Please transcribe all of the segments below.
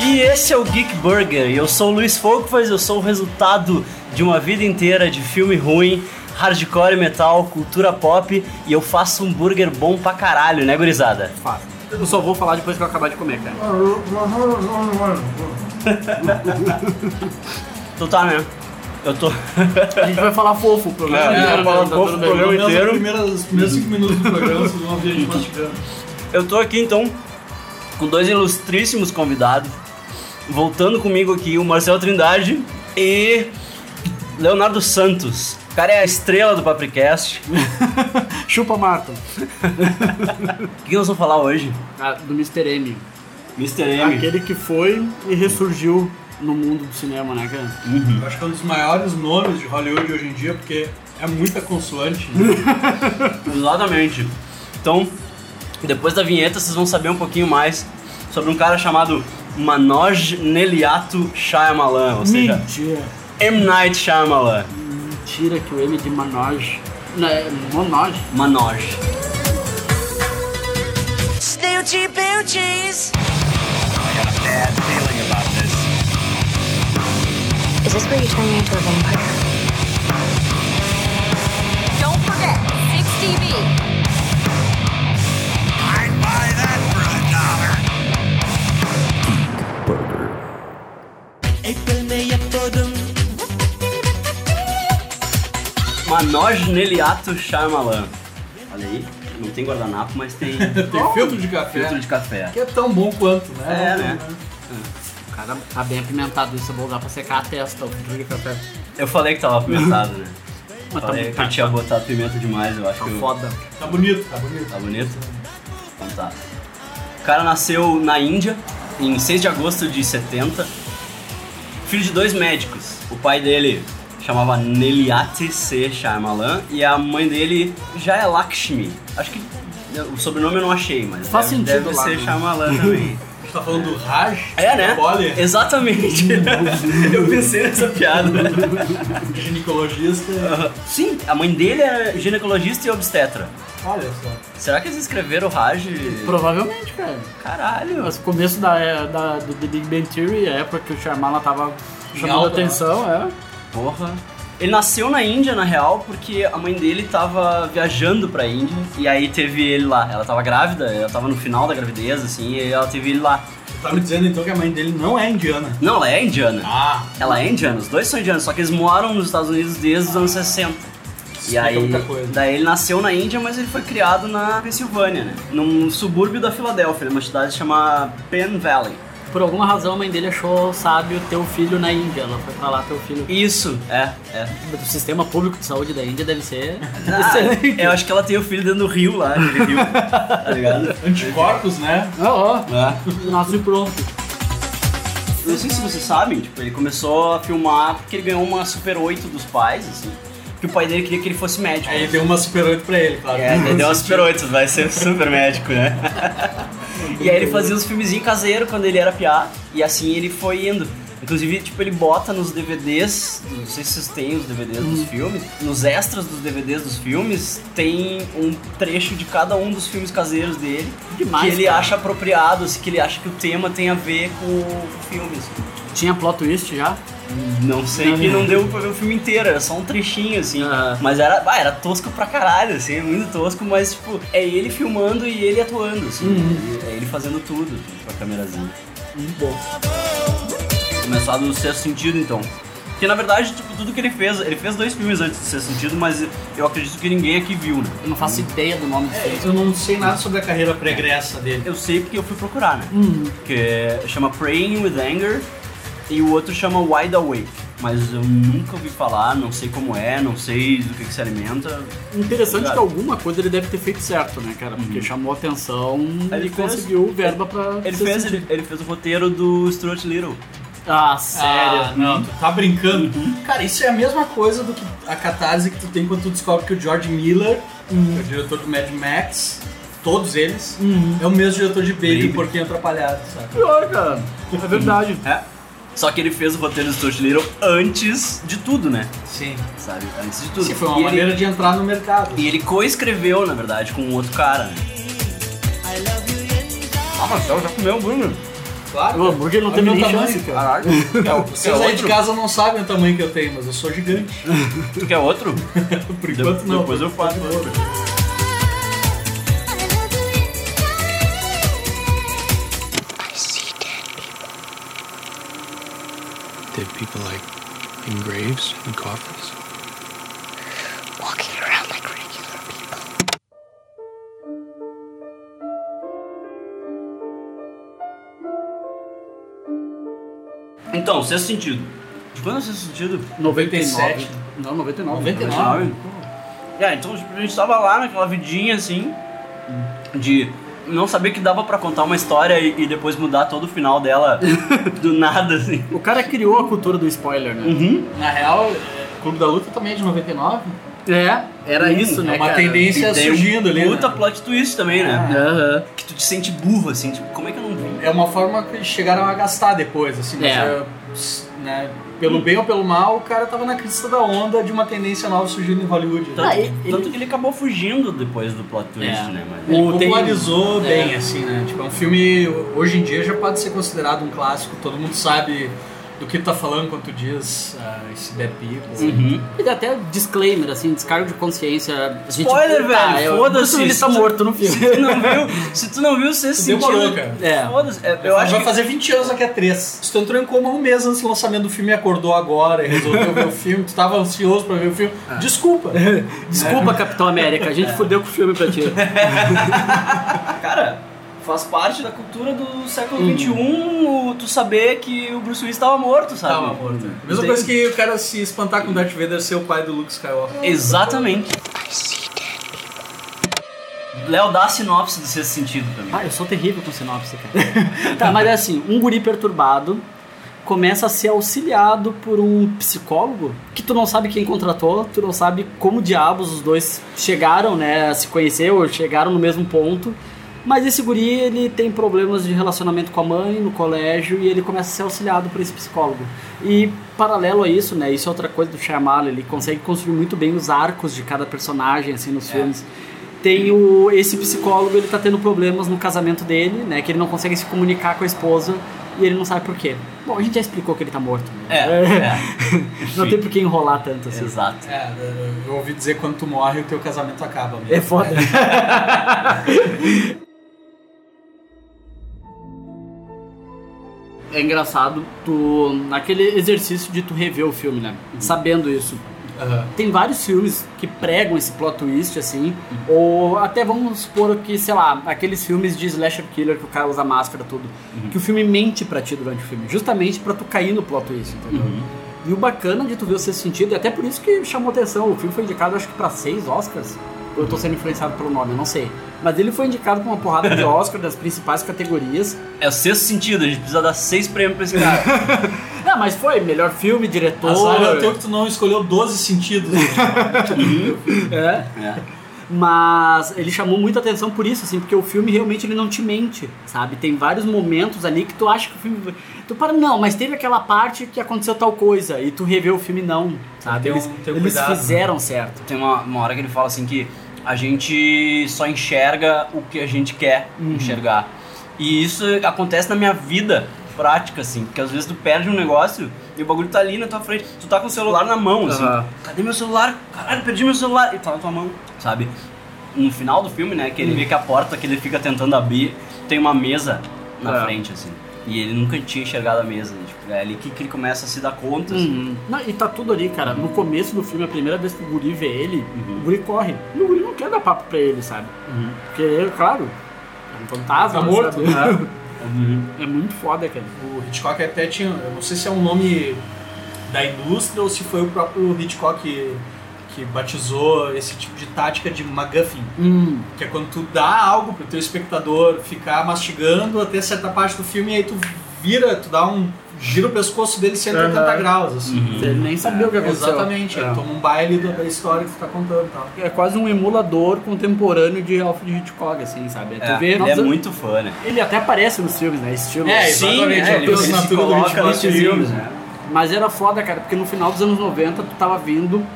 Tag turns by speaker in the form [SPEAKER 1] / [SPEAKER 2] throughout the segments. [SPEAKER 1] E esse é o Geek Burger. E eu sou o Luiz Folkvas, eu sou o resultado de uma vida inteira de filme ruim, hardcore metal, cultura pop e eu faço um burger bom pra caralho, né, gurizada?
[SPEAKER 2] Fácil. Eu só vou falar depois que eu acabar de comer, cara.
[SPEAKER 1] Tu tá, né? Eu tô.
[SPEAKER 2] A gente vai falar fofo o programa.
[SPEAKER 3] É,
[SPEAKER 2] inteiro,
[SPEAKER 3] vai falar
[SPEAKER 2] tá
[SPEAKER 3] fofo
[SPEAKER 2] tudo
[SPEAKER 3] o
[SPEAKER 2] bem.
[SPEAKER 3] programa.
[SPEAKER 4] Pelo menos as
[SPEAKER 3] inteiro.
[SPEAKER 4] primeiras- Os primeiros 5 minutos do programa, vocês vão ver a gente mastigando.
[SPEAKER 1] Eu tô aqui então com dois ilustríssimos convidados. Voltando comigo aqui, o Marcel Trindade e Leonardo Santos. O cara é a estrela do Papricast.
[SPEAKER 2] Chupa Marco.
[SPEAKER 1] O que nós vamos falar hoje?
[SPEAKER 2] Ah, do Mr. M.
[SPEAKER 1] Mr.
[SPEAKER 2] Aquele que foi e ressurgiu no mundo do cinema, né, cara?
[SPEAKER 3] Uhum.
[SPEAKER 4] Eu acho que é um dos maiores nomes de Hollywood hoje em dia, porque é muita consoante. né?
[SPEAKER 1] Exatamente. Então, depois da vinheta, vocês vão saber um pouquinho mais sobre um cara chamado Manoj Neliato Shyamalan, ou seja,
[SPEAKER 2] Mentira.
[SPEAKER 1] M. Night Shyamalan.
[SPEAKER 2] Mentira que o M é de Manoj. Não, é Monoj.
[SPEAKER 1] Manoj.
[SPEAKER 5] Snoochie Boochies.
[SPEAKER 6] Is this where you turn me into a vampire?
[SPEAKER 7] Don't forget, 6TV.
[SPEAKER 1] Manoj Neliato Shyamalan. Olha aí, não tem guardanapo, mas tem
[SPEAKER 4] Tem filtro
[SPEAKER 1] filtro
[SPEAKER 4] de café,
[SPEAKER 1] de café.
[SPEAKER 4] que é tão bom quanto, né?
[SPEAKER 1] É, né?
[SPEAKER 2] O cara tá bem apimentado isso, eu vou usar pra secar a testa, o filtro de café.
[SPEAKER 1] Eu falei que tava apimentado, né?
[SPEAKER 2] Mas tá
[SPEAKER 1] Falei
[SPEAKER 2] muito
[SPEAKER 1] que eu tinha botado pimenta demais, eu acho que eu-
[SPEAKER 2] foda.
[SPEAKER 4] Tá bonito, tá bonito.
[SPEAKER 1] Tá bonito? Então tá. O cara nasceu na Índia em 6 de agosto de 70. Filho de dois médicos. O pai dele chamava Neliate C. Shyamalan e a mãe dele já é Lakshmi. Acho que o sobrenome eu não achei, mas
[SPEAKER 2] Faz
[SPEAKER 1] deve,
[SPEAKER 2] sentido
[SPEAKER 1] deve
[SPEAKER 2] lá,
[SPEAKER 1] ser
[SPEAKER 2] né?
[SPEAKER 1] Shyamalan também.
[SPEAKER 4] A gente tá falando do Raj,
[SPEAKER 1] É, né?
[SPEAKER 4] Olha,
[SPEAKER 1] Exatamente. eu pensei nessa piada.
[SPEAKER 4] ginecologista.
[SPEAKER 1] Sim, a mãe dele era ginecologista e obstetra.
[SPEAKER 4] Olha só.
[SPEAKER 1] Será que eles escreveram Raj?
[SPEAKER 2] Provavelmente, cara.
[SPEAKER 1] Caralho.
[SPEAKER 2] Mas o começo da, é, da- do The Big Bang Theory, a época que o Shyamalan tava chamando
[SPEAKER 4] alta,
[SPEAKER 2] atenção, é.
[SPEAKER 1] Porra. Ele nasceu na Índia, na real, porque a mãe dele tava viajando pra Índia. E aí teve ele lá. Ela tava grávida, ela tava no final da gravidez, assim, e ela teve ele lá.
[SPEAKER 4] Você tá me dizendo então que a mãe dele não é indiana.
[SPEAKER 1] Não, ela é indiana.
[SPEAKER 4] Ah,
[SPEAKER 1] Ela é indiana, os dois são indianos, só que eles moram nos Estados Unidos desde os anos 60. E
[SPEAKER 4] explica
[SPEAKER 1] aí,
[SPEAKER 4] muita coisa.
[SPEAKER 1] daí ele nasceu na Índia, mas ele foi criado na Pensilvânia, né? Num subúrbio da Filadélfia, numa cidade chamada Penn Valley.
[SPEAKER 2] Por alguma razão a mãe dele achou sábio ter o filho na Índia. Ela foi pra lá ter o filho.
[SPEAKER 1] Isso, é, é.
[SPEAKER 2] O sistema público de saúde da Índia deve ser. é
[SPEAKER 1] Ah, eu acho que ela tem o filho dentro do rio lá, aquele rio. tá ligado?
[SPEAKER 4] Anticorpos, né?
[SPEAKER 2] Ó,
[SPEAKER 1] É.
[SPEAKER 2] ó, nasce pronto.
[SPEAKER 1] Eu Não sei se vocês sabem, tipo, ele começou a filmar porque ele ganhou uma Super 8 dos pais, assim. Que o pai dele queria que ele fosse médico.
[SPEAKER 4] Aí deu uma super 8 pra ele, claro.
[SPEAKER 1] É, deu uma Super 8, vai ser super médico, né? e aí ele fazia uns filmezinhos caseiros quando ele era piá, e assim ele foi indo. Inclusive, tipo, ele bota nos DVDs, não sei se vocês têm os DVDs dos filmes, nos extras dos DVDs dos filmes, tem um trecho de cada um dos filmes caseiros dele,
[SPEAKER 2] Demais,
[SPEAKER 1] que ele
[SPEAKER 2] cara.
[SPEAKER 1] acha apropriado, assim, que ele acha que o tema tem a ver com o filme, assim.
[SPEAKER 2] Tinha plot twist já.
[SPEAKER 1] Não sei que não deu pra ver o filme inteiro, era só um trechinho, assim.
[SPEAKER 2] Aham.
[SPEAKER 1] Mas era, ah, era tosco pra caralho, assim, muito tosco, mas tipo, é ele filmando e ele atuando,
[SPEAKER 2] Uhum.
[SPEAKER 1] assim. É ele fazendo tudo assim, com a câmerazinha.
[SPEAKER 2] Muito bom.
[SPEAKER 1] Começar do sexto sentido, então. Porque na verdade, tipo, tudo que ele fez, ele fez dois filmes antes do sexto sentido, mas eu acredito que ninguém aqui viu, né?
[SPEAKER 2] Eu não faço ideia do nome do filho.
[SPEAKER 4] É, Eu não sei nada sobre a carreira pregressa dele.
[SPEAKER 1] Eu sei porque eu fui procurar, né? Que chama Praying with Anger e o outro chama Wide Awake. Mas eu nunca ouvi falar, não sei como é, não sei do que, que se alimenta.
[SPEAKER 2] Interessante que
[SPEAKER 1] Cara.
[SPEAKER 2] alguma coisa ele deve ter feito certo, né, cara? Porque chamou atenção
[SPEAKER 1] Ele
[SPEAKER 2] e
[SPEAKER 1] fez-
[SPEAKER 2] conseguiu verba pra.
[SPEAKER 1] Ele
[SPEAKER 2] ser
[SPEAKER 1] fez,
[SPEAKER 2] sentido.
[SPEAKER 1] ele, ele fez o roteiro do Stuart Little. Uhum.
[SPEAKER 2] Ah, sério.
[SPEAKER 4] Ah, não, tu tá brincando. Cara, isso é a mesma coisa do que a catarse que tu tem quando tu descobre que o George Miller, que é o diretor do Mad Max, todos eles, é o mesmo diretor de Baby,
[SPEAKER 1] Baby.
[SPEAKER 4] um Porquinho Atrapalhado, sabe?
[SPEAKER 2] Pior, cara. É verdade.
[SPEAKER 1] É. Só que ele fez o roteiro do Stuart Little antes de tudo, né?
[SPEAKER 4] Sim.
[SPEAKER 1] Sabe? Antes de tudo.
[SPEAKER 4] Sim, foi uma
[SPEAKER 1] e
[SPEAKER 4] maneira
[SPEAKER 1] ele,
[SPEAKER 4] de entrar no mercado.
[SPEAKER 1] E ele coescreveu, na verdade, com um outro cara, né? Ah, Marcelo, já comeu o Bruno?
[SPEAKER 4] claro.
[SPEAKER 2] O hambúrguer não
[SPEAKER 4] Olha
[SPEAKER 2] teve
[SPEAKER 4] meu
[SPEAKER 2] nem
[SPEAKER 4] tamanho, É
[SPEAKER 2] chance, cara.
[SPEAKER 1] Caralho. é
[SPEAKER 4] Não, vocês aí de
[SPEAKER 1] outro?
[SPEAKER 4] casa não sabem o tamanho que eu tenho, mas eu sou gigante.
[SPEAKER 1] Tu quer outro?
[SPEAKER 4] Por enquanto não.
[SPEAKER 1] Depois eu faço outro.
[SPEAKER 6] I see dead people.
[SPEAKER 3] Did people like in graves and coffins?
[SPEAKER 6] Walking around like regular people.
[SPEAKER 1] Então, sexto sentido. De quando é o sexto sentido?
[SPEAKER 4] 97.
[SPEAKER 2] Não, 99.
[SPEAKER 4] 99.
[SPEAKER 1] É, então tipo, a gente tava lá naquela vidinha assim, de não saber que dava pra contar uma história e, e depois mudar todo o final dela do nada, assim.
[SPEAKER 2] O cara criou a cultura do spoiler, né?
[SPEAKER 4] Na real, é, Clube da Luta também é de 99.
[SPEAKER 2] É, era isso, né,
[SPEAKER 4] é uma
[SPEAKER 2] cara?
[SPEAKER 4] tendência
[SPEAKER 1] Tem um
[SPEAKER 4] surgindo ali.
[SPEAKER 1] Puta
[SPEAKER 4] né?
[SPEAKER 1] plot twist também, né?
[SPEAKER 2] Aham.
[SPEAKER 1] Que tu te sente burro, assim, tipo, como é que eu não vi?
[SPEAKER 4] É uma forma que eles chegaram a gastar depois, assim. mas,
[SPEAKER 2] É.
[SPEAKER 4] é, ps- né, pelo bem ou pelo mal, o cara tava na crista da onda de uma tendência nova surgindo em Hollywood. Né?
[SPEAKER 1] Tanto,
[SPEAKER 2] Ah, e-
[SPEAKER 1] tanto que ele acabou fugindo depois do plot twist,
[SPEAKER 2] É.
[SPEAKER 1] né? Mas...
[SPEAKER 4] Ele
[SPEAKER 2] O- tem-
[SPEAKER 4] popularizou
[SPEAKER 2] é.
[SPEAKER 4] bem, assim, né? Tipo, é um filme, hoje em dia, já pode ser considerado um clássico. Todo mundo sabe do que tu tá falando quando tu diz ah, esse Dead People.
[SPEAKER 1] Uhum.
[SPEAKER 2] E dá até disclaimer, assim, descargo de consciência. A gente-
[SPEAKER 1] Spoiler,
[SPEAKER 2] Tá,
[SPEAKER 1] velho,
[SPEAKER 2] eu-
[SPEAKER 1] foda-se.
[SPEAKER 2] Ele tá morto no filme.
[SPEAKER 1] Se tu não viu, se tu não viu o sexto
[SPEAKER 4] Demorou,
[SPEAKER 1] sentido.
[SPEAKER 4] cara.
[SPEAKER 2] É.
[SPEAKER 1] Foda-se. É, eu acho
[SPEAKER 4] Vai
[SPEAKER 1] que
[SPEAKER 4] fazer 20 anos daqui a 3. Se tu entrou em coma um mês antes do lançamento do filme e acordou agora e resolveu ver o filme, tu tava ansioso pra ver o filme, desculpa.
[SPEAKER 2] Desculpa, Capitão América, a gente fudeu com o filme pra ti.
[SPEAKER 1] Cara, faz parte da cultura do
[SPEAKER 4] Uhum.
[SPEAKER 1] século XXI o- tu saber que o Bruce Willis estava morto, sabe? Uhum.
[SPEAKER 4] Tava morto. Mesma coisa que o cara se espantar com o Darth Vader ser o pai do Luke Skywalker.
[SPEAKER 1] Exatamente.
[SPEAKER 6] I see dead people.
[SPEAKER 1] Léo dá a sinopse do sexto sentido também.
[SPEAKER 2] Ah, eu sou terrível com sinopse, cara. tá, mas é assim, um guri perturbado começa a ser auxiliado por um psicólogo que tu não sabe quem contratou, tu não sabe como diabos os dois chegaram, né, a se conhecer ou chegaram no mesmo ponto. Mas esse guri, ele tem problemas de relacionamento com a mãe, no colégio, e ele começa a ser auxiliado por esse psicólogo. E paralelo a isso, né, isso é outra coisa do Shyamalan, ele consegue construir muito bem os arcos de cada personagem, assim, nos filmes tem o esse psicólogo ele tá tendo problemas no casamento dele né que ele não consegue se comunicar com a esposa e ele não sabe por quê bom a gente já explicou que ele tá morto né?
[SPEAKER 1] É, é,
[SPEAKER 2] não tem por que enrolar tanto assim
[SPEAKER 1] exato.
[SPEAKER 4] É, eu ouvi dizer quando tu morre o teu casamento acaba mesmo.
[SPEAKER 2] é foda é engraçado tu naquele exercício de tu rever o filme né sabendo isso
[SPEAKER 4] Aham.
[SPEAKER 2] Tem vários filmes que pregam esse plot twist, assim. Ou até vamos supor que, sei lá, aqueles filmes de slasher killer que o cara usa máscara tudo. Que o filme mente pra ti durante o filme. Justamente pra tu cair no plot twist, entendeu? E o bacana de tu ver o sexto sentido, e até por isso que chamou atenção. O filme foi indicado, acho que pra seis Oscars. Ou eu tô sendo influenciado pelo nome, eu não sei. Mas ele foi indicado pra uma porrada de Oscar das principais categorias.
[SPEAKER 1] É o sexto sentido, a gente precisa dar seis prêmios pra esse cara.
[SPEAKER 2] Não, Ah, mas foi melhor filme, diretor.
[SPEAKER 4] Azar é o teu que tu não escolheu 12 sentidos.
[SPEAKER 2] É. Mas ele chamou muita atenção por isso, assim, porque o filme realmente ele não te mente, sabe? Tem vários momentos ali que tu acha que o filme. Tu para, não, mas teve aquela parte que aconteceu tal coisa, e tu revê o filme, não, sabe?
[SPEAKER 4] Tem um-
[SPEAKER 2] eles
[SPEAKER 4] tem um
[SPEAKER 2] eles
[SPEAKER 4] cuidado, né?
[SPEAKER 2] fizeram certo.
[SPEAKER 1] Tem uma, uma hora que ele fala assim que a gente só enxerga o que a gente quer
[SPEAKER 2] Uhum.
[SPEAKER 1] enxergar. E isso acontece na minha vida prática, assim, porque às vezes tu perde um negócio e o bagulho tá ali na tua frente. Tu tá com o celular na mão, assim.
[SPEAKER 2] Aham.
[SPEAKER 1] Cadê meu celular? Caralho, perdi meu celular. E tá na tua mão, sabe? No final do filme, né, que
[SPEAKER 2] Uhum.
[SPEAKER 1] ele vê que a porta que ele fica tentando abrir tem uma mesa na
[SPEAKER 2] É.
[SPEAKER 1] frente, assim. E ele nunca tinha enxergado a mesa. né? Tipo, é ali que, que ele começa a se dar conta, assim.
[SPEAKER 4] Uhum.
[SPEAKER 2] Não, e tá tudo ali, cara. No começo do filme, a primeira vez que o guri vê ele,
[SPEAKER 4] Uhum.
[SPEAKER 2] o guri corre. E o guri não quer dar papo pra ele, sabe? Porque, claro, é um fantasma.
[SPEAKER 4] Tá morto, Uhum.
[SPEAKER 2] sabe? É muito foda, cara.
[SPEAKER 4] O Hitchcock até tinha, eu não sei se é um nome da indústria ou se foi o próprio Hitchcock que, que batizou esse tipo de tática de MacGuffin,
[SPEAKER 2] Hum.
[SPEAKER 4] que é quando tu dá algo pro teu espectador ficar mastigando até certa parte do filme e aí tu vira, tu dá um gira o pescoço dele 180
[SPEAKER 2] Aham.
[SPEAKER 4] graus,
[SPEAKER 1] Uhum.
[SPEAKER 4] assim.
[SPEAKER 2] Ele nem sabia o que aconteceu.
[SPEAKER 4] Exatamente, ele
[SPEAKER 2] É.
[SPEAKER 4] toma um baile da da história que tu tá contando e tal.
[SPEAKER 2] É quase um emulador contemporâneo de Alfred Hitchcock, assim, sabe?
[SPEAKER 1] É,
[SPEAKER 2] tu vê,
[SPEAKER 1] ele é
[SPEAKER 2] nossa,
[SPEAKER 1] muito fã, né?
[SPEAKER 2] ele até aparece nos filmes, né? Estilo.
[SPEAKER 4] É,
[SPEAKER 1] Sim,
[SPEAKER 4] exatamente,
[SPEAKER 1] né?
[SPEAKER 4] é,
[SPEAKER 1] Ele-
[SPEAKER 4] a
[SPEAKER 1] ele se
[SPEAKER 4] assinatura do
[SPEAKER 1] coloca
[SPEAKER 4] Hitchcock
[SPEAKER 1] nos
[SPEAKER 4] nos
[SPEAKER 1] filmes,
[SPEAKER 4] filmes.
[SPEAKER 1] né?
[SPEAKER 2] Mas era foda, cara, porque no final dos anos 90 tu tava vindo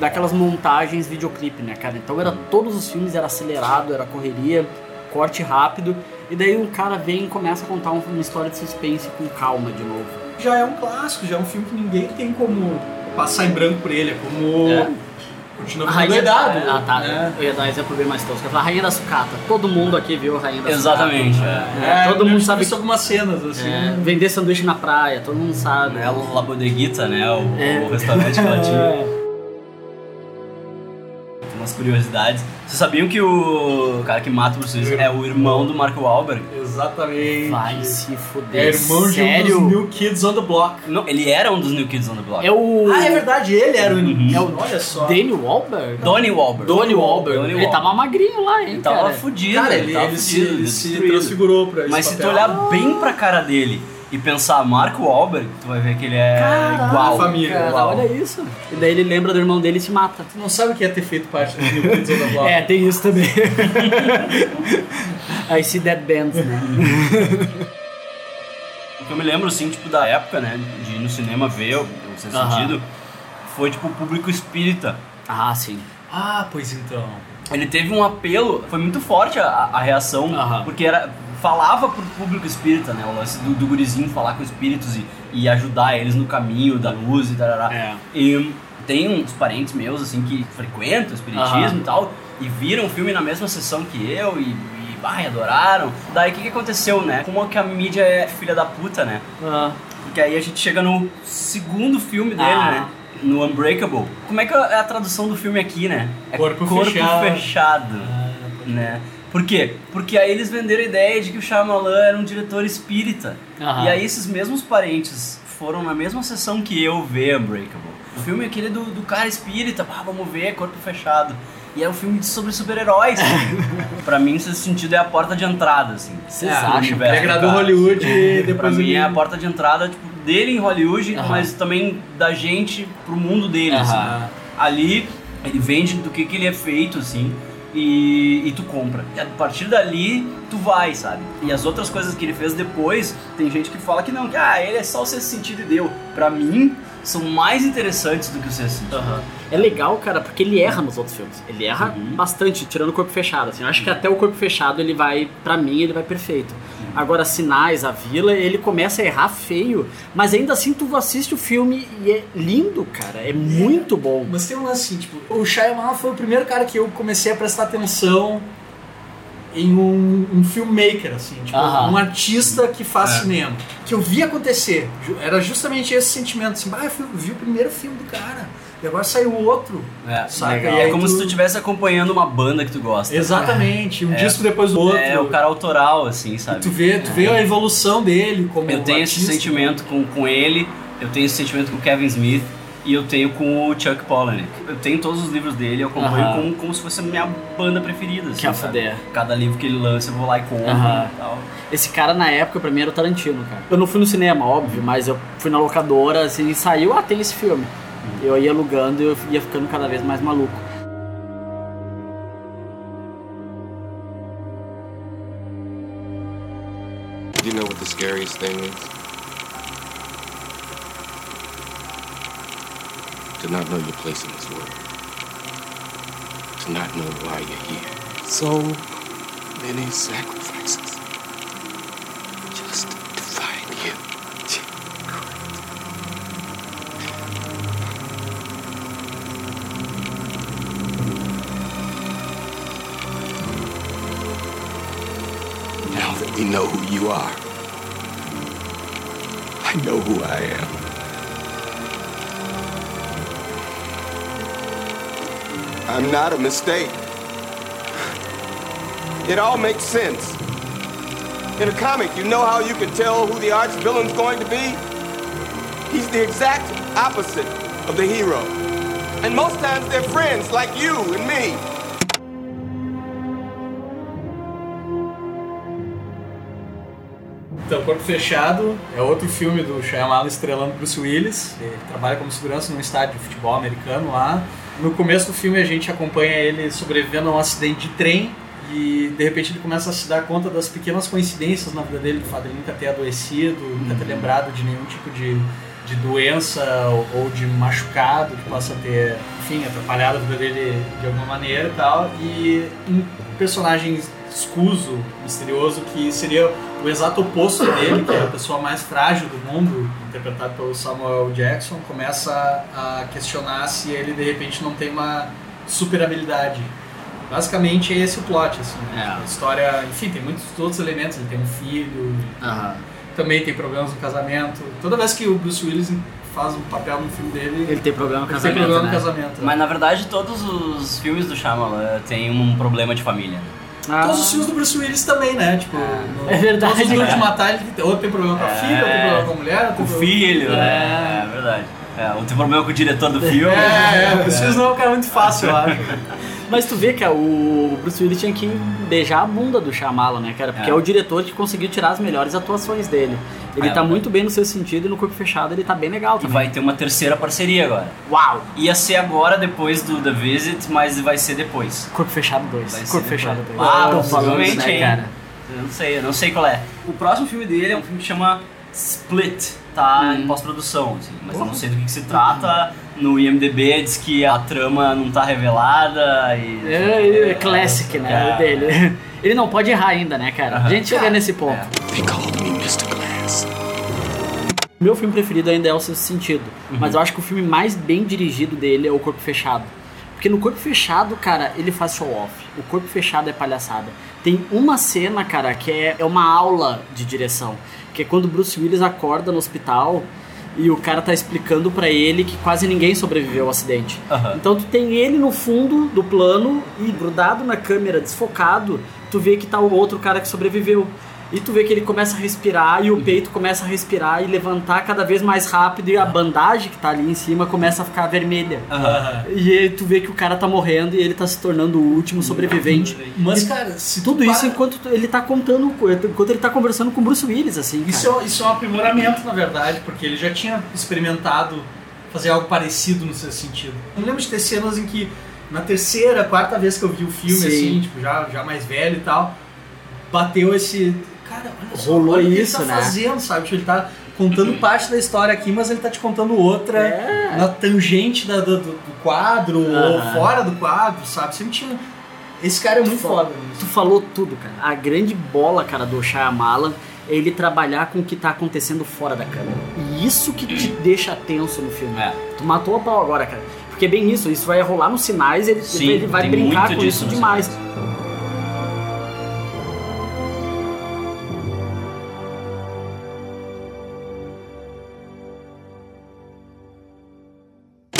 [SPEAKER 2] daquelas montagens videoclipe, né, cara? Então era todos os filmes, era acelerado, era correria, corte rápido. E daí um cara vem e começa a contar um- uma história de suspense com calma de novo.
[SPEAKER 4] Já é um clássico, já é um filme que ninguém tem como passar em branco por ele. É como.
[SPEAKER 2] É?
[SPEAKER 4] Continua ficando doidado.
[SPEAKER 2] Ah, tá.
[SPEAKER 4] né?
[SPEAKER 2] Eu ia dar exemplo bem mais tosco. A Rainha da Sucata. Todo mundo aqui viu a Rainha da
[SPEAKER 1] Exatamente.
[SPEAKER 2] Sucata.
[SPEAKER 1] É.
[SPEAKER 2] É, todo
[SPEAKER 4] eu
[SPEAKER 2] mundo
[SPEAKER 4] já
[SPEAKER 2] sabe
[SPEAKER 4] fiz algumas cenas, assim.
[SPEAKER 2] É, vender sanduíche na praia, todo mundo sabe.
[SPEAKER 1] É La Bodeguita, né? O,
[SPEAKER 2] É.
[SPEAKER 1] o restaurante que ela tinha. Tem umas curiosidades. Vocês sabiam que o cara que mata o Bruce Willis é o irmão do Mark Wahlberg?
[SPEAKER 4] Exatamente.
[SPEAKER 2] Vai se fuder.
[SPEAKER 4] É irmão de
[SPEAKER 2] Sério?
[SPEAKER 4] um dos New Kids on the Block.
[SPEAKER 1] Não, ele era um dos New Kids on the Block.
[SPEAKER 2] É o.
[SPEAKER 4] Ah, é verdade, ele era o
[SPEAKER 1] Uhum.
[SPEAKER 4] É o Olha só.
[SPEAKER 2] Danny Wahlberg?
[SPEAKER 1] Donnie Wahlberg.
[SPEAKER 2] Donnie Wahlberg.
[SPEAKER 1] Donnie
[SPEAKER 2] Ele tava magrinho lá, hein?
[SPEAKER 1] Ele tava
[SPEAKER 2] cara?
[SPEAKER 1] fudido.
[SPEAKER 4] tá Cara, ele,
[SPEAKER 1] tava
[SPEAKER 4] ele se,
[SPEAKER 1] fudido,
[SPEAKER 4] ele se
[SPEAKER 1] destruído.
[SPEAKER 4] transfigurou pra esse
[SPEAKER 1] Mas se tu
[SPEAKER 4] papel.
[SPEAKER 1] olhar bem pra cara dele e pensar Marco Wahlberg, tu vai ver que ele é
[SPEAKER 2] Caraca,
[SPEAKER 1] igual.
[SPEAKER 4] família,
[SPEAKER 2] Cara,
[SPEAKER 1] igual.
[SPEAKER 2] olha isso. E daí ele lembra do irmão dele e se mata.
[SPEAKER 4] Tu não sabe o que é ter feito parte do New Kids on the Block.
[SPEAKER 2] É, tem isso também. I see dead bands, né?
[SPEAKER 1] O que eu me lembro, assim, tipo, da época, né, de ir no cinema ver, o o sexto
[SPEAKER 2] Aham.
[SPEAKER 1] é sentido, foi, tipo, o público espírita.
[SPEAKER 2] Ah, sim.
[SPEAKER 4] Ah, pois então.
[SPEAKER 1] Ele teve um apelo, foi muito forte a, a reação,
[SPEAKER 2] Aham.
[SPEAKER 1] porque era falava pro público espírita, né, o lance do, do gurizinho falar com espíritos e, e ajudar eles no caminho da luz e tarará.
[SPEAKER 2] É.
[SPEAKER 1] E tem uns parentes meus, assim, que frequentam o espiritismo
[SPEAKER 2] Aham.
[SPEAKER 1] e tal, e viram o filme na mesma sessão que eu e, e ai, adoraram. Daí, o que, que aconteceu, né? Como é que a mídia é filha da puta, né?
[SPEAKER 2] Ah,
[SPEAKER 1] Porque aí a gente chega no segundo filme dele,
[SPEAKER 2] Ah.
[SPEAKER 1] né? No Unbreakable. Como é que é a tradução do filme aqui, né? É
[SPEAKER 4] Corpo fechado. Ah,
[SPEAKER 1] fechado, né? Por quê? Porque aí eles venderam a ideia de que o Shyamalan era um diretor espírita.
[SPEAKER 2] Aham.
[SPEAKER 1] E aí esses mesmos parentes foram na mesma sessão que eu ver Unbreakable. O filme é aquele do, do cara espírita, pá, vamos ver, corpo fechado. E é um filme de- sobre super-heróis. pra mim, esse sentido é a porta de entrada, assim.
[SPEAKER 2] Vocês
[SPEAKER 1] pro
[SPEAKER 2] acham? é
[SPEAKER 1] universo
[SPEAKER 4] Ele
[SPEAKER 1] do
[SPEAKER 4] agradou
[SPEAKER 2] assim?
[SPEAKER 1] cara.
[SPEAKER 4] Hollywood e depois
[SPEAKER 1] Pra mim
[SPEAKER 4] ele-
[SPEAKER 1] é a porta de entrada tipo, dele em Hollywood,
[SPEAKER 2] Aham.
[SPEAKER 1] mas também da gente pro mundo dele. assim.
[SPEAKER 4] Ah,
[SPEAKER 2] Aham.
[SPEAKER 1] Ali ele vende do que, que ele é feito, assim, e, e tu compra. E a partir dali tu vai, sabe? E as outras coisas que ele fez depois, tem gente que fala que não, que ah, ele é só o sexto sentido e deu. Pra mim, são mais interessantes do que o sexto sentido.
[SPEAKER 2] É legal, cara, porque ele erra nos outros filmes. Ele erra
[SPEAKER 1] Uhum.
[SPEAKER 2] bastante, tirando o corpo fechado. Assim. Eu acho que até o corpo fechado ele vai, pra mim, ele vai perfeito. Agora, Sinais, a Vila, ele começa a errar feio, mas ainda assim tu assiste o filme e é lindo, cara. É muito bom.
[SPEAKER 4] Mas tem um lance assim, tipo, o Shyamalan foi o primeiro cara que eu comecei a prestar atenção em um, um filmmaker, assim, tipo,
[SPEAKER 2] Aham.
[SPEAKER 4] um artista que faz
[SPEAKER 1] É.
[SPEAKER 4] cinema. Que eu vi acontecer. Ju- Era justamente esse sentimento, assim, ah, eu fui- vi o primeiro filme do cara, e agora saiu outro.
[SPEAKER 1] É,
[SPEAKER 4] Saca?
[SPEAKER 1] legal.
[SPEAKER 4] E aí
[SPEAKER 1] É como
[SPEAKER 4] tu-
[SPEAKER 1] se tu estivesse acompanhando uma banda que tu gosta.
[SPEAKER 4] Exatamente, um
[SPEAKER 1] É.
[SPEAKER 4] disco depois do outro.
[SPEAKER 1] É o cara autoral, assim, sabe?
[SPEAKER 4] Tu vê, tu vê a evolução dele como
[SPEAKER 1] Eu tenho esse
[SPEAKER 4] artista.
[SPEAKER 1] sentimento com, com ele, eu tenho esse sentimento com o Kevin Smith e eu tenho com o Chuck Palahniuk. Eu tenho todos os livros dele, eu acompanho
[SPEAKER 2] Aham.
[SPEAKER 1] como, como se fosse a minha banda preferida. Assim,
[SPEAKER 2] Que a
[SPEAKER 1] sabe?
[SPEAKER 2] fuder.
[SPEAKER 1] Cada livro que ele lança eu vou lá e compro
[SPEAKER 2] Aham.
[SPEAKER 1] e tal.
[SPEAKER 2] Esse cara na época pra mim era o Tarantino, cara. Eu não fui no cinema, óbvio, mas eu fui na locadora, assim, e saiu, ah, tem esse filme. Eu ia alugando e eu ia ficando cada vez mais maluco.
[SPEAKER 8] Do you know what the scariest thing is? To not know your place in this world. To not know why you're here. So many sacrifices. Just to find you. Now that we know who you are, I know who I am. I'm not a mistake. It all makes sense. In a comic, you know how you can tell who the arch villain's going to be? He's the exact opposite of the hero. And most times they're friends like you and me.
[SPEAKER 4] Então, Corpo Fechado é outro filme do Shyamalan estrelando Bruce Willis. Ele trabalha como segurança num estádio de futebol americano lá. No começo do filme a gente acompanha ele sobrevivendo a um acidente de trem e de repente ele começa a se dar conta das pequenas coincidências na vida dele, do fato dele nunca ter adoecido, nunca ter lembrado de nenhum tipo de, de doença ou, ou de machucado que possa ter, enfim, atrapalhado a vida dele de alguma maneira e tal. E um personagem escuso, misterioso, que seria o exato oposto dele, que é a pessoa mais frágil do mundo, interpretado pelo Samuel Jackson, começa a questionar se ele de repente não tem uma super habilidade. Basicamente é esse o plot, assim. né?
[SPEAKER 1] É.
[SPEAKER 4] A história, enfim, tem muitos outros elementos, ele tem um filho,
[SPEAKER 1] Aham.
[SPEAKER 4] também tem problemas no casamento. Toda vez que o Bruce Willis faz um papel no filme dele,
[SPEAKER 2] Ele tem problema com
[SPEAKER 4] ele
[SPEAKER 2] casamento,
[SPEAKER 4] tem problema
[SPEAKER 2] né?
[SPEAKER 4] no casamento. né?
[SPEAKER 1] Mas na verdade todos os filmes do Shyamalan têm um problema de família. né?
[SPEAKER 2] Ah,
[SPEAKER 4] Todos os filmes do Bruce Willis também, né? Tipo, no-
[SPEAKER 2] É verdade,
[SPEAKER 4] Todos os
[SPEAKER 2] cara.
[SPEAKER 4] de matar, ele tem, ou tem problema com a
[SPEAKER 1] É.
[SPEAKER 4] filha, ou tem problema com a mulher, ou
[SPEAKER 1] Com
[SPEAKER 4] tem
[SPEAKER 1] o
[SPEAKER 4] problema-
[SPEAKER 1] filho,
[SPEAKER 2] É.
[SPEAKER 1] né? É verdade. É, ou tem problema com o diretor do filme.
[SPEAKER 4] É, é, o Bruce Willis não é um cara muito fácil, eu acho.
[SPEAKER 2] Mas tu vê que é o Bruce Willis tinha que beijar a bunda do Shyamalan, né, cara? Porque é.
[SPEAKER 1] É.
[SPEAKER 2] o diretor que conseguiu tirar as melhores atuações dele. Ele
[SPEAKER 1] É,
[SPEAKER 2] tá
[SPEAKER 1] né?
[SPEAKER 2] muito bem no seu sentido e no corpo fechado ele tá bem legal
[SPEAKER 1] E
[SPEAKER 2] também.
[SPEAKER 1] vai ter uma terceira parceria agora.
[SPEAKER 2] Uau!
[SPEAKER 1] Ia ser agora, depois do The Visit, mas vai ser depois.
[SPEAKER 2] Corpo fechado
[SPEAKER 1] Vai
[SPEAKER 2] 2.
[SPEAKER 1] ser
[SPEAKER 2] Corpo
[SPEAKER 1] depois.
[SPEAKER 2] fechado 2.
[SPEAKER 1] Ah,
[SPEAKER 2] Tão falando,
[SPEAKER 1] provavelmente,
[SPEAKER 2] né,
[SPEAKER 1] hein?
[SPEAKER 2] cara?
[SPEAKER 1] Eu não sei, eu não sei qual é. O próximo filme dele é um filme que chama Split, tá
[SPEAKER 2] Hum.
[SPEAKER 1] em pós-produção, assim, mas eu não sei do que, que se trata. No IMDB diz que a trama não tá revelada e.
[SPEAKER 2] É, ele é classic, né?
[SPEAKER 1] É.
[SPEAKER 2] Dele. Ele não pode errar ainda, né, cara? A gente chega nesse ponto.
[SPEAKER 8] é.
[SPEAKER 3] They called me Mr. Glass.
[SPEAKER 2] Meu filme preferido ainda é O Sexto Sentido, mas eu acho que o filme mais bem dirigido dele é O Corpo Fechado. Porque no Corpo Fechado, cara, ele faz show-off. O Corpo Fechado é palhaçada. Tem uma cena, cara, que é, é uma aula de direção. Que é quando o Bruce Willis acorda no hospital e o cara tá explicando pra ele que quase ninguém sobreviveu ao acidente.
[SPEAKER 1] Aham.
[SPEAKER 2] Então tu tem ele no fundo do plano e grudado na câmera, desfocado, tu vê que tá o outro cara que sobreviveu. E tu vê que ele começa a respirar e o peito começa a respirar e levantar cada vez mais rápido e a bandagem que tá ali em cima começa a ficar vermelha.
[SPEAKER 1] Aham.
[SPEAKER 2] E aí tu vê que o cara tá morrendo e ele tá se tornando o último sobrevivente.
[SPEAKER 4] Mas, cara, se
[SPEAKER 2] Tudo
[SPEAKER 4] tu
[SPEAKER 2] isso
[SPEAKER 4] para-
[SPEAKER 2] enquanto tu- ele tá contando, enquanto ele tá conversando com o Bruce Willis, assim.
[SPEAKER 4] Isso
[SPEAKER 2] cara.
[SPEAKER 4] é, isso é um aprimoramento, na verdade, porque ele já tinha experimentado fazer algo parecido no seu sentido. Eu lembro de ter cenas em que, na terceira, quarta vez que eu vi o filme,
[SPEAKER 2] Sim.
[SPEAKER 4] assim, tipo, já, já mais velho e tal, bateu esse. Cara, olha só,
[SPEAKER 2] Rolou
[SPEAKER 4] olha o que
[SPEAKER 2] isso,
[SPEAKER 4] ele tá
[SPEAKER 2] né? Uhum.
[SPEAKER 4] fazendo, sabe? Tipo, ele tá contando parte da história aqui, mas ele tá te contando outra
[SPEAKER 2] É.
[SPEAKER 4] na tangente da- do, do- do quadro
[SPEAKER 2] Aham.
[SPEAKER 4] ou fora do quadro, sabe? Sempre tinha. um, Esse cara é muito foda.
[SPEAKER 2] Tu falou tudo, cara. A grande bola, cara, do Shyamalan é ele trabalhar com o que tá acontecendo fora da câmera. E isso que te deixa tenso no filme.
[SPEAKER 1] É.
[SPEAKER 2] Tu matou a pau agora, cara. Porque é bem isso, isso vai rolar nos sinais, ele,
[SPEAKER 1] Sim,
[SPEAKER 2] ele vai
[SPEAKER 1] tem
[SPEAKER 2] brincar
[SPEAKER 1] muito
[SPEAKER 2] com
[SPEAKER 1] disso
[SPEAKER 2] isso
[SPEAKER 1] nos
[SPEAKER 2] demais.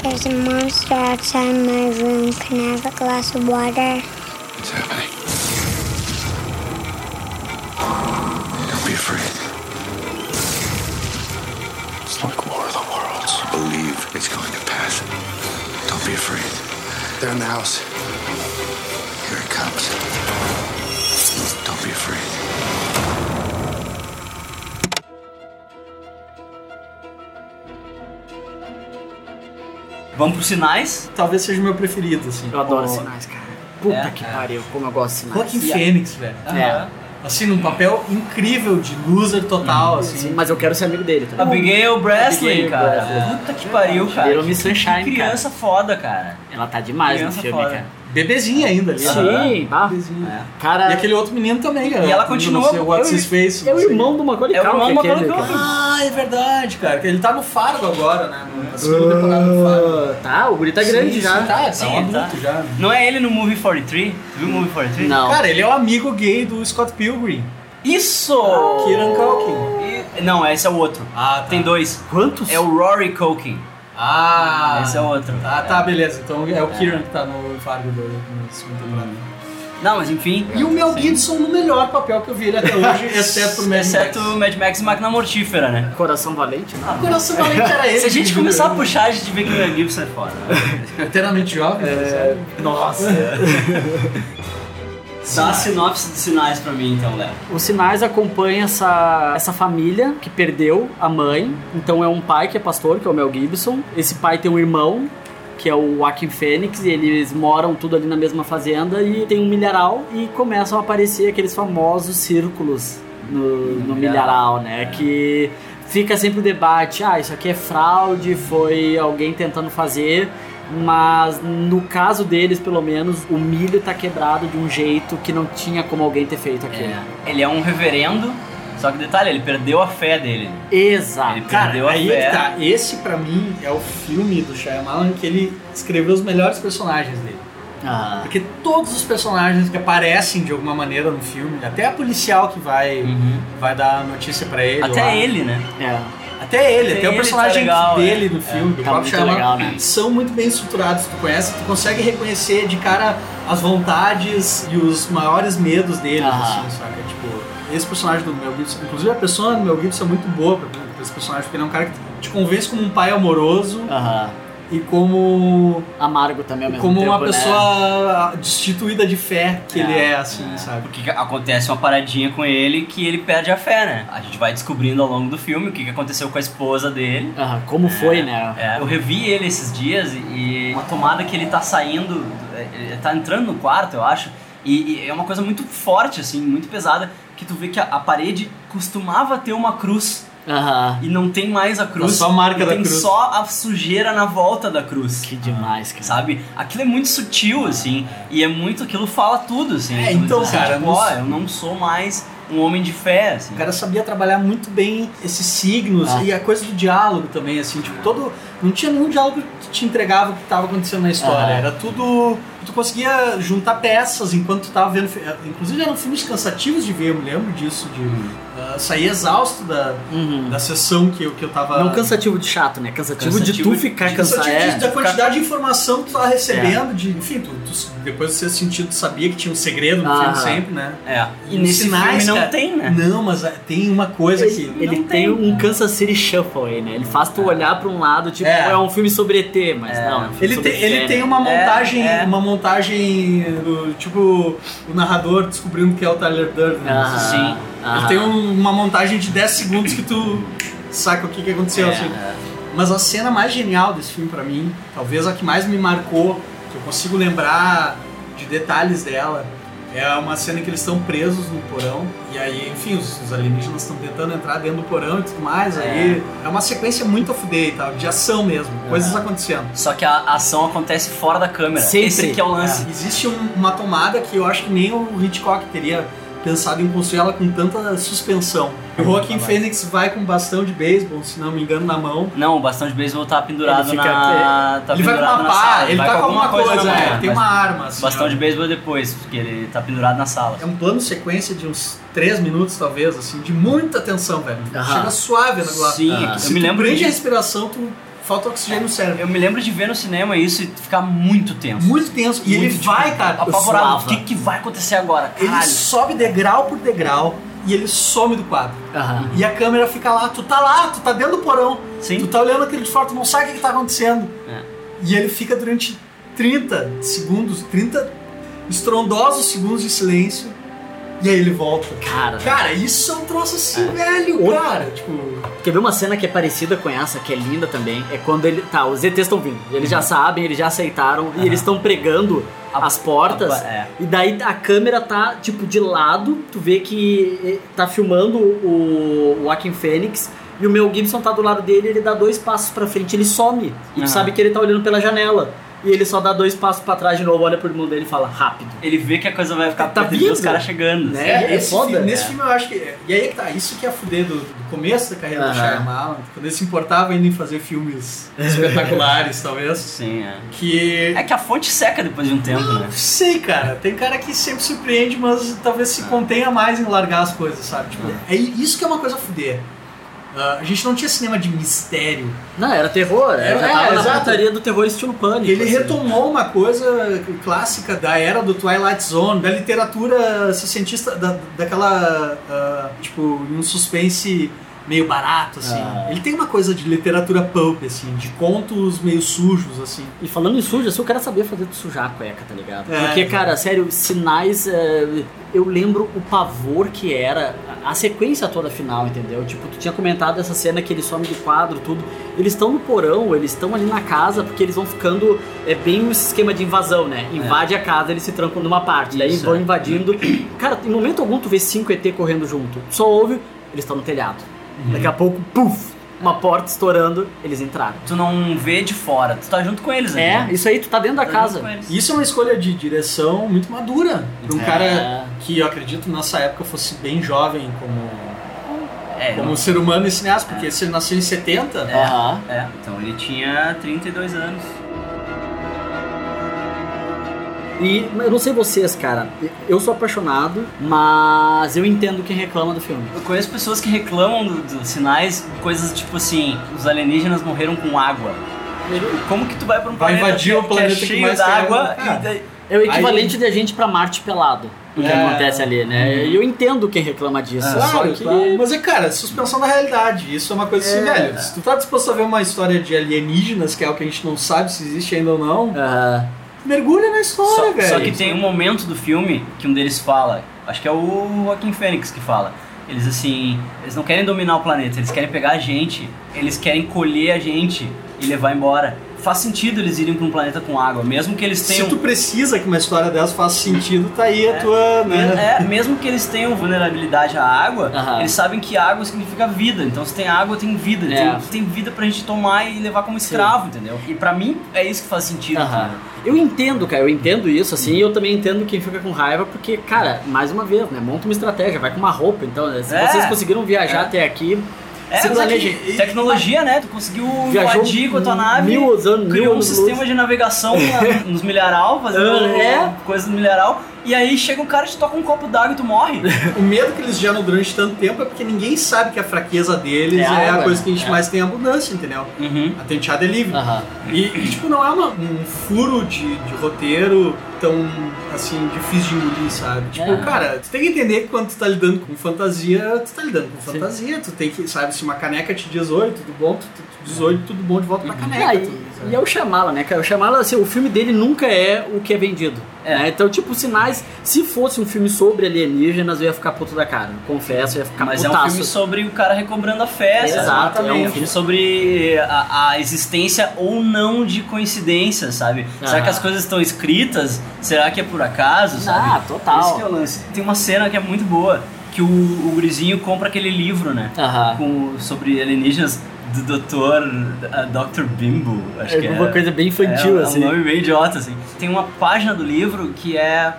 [SPEAKER 6] There's a monster outside my room. Can I have a glass of water?
[SPEAKER 3] What's happening? Don't be afraid. It's like War of the Worlds. Believe it's going to pass. Don't be afraid. They're in the house. Here it comes. Don't be afraid.
[SPEAKER 1] Vamos pros sinais?
[SPEAKER 4] Talvez seja o meu preferido, assim.
[SPEAKER 2] Eu adoro
[SPEAKER 4] O-
[SPEAKER 2] sinais, cara. Puta
[SPEAKER 1] É,
[SPEAKER 2] que
[SPEAKER 1] é.
[SPEAKER 2] pariu, como eu gosto de sinais.
[SPEAKER 4] Joaquin
[SPEAKER 2] E a-
[SPEAKER 4] Fênix, velho.
[SPEAKER 2] É.
[SPEAKER 1] né?
[SPEAKER 4] Assim, num papel incrível de loser total, assim.
[SPEAKER 2] Sim, mas eu quero ser amigo dele, tá ligado?
[SPEAKER 1] Abigail Breslin,
[SPEAKER 2] Abigail
[SPEAKER 1] cara.
[SPEAKER 2] Breslin.
[SPEAKER 1] Puta que pariu, cara.
[SPEAKER 2] Little Miss
[SPEAKER 1] Que- que
[SPEAKER 2] Sunshine,
[SPEAKER 1] criança foda, cara.
[SPEAKER 2] Ela tá demais
[SPEAKER 1] Criança
[SPEAKER 2] no filme,
[SPEAKER 1] fora.
[SPEAKER 2] cara.
[SPEAKER 4] Bebezinha ainda ali. né?
[SPEAKER 2] Sim, bah.
[SPEAKER 1] É.
[SPEAKER 2] Cara,
[SPEAKER 4] E aquele outro menino também, cara.
[SPEAKER 1] ela
[SPEAKER 4] Eu não
[SPEAKER 1] continua-
[SPEAKER 4] sei, What's his face?
[SPEAKER 2] é
[SPEAKER 4] não
[SPEAKER 2] o
[SPEAKER 4] sei.
[SPEAKER 2] irmão do Macaulay
[SPEAKER 1] É o irmão do
[SPEAKER 2] Culkin,
[SPEAKER 1] Macaulay
[SPEAKER 2] aquele, cara.
[SPEAKER 1] Culkin.
[SPEAKER 4] Ah, é verdade, cara. que Ele tá no Fargo agora, né? Na segunda temporada do Fargo.
[SPEAKER 2] Tá, o guri tá grande
[SPEAKER 4] Sim,
[SPEAKER 2] já.
[SPEAKER 4] sim, Tá,
[SPEAKER 1] Sim,
[SPEAKER 4] assim, é um adulto
[SPEAKER 1] tá.
[SPEAKER 4] já.
[SPEAKER 1] Não é ele no Movie 43? Tu viu o Movie 43?
[SPEAKER 2] Não.
[SPEAKER 4] Cara, ele é o amigo gay do Scott Pilgrim.
[SPEAKER 1] Isso!
[SPEAKER 4] Kieran Culkin.
[SPEAKER 1] E- Não, esse é o outro.
[SPEAKER 4] Ah,
[SPEAKER 1] Tem dois.
[SPEAKER 2] Quantos?
[SPEAKER 1] É o Rory Culkin.
[SPEAKER 4] Ah,
[SPEAKER 1] Esse é outro.
[SPEAKER 4] Ah, tá, beleza. Então é o Kieran que tá no Fargo do- na segunda temporada.
[SPEAKER 1] Não, mas enfim.
[SPEAKER 4] E o Mel Gibson no melhor papel que eu vi ele até hoje, exceto pro Mad
[SPEAKER 1] Exceto
[SPEAKER 4] Max.
[SPEAKER 1] o Mad Max e Máquina Mortífera, né?
[SPEAKER 2] Coração Valente, né?
[SPEAKER 4] O coração valente era ele.
[SPEAKER 1] Se a gente começar a puxar, a gente vê que o Mel Gibson é foda.
[SPEAKER 4] Eternamente jovem. sabe?
[SPEAKER 2] Nossa.
[SPEAKER 1] Dá a sinopse de sinais pra mim, então, Léo.
[SPEAKER 2] Os sinais acompanham essa, essa família que perdeu a mãe. Então é um pai que é pastor, que é o Mel Gibson. Esse pai tem um irmão, que é o Joaquim Fênix, e eles moram tudo ali na mesma fazenda e tem um milharal e começam a aparecer aqueles famosos círculos no, no milharal, né? Que fica sempre o debate, ah, isso aqui é fraude, foi alguém tentando fazer. Mas no caso deles, pelo menos, o milho tá quebrado de um jeito que não tinha como alguém ter feito aquilo.
[SPEAKER 1] É. Ele é um reverendo, só que detalhe, ele perdeu a fé dele.
[SPEAKER 2] Exato.
[SPEAKER 1] Ele
[SPEAKER 4] Cara,
[SPEAKER 1] perdeu a
[SPEAKER 4] aí
[SPEAKER 1] fé.
[SPEAKER 4] que tá. Esse pra mim é o filme do Shyamalan que ele escreveu os melhores personagens dele.
[SPEAKER 2] Ah.
[SPEAKER 4] Porque todos os personagens que aparecem de alguma maneira no filme, até a policial que vai, vai dar notícia pra Uhum. ele.
[SPEAKER 1] Hum. Até
[SPEAKER 4] lá.
[SPEAKER 1] ele, né?
[SPEAKER 2] É.
[SPEAKER 4] Até ele,
[SPEAKER 1] Até
[SPEAKER 4] até,
[SPEAKER 1] ele
[SPEAKER 4] o personagem
[SPEAKER 1] tá legal,
[SPEAKER 4] dele
[SPEAKER 1] é.
[SPEAKER 4] no filme, do
[SPEAKER 2] tá
[SPEAKER 4] próprio
[SPEAKER 2] muito
[SPEAKER 4] Shyamalan,
[SPEAKER 2] legal, né?
[SPEAKER 4] são muito bem estruturados, tu conhece, tu consegue reconhecer de cara as vontades e os maiores medos deles,
[SPEAKER 2] Aham.
[SPEAKER 4] assim, saca? Tipo, esse personagem do Mel Gibson, inclusive a pessoa do Mel Gibson é muito boa pra, pra esse personagem, porque ele é um cara que te convence como um pai amoroso
[SPEAKER 2] Aham.
[SPEAKER 4] e como,
[SPEAKER 2] Amargo também ao mesmo
[SPEAKER 4] como
[SPEAKER 2] tempo,
[SPEAKER 4] uma
[SPEAKER 2] né?
[SPEAKER 4] pessoa destituída de fé que
[SPEAKER 2] É,
[SPEAKER 4] ele é, assim, sabe?
[SPEAKER 1] Porque que acontece uma paradinha com ele que ele perde a fé, né? A gente vai descobrindo ao longo do filme o que que aconteceu com a esposa dele.
[SPEAKER 2] Aham, Como foi, né?
[SPEAKER 1] É, eu revi ele esses dias e uma tomada que ele tá saindo, é, ele tá entrando no quarto, eu acho, e, e é uma coisa muito forte, assim, muito pesada, que tu vê que a, a parede costumava ter uma cruz
[SPEAKER 2] Aham.
[SPEAKER 1] e não tem mais a cruz.
[SPEAKER 4] Tá só a marca
[SPEAKER 1] e
[SPEAKER 4] da
[SPEAKER 1] tem
[SPEAKER 4] cruz.
[SPEAKER 1] só a sujeira na volta da cruz.
[SPEAKER 2] Que demais, cara.
[SPEAKER 1] Sabe? Aquilo é muito sutil, assim, e é muito. Aquilo fala tudo, assim.
[SPEAKER 4] É,
[SPEAKER 1] Tu diz,
[SPEAKER 4] então,
[SPEAKER 1] ah,
[SPEAKER 4] cara,
[SPEAKER 1] tipo,
[SPEAKER 4] não-
[SPEAKER 1] ó, eu não sou mais um homem de fé, assim.
[SPEAKER 4] O cara sabia trabalhar muito bem esses signos
[SPEAKER 2] Ah.
[SPEAKER 4] e a coisa do diálogo também, assim, tipo, todo. Não tinha nenhum diálogo que te entregava o que estava acontecendo na história.
[SPEAKER 2] Ah.
[SPEAKER 4] Era tudo. Tu conseguia juntar peças enquanto tu tava vendo. fi- eh, Inclusive eram filmes cansativos de ver, eu me lembro disso, de ah, sair exausto da,
[SPEAKER 2] Uhum.
[SPEAKER 4] da sessão que eu, que eu tava.
[SPEAKER 2] Não cansativo de chato, né? Cansativo, de
[SPEAKER 1] Cansativo
[SPEAKER 2] tu
[SPEAKER 1] de-
[SPEAKER 2] ficar É.
[SPEAKER 4] de- só
[SPEAKER 2] cansado.
[SPEAKER 4] de-
[SPEAKER 2] É.
[SPEAKER 4] da quantidade de informação que tu tava recebendo, de, enfim, tu, tu- depois do seu sentido tu sabia que tinha um segredo no
[SPEAKER 2] Ah.
[SPEAKER 4] filme sempre, né?
[SPEAKER 1] É. E
[SPEAKER 4] Os
[SPEAKER 1] nesse filme não
[SPEAKER 4] cara,
[SPEAKER 1] tem, né?
[SPEAKER 4] Não, mas ah, tem uma coisa que.
[SPEAKER 2] É. Ele, ele tem um Kansas City Shuffle aí, né? Ele faz tu olhar pra um lado, tipo, é,
[SPEAKER 4] É.
[SPEAKER 2] um filme sobre ET, mas
[SPEAKER 1] É.
[SPEAKER 2] não. É um filme
[SPEAKER 4] Ele
[SPEAKER 2] sobre
[SPEAKER 4] tem, ele
[SPEAKER 2] fé,
[SPEAKER 4] tem
[SPEAKER 2] né?
[SPEAKER 4] uma
[SPEAKER 1] É,
[SPEAKER 4] montagem,
[SPEAKER 1] é.
[SPEAKER 4] uma montagem do tipo o narrador descobrindo que é o Tyler Durden.
[SPEAKER 2] Aham,
[SPEAKER 4] assim.
[SPEAKER 2] aham.
[SPEAKER 4] Ele tem um- uma montagem de 10 segundos que tu saca o que, que aconteceu.
[SPEAKER 2] É,
[SPEAKER 4] assim. Mas a cena mais genial desse filme pra mim, talvez a que mais me marcou, que eu consigo lembrar de detalhes dela, é uma cena que eles estão presos no porão. E aí, enfim, os, os alienígenas estão tentando entrar dentro do porão e tudo mais. Aí é uma sequência muito off day, tal, de ação mesmo, coisas acontecendo.
[SPEAKER 1] Só que a ação acontece fora da câmera.
[SPEAKER 2] Sempre.
[SPEAKER 1] Esse que é o lance.
[SPEAKER 4] É, existe um- uma tomada que eu acho que nem o Hitchcock teria pensado em construir ela com tanta suspensão. O Joaquim Fênix vai com um bastão de beisebol, se não me engano, na mão.
[SPEAKER 1] Não, o bastão de beisebol tá pendurado
[SPEAKER 2] Ele fica-
[SPEAKER 1] na. Tá
[SPEAKER 4] ele vai com
[SPEAKER 1] pendurado
[SPEAKER 4] uma
[SPEAKER 1] na
[SPEAKER 4] pá,
[SPEAKER 1] sala.
[SPEAKER 4] ele
[SPEAKER 1] vai
[SPEAKER 4] tá com alguma coisa,
[SPEAKER 1] na
[SPEAKER 4] é,
[SPEAKER 1] mão,
[SPEAKER 4] tem
[SPEAKER 1] mas
[SPEAKER 4] uma arma. Assim,
[SPEAKER 1] Bastão
[SPEAKER 4] ó.
[SPEAKER 1] de beisebol é depois, porque ele tá pendurado na sala.
[SPEAKER 4] É um plano sequência de uns 3 minutos, talvez, assim, de muita tensão, velho.
[SPEAKER 2] Aham.
[SPEAKER 4] Chega suave na negócio.
[SPEAKER 1] Sim,
[SPEAKER 2] Ah.
[SPEAKER 1] eu
[SPEAKER 4] Se
[SPEAKER 1] me
[SPEAKER 4] tu
[SPEAKER 1] lembro.
[SPEAKER 4] prende a
[SPEAKER 1] De,
[SPEAKER 4] respiração, tu falta oxigênio no cérebro.
[SPEAKER 1] eu me lembro de ver no cinema isso e ficar muito tenso.
[SPEAKER 4] É Muito tenso. E ele
[SPEAKER 1] Muito, tipo,
[SPEAKER 4] vai, cara,
[SPEAKER 1] Apavorado.
[SPEAKER 2] suava.
[SPEAKER 1] O que, que vai acontecer agora?
[SPEAKER 4] Ele
[SPEAKER 1] Caralho.
[SPEAKER 4] sobe degrau por degrau e ele some do quadro.
[SPEAKER 2] Aham.
[SPEAKER 4] E a câmera fica lá, tu tá lá, tu tá dentro do porão.
[SPEAKER 1] Sim.
[SPEAKER 4] Tu tá olhando aquele de fora, tu não sabe o que, que tá acontecendo.
[SPEAKER 1] É.
[SPEAKER 4] E ele fica durante 30 segundos, 30 estrondosos segundos de silêncio. E aí ele volta.
[SPEAKER 2] Cara,
[SPEAKER 4] Cara, isso é um troço assim, velho,
[SPEAKER 2] Outro-
[SPEAKER 4] cara. Tipo,
[SPEAKER 2] quer ver uma cena que é parecida com essa, que é linda também? É quando ele. Tá, os ETs estão vindo. Eles já sabem, eles já aceitaram e eles estão pregando
[SPEAKER 1] A-
[SPEAKER 2] as portas.
[SPEAKER 1] a- é.
[SPEAKER 2] E daí a câmera tá, tipo, de lado. Tu vê que eh, tá filmando o o Joaquim Fênix. E o Mel Gibson tá do lado dele, ele dá dois passos pra frente, ele some. E
[SPEAKER 1] Aham.
[SPEAKER 2] tu sabe que ele tá olhando pela janela. E ele só dá dois passos pra trás de novo, olha pro irmão dele e fala, rápido.
[SPEAKER 1] Ele vê que a coisa vai ficar
[SPEAKER 2] Tá
[SPEAKER 1] perto, ele vê
[SPEAKER 2] vindo.
[SPEAKER 1] os caras chegando.
[SPEAKER 2] Né?
[SPEAKER 1] assim.
[SPEAKER 2] É, é
[SPEAKER 4] esse
[SPEAKER 2] foda,
[SPEAKER 4] filme- nesse
[SPEAKER 1] é.
[SPEAKER 4] filme eu acho que. é- E aí que tá, isso que é fuder do, do começo da carreira do
[SPEAKER 2] Aham. É.
[SPEAKER 4] Shyamalan, quando ele se importava ainda em fazer filmes espetaculares, talvez.
[SPEAKER 1] Sim, é.
[SPEAKER 4] Que
[SPEAKER 1] É que a fonte seca depois de um tempo, né?
[SPEAKER 4] Não sei, cara. Tem cara que sempre surpreende, mas talvez se contenha mais em largar as coisas, sabe? Tipo, é isso que é uma coisa a fuder. Ah, a gente não tinha cinema de mistério.
[SPEAKER 2] Não, era terror. Era,
[SPEAKER 4] Era-
[SPEAKER 2] já
[SPEAKER 4] é,
[SPEAKER 2] tava na
[SPEAKER 4] exato.
[SPEAKER 2] putaria do terror estilo pânico.
[SPEAKER 4] Ele
[SPEAKER 2] assim.
[SPEAKER 4] retomou uma coisa clássica da era do Twilight Zone, da literatura cientista, da, daquela. ah, tipo, um suspense meio barato, assim.
[SPEAKER 2] Ah.
[SPEAKER 4] Ele tem uma coisa de literatura pulp, assim, de contos meio sujos, assim.
[SPEAKER 2] E falando em suja, se o cara sabia fazer tu sujar a cueca, tá ligado?
[SPEAKER 4] É.
[SPEAKER 2] Porque, cara, sério, sinais. é, eu lembro o pavor que era a a sequência toda final, entendeu? Tipo, tu tinha comentado essa cena que eles somem do quadro, tudo. Eles estão no porão, eles estão ali na casa, porque eles vão ficando. É bem esse esquema de invasão, né? Invade a casa, eles se trancam numa parte, daí
[SPEAKER 1] É. Isso,
[SPEAKER 2] vão
[SPEAKER 1] é.
[SPEAKER 2] invadindo. Cara, em
[SPEAKER 1] Uhum.
[SPEAKER 2] momento algum tu vê 5 ET correndo junto. Só ouve, eles estão no telhado. Daqui a pouco, puf! uma porta estourando, eles entraram.
[SPEAKER 1] Tu não vê de fora, tu tá junto com eles ali,
[SPEAKER 2] É,
[SPEAKER 1] né?
[SPEAKER 2] isso aí, tu tá dentro da
[SPEAKER 1] Tá
[SPEAKER 2] casa.
[SPEAKER 1] junto com eles.
[SPEAKER 4] Isso é uma escolha de direção muito madura. Pra um
[SPEAKER 1] É.
[SPEAKER 4] cara que eu acredito nessa época fosse bem jovem como,
[SPEAKER 1] É,
[SPEAKER 4] como ser humano e cineasta, porque se ele nasceu em 70, né?
[SPEAKER 2] Aham.
[SPEAKER 1] é, então ele tinha 32 anos.
[SPEAKER 2] E eu não sei vocês, cara. Eu sou apaixonado, mas eu entendo quem reclama do filme.
[SPEAKER 1] Eu conheço pessoas que reclamam do- dos sinais, coisas tipo assim, os alienígenas morreram com água. Como que tu vai pra um
[SPEAKER 4] Vai
[SPEAKER 1] planeta
[SPEAKER 4] invadir
[SPEAKER 1] que,
[SPEAKER 4] o planeta
[SPEAKER 1] que é
[SPEAKER 4] que
[SPEAKER 1] cheio
[SPEAKER 4] mais tem
[SPEAKER 1] d'água
[SPEAKER 4] água?
[SPEAKER 1] e daí-
[SPEAKER 2] É o equivalente de a gente pra Marte pelado, o que
[SPEAKER 4] É.
[SPEAKER 2] acontece ali, né?
[SPEAKER 1] Uhum.
[SPEAKER 2] E eu entendo quem reclama disso.
[SPEAKER 1] Ah,
[SPEAKER 4] Claro,
[SPEAKER 2] só que...
[SPEAKER 4] claro. Mas é, cara, suspensão da realidade. Isso é uma coisa assim, velho. Se tu tá disposto a ver uma história de alienígenas, que é algo que a gente não sabe se existe ainda ou não,
[SPEAKER 2] Aham.
[SPEAKER 4] mergulha na história,
[SPEAKER 1] É. Só,
[SPEAKER 4] velho.
[SPEAKER 1] só que tem um momento do filme que um deles fala, acho que é o Joaquim Fênix que fala. Eles assim, eles não querem dominar o planeta, eles querem pegar a gente, eles querem colher a gente e levar embora. Faz sentido eles irem pra um planeta com água, mesmo que eles
[SPEAKER 4] Se
[SPEAKER 1] tenham
[SPEAKER 4] tu precisa que uma história dessa faça sentido, tá aí a
[SPEAKER 1] um- É.
[SPEAKER 4] tua, né?
[SPEAKER 1] É, mesmo que eles tenham vulnerabilidade à água,
[SPEAKER 2] Aham.
[SPEAKER 1] eles sabem que água significa vida. Então, se tem água, tem vida.
[SPEAKER 2] É.
[SPEAKER 1] Tem, tem vida pra gente tomar e levar como escravo, entendeu? E pra mim, é isso que faz sentido.
[SPEAKER 2] Aham. Eu entendo, cara, eu entendo isso, assim, e eu também entendo quem fica com raiva, porque, cara, mais uma vez, né? Monta uma estratégia, vai com uma roupa, então, né, se
[SPEAKER 1] É.
[SPEAKER 2] vocês conseguiram viajar
[SPEAKER 1] É.
[SPEAKER 2] até aqui,
[SPEAKER 1] É,
[SPEAKER 2] se
[SPEAKER 1] mas é
[SPEAKER 2] planejem.
[SPEAKER 1] que tecnologia, né? Tu conseguiu
[SPEAKER 2] Viajou
[SPEAKER 1] invadir com a tua nave,
[SPEAKER 2] mil anos, mil
[SPEAKER 1] criou um
[SPEAKER 2] anos
[SPEAKER 1] sistema
[SPEAKER 2] luz.
[SPEAKER 1] de navegação na- nos milharal, fazendo
[SPEAKER 2] É.
[SPEAKER 1] coisas no milharal, e aí chega um cara e te toca um copo d'água e tu morre.
[SPEAKER 4] O medo que eles geram durante tanto tempo é porque ninguém sabe que a fraqueza deles
[SPEAKER 2] É
[SPEAKER 4] é,
[SPEAKER 2] água,
[SPEAKER 4] a coisa que
[SPEAKER 1] né?
[SPEAKER 4] a gente
[SPEAKER 2] é.
[SPEAKER 4] mais tem abundância, entendeu?
[SPEAKER 1] Uhum.
[SPEAKER 4] A tenteada é livre.
[SPEAKER 2] Aham.
[SPEAKER 4] E, e, tipo, não é uma- um furo de, de roteiro tão, assim, difícil de engolir, sabe? Tipo,
[SPEAKER 2] É.
[SPEAKER 4] cara, tu tem que entender que quando tu tá lidando com fantasia, tu tá lidando com fantasia. Tu tem que, sabe, se uma caneca te diz oi, tudo bom, tu, tu tu diz oi, tudo bom, de volta
[SPEAKER 1] Uhum.
[SPEAKER 4] pra
[SPEAKER 2] E,
[SPEAKER 4] caneca.
[SPEAKER 1] Ah,
[SPEAKER 2] aí,
[SPEAKER 4] tu- sabe?
[SPEAKER 2] e é o Shyamala, né, cara? O Shyamala, assim, o filme dele nunca é o que é vendido.
[SPEAKER 1] É.
[SPEAKER 2] né? Então, tipo, sinais. Se fosse um filme sobre alienígenas, eu ia ficar puto da cara. Confesso, eu ia ficar
[SPEAKER 1] Mas é um
[SPEAKER 2] putaço.
[SPEAKER 1] filme sobre o cara recobrando a fé,
[SPEAKER 2] Exato,
[SPEAKER 1] sabe?
[SPEAKER 2] é um
[SPEAKER 1] um
[SPEAKER 2] filme-
[SPEAKER 1] filme sobre a, a existência ou não de coincidência, sabe? Será
[SPEAKER 2] Ah.
[SPEAKER 1] que as coisas estão escritas? Será que é por acaso,
[SPEAKER 2] Ah,
[SPEAKER 1] sabe?
[SPEAKER 2] total.
[SPEAKER 1] Esse que é o lance. Tem uma cena que é muito boa, que o, o gurizinho compra aquele livro, né?
[SPEAKER 2] Aham.
[SPEAKER 1] Com, sobre alienígenas do doutor... Dr. Bimbo, acho que
[SPEAKER 2] É uma
[SPEAKER 1] é.
[SPEAKER 2] coisa bem infantil,
[SPEAKER 1] É, é,
[SPEAKER 2] assim.
[SPEAKER 1] um nome meio idiota, assim. Tem uma página do livro que é.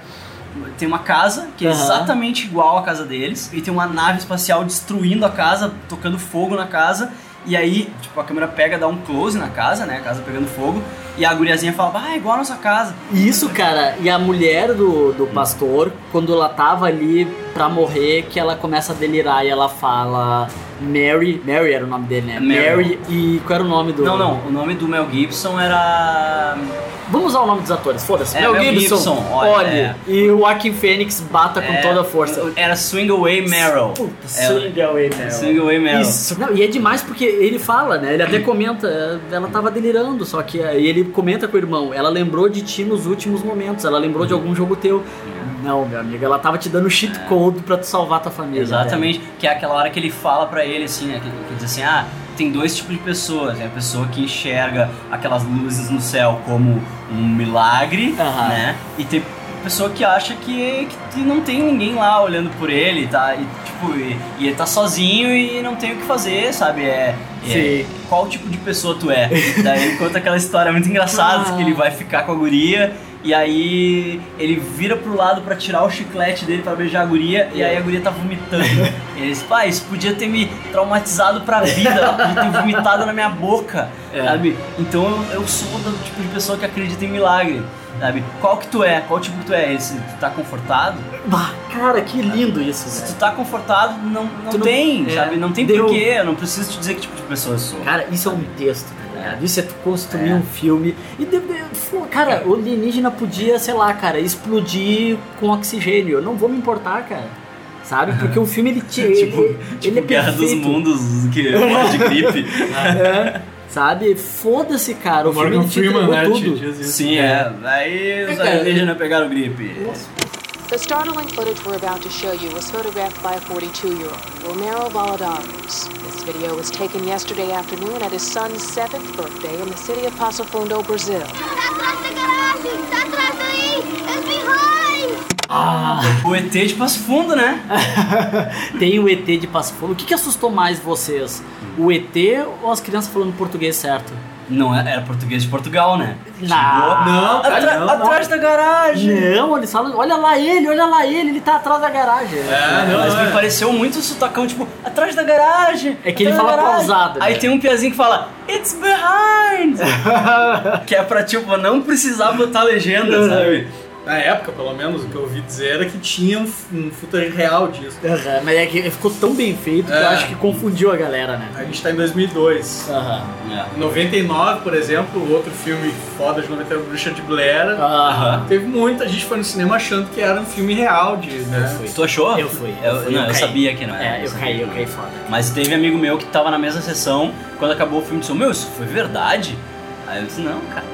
[SPEAKER 1] Tem uma casa que é
[SPEAKER 2] Aham.
[SPEAKER 1] exatamente igual à casa deles, e tem uma nave espacial destruindo a casa, tocando fogo na casa. E aí, tipo, a câmera pega, dá um close na casa, né? A casa pegando fogo. E a guriazinha fala, ah, é igual a nossa casa.
[SPEAKER 2] E Isso, cara, e a mulher do, do pastor, quando ela tava ali pra morrer, que ela começa a delirar e ela fala Mary, Mary era o nome dele, né? Mary,
[SPEAKER 1] Mary.
[SPEAKER 2] e qual era o nome do...
[SPEAKER 1] Não, não, o nome do Mel Gibson era.
[SPEAKER 2] Vamos usar o nome dos atores, foda-se.
[SPEAKER 1] É,
[SPEAKER 2] Mel
[SPEAKER 1] Mel
[SPEAKER 2] Gibson,
[SPEAKER 1] Gibson,
[SPEAKER 2] olha,
[SPEAKER 1] olha, é.
[SPEAKER 2] e o Joaquin Phoenix bata com
[SPEAKER 1] é,
[SPEAKER 2] toda a força.
[SPEAKER 1] Era Swing Away Meryl.
[SPEAKER 2] Puta,
[SPEAKER 1] Ela-
[SPEAKER 2] swing away, Meryl.
[SPEAKER 1] Swing Away Meryl.
[SPEAKER 2] Isso. Não, e é demais porque ele fala, né? Ele até comenta, é, ela tava delirando, só que aí ele comenta com o irmão, ela lembrou de ti nos últimos momentos, ela lembrou de algum jogo teu.
[SPEAKER 1] É.
[SPEAKER 2] Não, meu amigo, ela tava te dando cheat code pra tu salvar tua família.
[SPEAKER 1] Exatamente, que é aquela hora que ele fala pra ele assim, né, que, que diz assim, ah, tem dois tipos de pessoas, é a pessoa que enxerga aquelas luzes no céu como um milagre,
[SPEAKER 2] Aham.
[SPEAKER 1] né? E tem pessoa que acha que, que não tem ninguém lá olhando por ele, tá? E, tipo, e, e ele tá sozinho e não tem o que fazer, sabe? É, é,
[SPEAKER 2] Sim.
[SPEAKER 1] qual tipo de pessoa tu é? Daí ele conta aquela história muito engraçada
[SPEAKER 2] Ah.
[SPEAKER 1] que ele vai ficar com a guria e aí ele vira pro lado pra tirar o chiclete dele pra beijar a guria e aí a guria tá vomitando. E ele diz, pai, isso podia ter me traumatizado pra vida, ela podia ter vomitado na minha boca,
[SPEAKER 2] É.
[SPEAKER 1] sabe? Então eu, eu sou do tipo de pessoa que acredita em milagre, sabe? Qual que tu é? Qual tipo que tu é? Esse, tu tá confortado?
[SPEAKER 2] né? Bah, cara, que lindo isso.
[SPEAKER 1] Se
[SPEAKER 2] né?
[SPEAKER 1] tu tá confortado, não, não,
[SPEAKER 2] Tu não-
[SPEAKER 1] tem,
[SPEAKER 2] é.
[SPEAKER 1] sabe? Não tem
[SPEAKER 2] Deu.
[SPEAKER 1] porquê, eu não preciso te dizer que tipo de pessoa eu sou.
[SPEAKER 2] Cara, isso é um texto, tá ligado? Isso é tu construir um filme. E, de- de- pô, cara, o alienígena podia, sei lá, cara, explodir com oxigênio. Eu não vou me importar, cara. Sabe? Porque o filme, ele te. ele, ele é
[SPEAKER 1] tipo, Guerra dos
[SPEAKER 2] perfeito.
[SPEAKER 1] Mundos, que é morre de gripe.
[SPEAKER 2] É, sabe? Foda-se, cara. O,
[SPEAKER 4] O
[SPEAKER 2] filme
[SPEAKER 4] Morgan
[SPEAKER 2] ele te
[SPEAKER 4] Freeman,
[SPEAKER 2] entregou
[SPEAKER 4] né,
[SPEAKER 2] tudo.
[SPEAKER 4] te diz isso.
[SPEAKER 1] Sim, é. Aí os alienígenas pegaram gripe.
[SPEAKER 9] The startling footage we're about to show you was photographed by a 42-year-old, Romero Valladares. This video was taken yesterday afternoon at his son's seventh birthday in the city of Passo Fundo, Brazil.
[SPEAKER 6] Tá atrás da garagem! Tá atrás daí! É behind!
[SPEAKER 1] O ET de Passo Fundo, né?
[SPEAKER 2] Ah. Tem o ET de Passo Fundo. O que, que assustou mais vocês? O ET ou as crianças falando português certo?
[SPEAKER 1] Não é- era português de Portugal, né?
[SPEAKER 2] Não.
[SPEAKER 4] Não, cara,
[SPEAKER 1] Atra-
[SPEAKER 4] não, não.
[SPEAKER 1] atrás da garagem.
[SPEAKER 2] Não, eles falam, olha lá ele, olha lá ele, ele tá atrás da garagem.
[SPEAKER 4] É, não,
[SPEAKER 1] Mas
[SPEAKER 4] não,
[SPEAKER 1] me
[SPEAKER 4] é.
[SPEAKER 1] pareceu muito o sotacão, tipo, atrás da garagem.
[SPEAKER 2] É que ele
[SPEAKER 1] atrás da
[SPEAKER 2] fala
[SPEAKER 1] garagem.
[SPEAKER 2] pausado, né?
[SPEAKER 1] Aí tem um piazinho que fala, it's behind. que é pra, tipo, não precisar botar legenda, sabe?
[SPEAKER 4] Na época, pelo menos, o que eu ouvi dizer era que tinha um, f- um footage real disso.
[SPEAKER 2] Aham, Mas é que ficou tão bem feito que eu
[SPEAKER 4] É.
[SPEAKER 2] acho que confundiu a galera, né?
[SPEAKER 4] A gente tá em 2002.
[SPEAKER 2] Aham.
[SPEAKER 1] É.
[SPEAKER 4] Em 99, por exemplo, o outro filme foda de 99, Bruxa de Blair.
[SPEAKER 2] Aham.
[SPEAKER 4] Teve muita gente que foi no cinema achando que era um filme real de, né?
[SPEAKER 1] Tu achou?
[SPEAKER 2] Eu fui.
[SPEAKER 1] Eu,
[SPEAKER 2] fui,
[SPEAKER 1] não, eu
[SPEAKER 2] caí.
[SPEAKER 1] sabia que não era.
[SPEAKER 2] É, eu
[SPEAKER 1] sabia
[SPEAKER 2] caí,
[SPEAKER 1] que
[SPEAKER 2] eu
[SPEAKER 1] não
[SPEAKER 2] caí
[SPEAKER 1] era.
[SPEAKER 2] foda.
[SPEAKER 1] Mas teve amigo meu que tava na mesma sessão, quando acabou o filme, disse, meu, isso foi verdade? Aí eu disse, não, cara.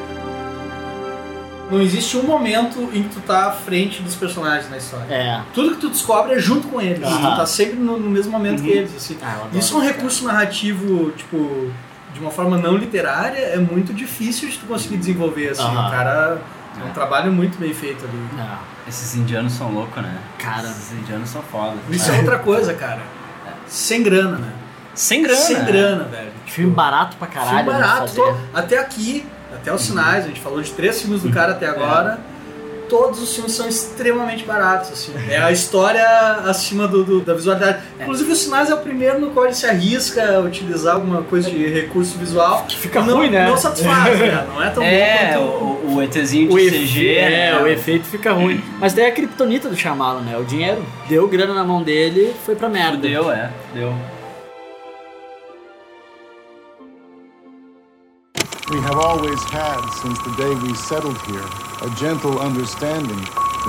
[SPEAKER 4] Não existe um momento em que tu tá à frente dos personagens na história.
[SPEAKER 2] É.
[SPEAKER 4] Tudo que tu descobre é junto com eles.
[SPEAKER 2] Aham.
[SPEAKER 4] Tu tá sempre no, no mesmo momento que eles, assim.
[SPEAKER 2] Ah, eu adoro
[SPEAKER 4] Isso é um
[SPEAKER 2] isso,
[SPEAKER 4] recurso narrativo, tipo, de uma forma não literária, é muito difícil de tu conseguir desenvolver, assim.
[SPEAKER 2] Aham.
[SPEAKER 4] O cara... É um trabalho muito bem feito ali.
[SPEAKER 2] Não,
[SPEAKER 1] Esses indianos são loucos, né?
[SPEAKER 2] Cara. um
[SPEAKER 1] Esses indianos são foda.
[SPEAKER 4] Isso é outra coisa, cara. Sem grana, né?
[SPEAKER 1] Sem grana. é.
[SPEAKER 4] Sem grana, velho.
[SPEAKER 2] filme barato pra caralho.
[SPEAKER 4] filme
[SPEAKER 2] né,
[SPEAKER 4] barato.
[SPEAKER 2] fazer.
[SPEAKER 4] to- Até aqui, até os sinais, a gente falou de três filmes do cara até
[SPEAKER 2] É.
[SPEAKER 4] agora. Todos os filmes são extremamente baratos, assim. É a história acima do, do- da visualidade. Inclusive, os sinais é o primeiro no qual ele se arrisca a utilizar alguma coisa de recurso visual. Que
[SPEAKER 2] fica
[SPEAKER 4] não,
[SPEAKER 2] ruim, né?
[SPEAKER 4] Não satisfaz, né? Não é tão
[SPEAKER 1] É,
[SPEAKER 4] bom quanto...
[SPEAKER 1] o, o ETzinho de
[SPEAKER 2] O
[SPEAKER 1] CG.
[SPEAKER 2] efe- é,
[SPEAKER 1] né?
[SPEAKER 2] o efeito fica ruim. Mas daí é a kriptonita do Chamalo, né? O dinheiro. Deu grana na mão dele, foi pra merda.
[SPEAKER 1] Deu, é. Deu.
[SPEAKER 10] We have always had, since the day we settled here, a gentle understanding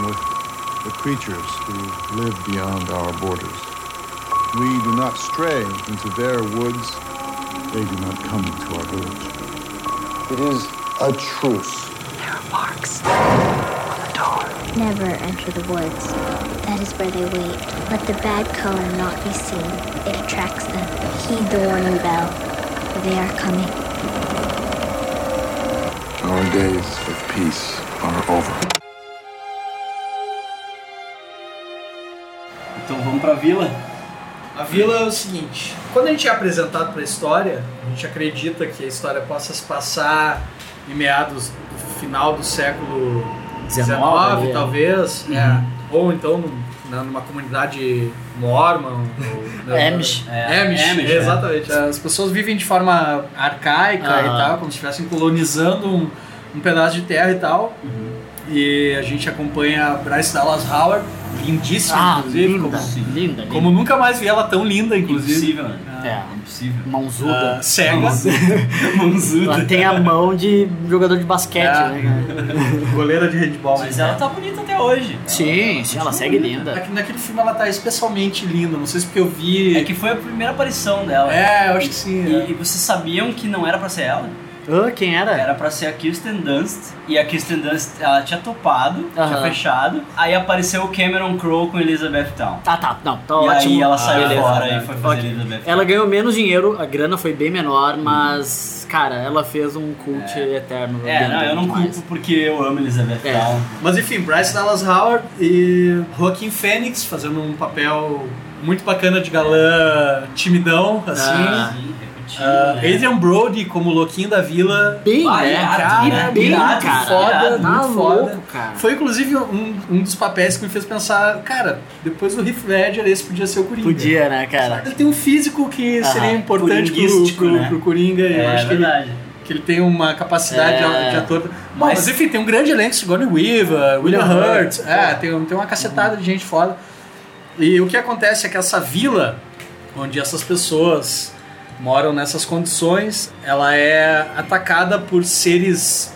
[SPEAKER 10] with the creatures who live beyond our borders. We do not stray into their woods. They do not come into our village. It is a truce.
[SPEAKER 6] Never enter the woods. That is where they wait. Let the bad color not be seen. It attracts them. Heed the warning bell. They are coming.
[SPEAKER 10] Our days of peace are over.
[SPEAKER 1] Então vamos pra vila.
[SPEAKER 4] A vila é o seguinte: quando a gente é apresentado para a história, a gente acredita que a história possa se passar em meados do final do século XIX,
[SPEAKER 2] 19, ali, é.
[SPEAKER 4] talvez, é. ou então num- na- numa comunidade mormon. Ou, né,
[SPEAKER 2] Amish.
[SPEAKER 1] É,
[SPEAKER 4] Amish,
[SPEAKER 1] Amish,
[SPEAKER 4] exatamente. As pessoas vivem de forma arcaica e
[SPEAKER 2] Aham.
[SPEAKER 4] tal, como se estivessem colonizando um, um pedaço de terra e tal.
[SPEAKER 2] Uhum.
[SPEAKER 4] E a gente acompanha a Bryce Dallas Howard, lindíssima,
[SPEAKER 2] Ah,
[SPEAKER 4] inclusive,
[SPEAKER 2] linda,
[SPEAKER 4] como
[SPEAKER 2] linda, linda.
[SPEAKER 4] como nunca mais vi ela tão linda, inclusive.
[SPEAKER 1] Impossível, né?
[SPEAKER 2] É.
[SPEAKER 1] Impossível.
[SPEAKER 2] Mãozuda.
[SPEAKER 4] Ah, cega.
[SPEAKER 2] Ela
[SPEAKER 1] Mãozuda.
[SPEAKER 2] tem a mão de jogador de basquete,
[SPEAKER 4] É.
[SPEAKER 2] né?
[SPEAKER 4] Goleira de handball.
[SPEAKER 1] Mas ela tá bonita até hoje.
[SPEAKER 2] Sim, sim, ela segue linda.
[SPEAKER 4] Aqui- Naquele filme ela tá especialmente linda, não sei se porque eu vi.
[SPEAKER 1] É que foi a primeira aparição dela.
[SPEAKER 4] É, eu acho que sim. é.
[SPEAKER 1] E, e vocês sabiam que não era pra ser ela?
[SPEAKER 2] Ah, quem era?
[SPEAKER 1] Era pra ser a Kirsten Dunst. E a Kirsten Dunst, ela tinha topado, tinha
[SPEAKER 2] Aham.
[SPEAKER 1] fechado. Aí apareceu o Cameron Crowe com Elizabeth Town.
[SPEAKER 2] Tá, tá, não, tá
[SPEAKER 1] e
[SPEAKER 2] ótimo.
[SPEAKER 1] aí ela saiu
[SPEAKER 2] Beleza.
[SPEAKER 1] fora e foi fazer
[SPEAKER 2] Ok.
[SPEAKER 1] Elizabeth Town.
[SPEAKER 2] Ela ganhou menos dinheiro, a grana foi bem menor, mas, cara, ela fez um cult eterno.
[SPEAKER 1] É,
[SPEAKER 2] dentro
[SPEAKER 1] não, eu não
[SPEAKER 2] demais.
[SPEAKER 1] culpo porque eu amo Elizabeth
[SPEAKER 2] É.
[SPEAKER 1] Town.
[SPEAKER 4] Mas enfim, Bryce Dallas Howard e Joaquim Fênix fazendo um papel muito bacana de galã timidão, assim.
[SPEAKER 2] Ah.
[SPEAKER 1] Sim, repetindo,
[SPEAKER 4] Ah,
[SPEAKER 1] né?
[SPEAKER 4] Adrian Brody como louquinho da vila.
[SPEAKER 2] Bem,
[SPEAKER 1] Ah,
[SPEAKER 2] né?
[SPEAKER 1] irado,
[SPEAKER 2] cara,
[SPEAKER 1] irado,
[SPEAKER 2] bem,
[SPEAKER 1] irado,
[SPEAKER 2] cara.
[SPEAKER 1] foda,
[SPEAKER 2] irado,
[SPEAKER 4] muito
[SPEAKER 2] tá
[SPEAKER 4] foda.
[SPEAKER 2] louco, cara.
[SPEAKER 4] Foi inclusive um, um dos papéis que me fez pensar, cara, depois do Heath Ledger esse podia ser o Coringa.
[SPEAKER 2] Podia, né, cara?
[SPEAKER 4] Ele tem um físico que seria
[SPEAKER 2] Ah,
[SPEAKER 4] importante pro,
[SPEAKER 1] coringuístico,
[SPEAKER 4] pro,
[SPEAKER 1] né?
[SPEAKER 4] pro Coringa. e
[SPEAKER 1] É,
[SPEAKER 4] eu acho que ele,
[SPEAKER 1] verdade.
[SPEAKER 4] que ele tem uma capacidade
[SPEAKER 2] É.
[SPEAKER 4] de ator. Bom, Mas, enfim, tem um grande elenco, Sigourney Weaver, William Hurt. É, tem, tem uma cacetada de gente foda. E o que acontece é que essa vila, onde essas pessoas moram nessas condições, ela é atacada por seres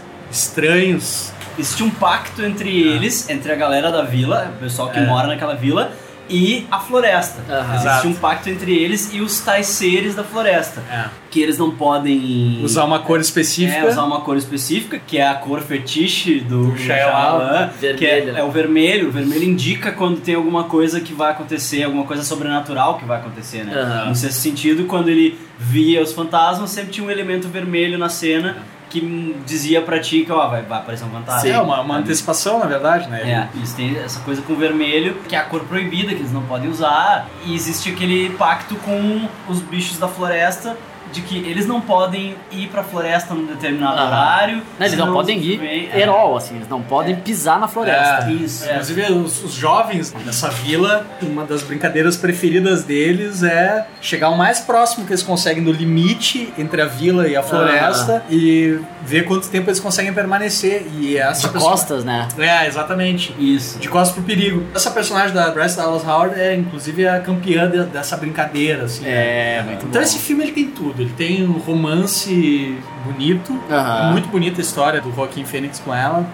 [SPEAKER 4] estranhos.
[SPEAKER 1] Existe um pacto entre eles, entre a galera da vila, o pessoal que mora naquela vila, e a floresta.
[SPEAKER 2] Aham.
[SPEAKER 1] Existe
[SPEAKER 4] Exato.
[SPEAKER 1] um pacto entre eles e os tais seres da floresta.
[SPEAKER 4] É.
[SPEAKER 1] Que eles não podem
[SPEAKER 4] Usar uma cor
[SPEAKER 1] é,
[SPEAKER 4] específica.
[SPEAKER 1] usar uma cor específica, que é a cor fetiche do
[SPEAKER 4] Do Shyamalan.
[SPEAKER 1] Shyamalan, que é,
[SPEAKER 2] Vermelho, né?
[SPEAKER 1] é o vermelho. O vermelho indica quando tem alguma coisa que vai acontecer, alguma coisa sobrenatural que vai acontecer, né?
[SPEAKER 2] Aham.
[SPEAKER 1] No sexto sentido, quando ele via os fantasmas, sempre tinha um elemento vermelho na cena. que dizia pra ti que ó, vai, vai aparecer um fantasma.
[SPEAKER 4] É uma, uma antecipação, na verdade, né?
[SPEAKER 1] É, eles têm essa coisa com o vermelho, que é a cor proibida, que eles não podem usar. E existe aquele pacto com os bichos da floresta de que eles não podem ir pra floresta num determinado
[SPEAKER 2] Aham.
[SPEAKER 1] horário.
[SPEAKER 2] Ah. Não, eles não
[SPEAKER 1] senão
[SPEAKER 2] podem
[SPEAKER 1] os
[SPEAKER 2] ir
[SPEAKER 1] vêm- é.
[SPEAKER 2] at all, assim, eles não podem pisar na floresta.
[SPEAKER 4] É,
[SPEAKER 1] Isso, é.
[SPEAKER 4] Inclusive, os, os jovens dessa vila, uma das brincadeiras preferidas deles é chegar o mais próximo que eles conseguem do limite entre a vila e a floresta e ver quanto tempo eles conseguem permanecer. E essa
[SPEAKER 2] Ah. De
[SPEAKER 4] pessoa-
[SPEAKER 2] costas, né?
[SPEAKER 4] É, exatamente.
[SPEAKER 1] Isso.
[SPEAKER 4] De costas pro perigo. Essa personagem da Bryce Dallas Howard é, inclusive, a campeã de- dessa brincadeira, assim.
[SPEAKER 2] É, muito
[SPEAKER 4] Então
[SPEAKER 2] bom.
[SPEAKER 4] esse filme ele tem tudo. Ele tem um romance bonito,
[SPEAKER 2] Aham.
[SPEAKER 4] muito bonita a história do Joaquim Fênix com ela.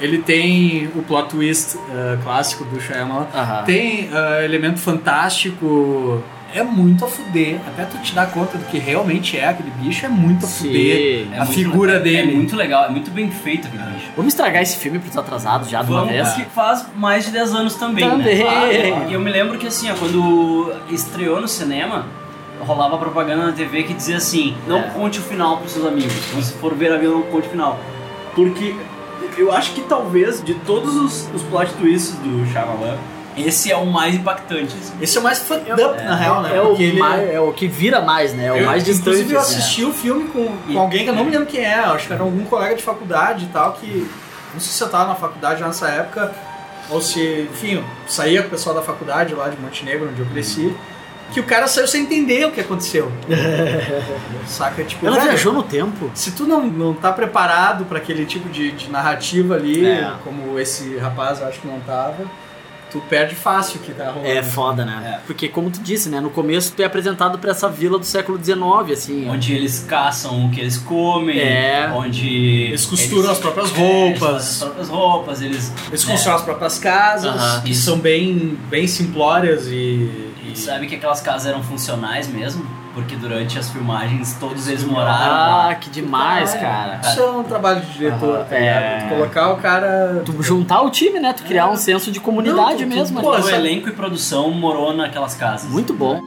[SPEAKER 4] Ele tem o plot twist eh, clássico do Shyamalan.
[SPEAKER 2] Aham.
[SPEAKER 4] Tem eh, elemento fantástico. É muito a fuder. Até tu te dar conta do que realmente é aquele bicho, é muito a
[SPEAKER 2] Sim,
[SPEAKER 4] fuder.
[SPEAKER 1] É
[SPEAKER 4] a
[SPEAKER 1] muito
[SPEAKER 4] figura
[SPEAKER 1] legal.
[SPEAKER 4] dele.
[SPEAKER 1] É muito legal, é muito bem feito aquele bicho.
[SPEAKER 2] Vamos estragar esse filme pros atrasados já de uma
[SPEAKER 1] Vamos,
[SPEAKER 2] vez?
[SPEAKER 1] que faz mais de 10 anos também,
[SPEAKER 2] Também.
[SPEAKER 1] né? Faz. E eu me lembro que assim, ó, quando estreou no cinema, rolava propaganda na TV que dizia assim, não
[SPEAKER 2] É.
[SPEAKER 1] conte o final pros seus amigos. Então, se for ver a vida, não conte o final. Porque eu acho que talvez, de todos os, os plot twists do Shyamalan, esse é o mais impactante. assim.
[SPEAKER 4] Esse é o mais fucked up, na
[SPEAKER 2] É,
[SPEAKER 4] real, né?
[SPEAKER 2] é o
[SPEAKER 4] Porque ele-
[SPEAKER 2] mais- é o que vira mais, né? É o
[SPEAKER 4] eu,
[SPEAKER 2] mais distante.
[SPEAKER 4] Inclusive, eu
[SPEAKER 2] assim, né?
[SPEAKER 4] assisti o filme com, com alguém que eu não me lembro quem é, acho que era algum colega de faculdade e tal, que não sei se eu tava na faculdade já nessa época, ou se, enfim, eu saía com o pessoal da faculdade lá de Montenegro, onde eu cresci, que o cara saiu sem entender o que aconteceu. Saca? Tipo,
[SPEAKER 2] Ela
[SPEAKER 4] velho,
[SPEAKER 2] viajou no tempo.
[SPEAKER 4] se tu não, não tá preparado para aquele tipo de, de narrativa ali,
[SPEAKER 2] É.
[SPEAKER 4] como esse rapaz eu acho que não tava, tu perde fácil o que tá rolando.
[SPEAKER 2] É foda, né? Porque, como tu disse, né? No começo tu é apresentado pra essa vila do século XIX, assim. ó.
[SPEAKER 1] Onde eles caçam o que eles comem,
[SPEAKER 2] É.
[SPEAKER 1] onde.
[SPEAKER 4] Eles costuram as próprias
[SPEAKER 1] é, eles fazem
[SPEAKER 4] roupas.
[SPEAKER 1] as próprias roupas, eles
[SPEAKER 4] Eles
[SPEAKER 1] né,
[SPEAKER 4] constroem as próprias casas,
[SPEAKER 2] Aham.
[SPEAKER 4] que são bem, bem simplórias e.
[SPEAKER 1] E
[SPEAKER 4] e-
[SPEAKER 2] é
[SPEAKER 1] sabe que aquelas casas eram funcionais mesmo? Porque durante as filmagens todos eles moraram lá.
[SPEAKER 2] Ah, que demais, cara.
[SPEAKER 4] Isso é um trabalho de diretor,
[SPEAKER 2] Aham,
[SPEAKER 4] tá ligado?
[SPEAKER 2] é.
[SPEAKER 4] Tu colocar o cara.
[SPEAKER 2] Tu juntar o time, né? Tu criar um senso de comunidade
[SPEAKER 4] Não, tu- tu-
[SPEAKER 2] mesmo.
[SPEAKER 4] pô,
[SPEAKER 2] né? é
[SPEAKER 1] Todo
[SPEAKER 4] sabe-
[SPEAKER 1] elenco e produção morou naquelas casas.
[SPEAKER 2] Muito bom.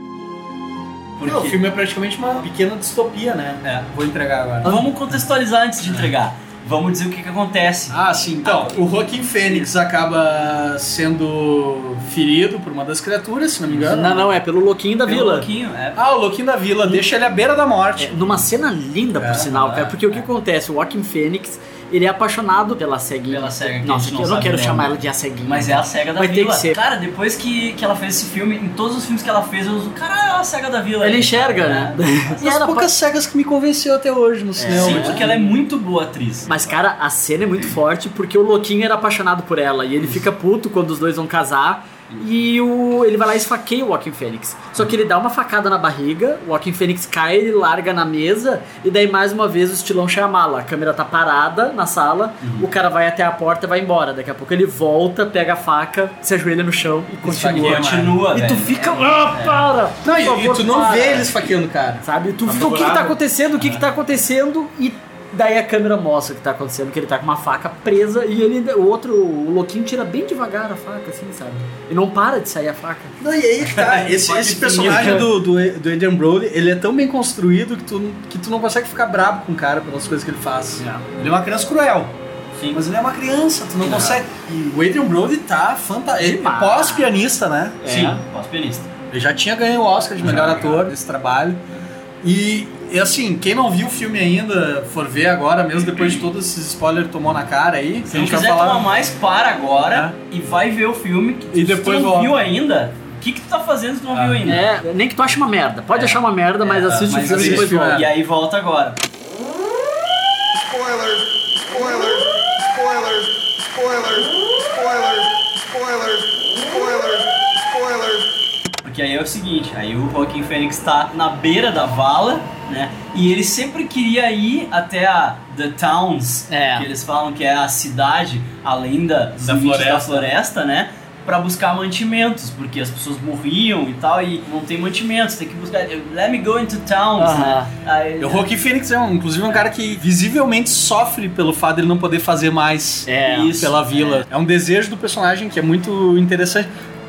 [SPEAKER 1] Porque...
[SPEAKER 4] Não, o filme é praticamente uma pequena distopia, né?
[SPEAKER 2] É.
[SPEAKER 4] Vou entregar agora.
[SPEAKER 1] Vamos contextualizar antes de entregar. Vamos dizer o que, que acontece.
[SPEAKER 4] Ah, sim. Então, o Joaquim Fênix acaba sendo ferido por uma das criaturas, se não me engano.
[SPEAKER 2] Não, não, é pelo louquinho da
[SPEAKER 1] Pelo
[SPEAKER 2] vila.
[SPEAKER 1] Louquinho, é.
[SPEAKER 4] Ah, o Loquinho da Vila deixa ele à beira da
[SPEAKER 2] É,
[SPEAKER 4] morte.
[SPEAKER 2] numa cena linda, por
[SPEAKER 4] É,
[SPEAKER 2] sinal,
[SPEAKER 1] é,
[SPEAKER 2] cara. Porque o que
[SPEAKER 1] é.
[SPEAKER 2] acontece? O Joaquin Phoenix, ele é apaixonado pela ceguinha.
[SPEAKER 1] Pela cega que a
[SPEAKER 2] Nossa,
[SPEAKER 1] gente não
[SPEAKER 2] eu não
[SPEAKER 1] sabe
[SPEAKER 2] quero
[SPEAKER 1] o nome.
[SPEAKER 2] chamar ela de a ceguinha.
[SPEAKER 1] Mas é a cega da
[SPEAKER 2] Vai ter
[SPEAKER 1] vila.
[SPEAKER 2] que ser.
[SPEAKER 1] Cara, depois que, que ela fez esse filme, em todos os filmes que ela fez, eu uso. Caralho, é a cega da vila. É.
[SPEAKER 2] Ele
[SPEAKER 1] aí."
[SPEAKER 2] enxerga, né? E
[SPEAKER 4] As
[SPEAKER 2] era
[SPEAKER 4] é. poucas cegas que me convenceu até hoje no cinema.
[SPEAKER 1] Sim,
[SPEAKER 4] né?
[SPEAKER 1] porque ela é muito boa atriz.
[SPEAKER 2] Mas, cara, a cena é muito forte porque o Louquinho era apaixonado por ela e ele fica puto quando os dois vão casar. E o, ele vai lá e esfaqueia o Joaquim Fênix. Só que ele dá uma facada na barriga, o Joaquim Fênix cai, ele larga na mesa, e daí mais uma vez o estilão chamala. A câmera tá parada na sala, o cara vai até a porta e vai embora. Daqui a pouco ele volta, pega a faca, se ajoelha no chão e continua.
[SPEAKER 4] Esfaqueia,
[SPEAKER 1] Continua,
[SPEAKER 2] E tu
[SPEAKER 1] velho.
[SPEAKER 2] fica. Ah, para!
[SPEAKER 4] É. Não,
[SPEAKER 2] Por
[SPEAKER 4] e, e
[SPEAKER 2] favor,
[SPEAKER 4] tu não
[SPEAKER 2] para."
[SPEAKER 4] vê eles faqueando o cara.
[SPEAKER 2] Sabe? Tu fica, o que, que tá
[SPEAKER 4] favorável?
[SPEAKER 2] acontecendo? O que, que tá acontecendo? E daí a câmera mostra o que tá acontecendo, que ele tá com uma faca presa e ele o outro, o louquinho tira bem devagar a faca, assim, sabe? E não para de sair a faca.
[SPEAKER 4] Não, e aí que tá, esse, esse personagem
[SPEAKER 1] Então-
[SPEAKER 4] do, do, do Adrian Brody, ele é tão bem construído que tu, que tu não consegue ficar bravo com o cara pelas coisas que ele faz. Ele é uma criança cruel.
[SPEAKER 1] Sim.
[SPEAKER 4] Mas ele é uma criança, tu não, consegue. E o Adrian Brody tá fantástico. Ele é
[SPEAKER 2] Demais.
[SPEAKER 4] pós-pianista, né?
[SPEAKER 2] é.
[SPEAKER 1] Sim, pós-pianista.
[SPEAKER 4] Ele já tinha ganho o Oscar de melhor ator nesse trabalho. E, e, assim, quem não viu o filme ainda, for ver agora, mesmo depois de todos esses spoilers que tomou na cara aí,
[SPEAKER 1] Se não É. quiser tomar mais, para agora e vai ver o filme. Que,
[SPEAKER 4] E depois
[SPEAKER 1] se tu não
[SPEAKER 4] volta.
[SPEAKER 1] viu ainda, o que, que tu tá fazendo se tu não viu ainda?
[SPEAKER 2] É, nem que tu ache uma merda. Pode achar uma merda, mas
[SPEAKER 1] É,
[SPEAKER 2] assiste
[SPEAKER 1] mas
[SPEAKER 2] o filme e
[SPEAKER 1] assiste
[SPEAKER 2] depois
[SPEAKER 1] o filme.
[SPEAKER 2] volta.
[SPEAKER 1] E aí volta agora.
[SPEAKER 8] Spoilers, spoilers, spoilers, spoilers, spoilers, spoilers, spoilers, spoilers.
[SPEAKER 1] Porque aí é o seguinte, aí o Joaquim Fênix tá na beira da vala, né? E ele sempre queria ir até a The Towns,
[SPEAKER 2] É.
[SPEAKER 1] que eles falam que é a cidade, além da, dos
[SPEAKER 4] Da
[SPEAKER 1] limites
[SPEAKER 4] floresta.
[SPEAKER 1] da floresta, né? Pra buscar mantimentos, porque as pessoas morriam e tal, e não tem mantimentos, tem que buscar. Let me go into towns,
[SPEAKER 2] Aham.
[SPEAKER 1] né? Aí-
[SPEAKER 4] O Rocky Phoenix é, um, inclusive, um cara que visivelmente sofre pelo fato de ele não poder fazer mais
[SPEAKER 2] É,
[SPEAKER 4] isso pela vila. É. um desejo do personagem que é muito interessante.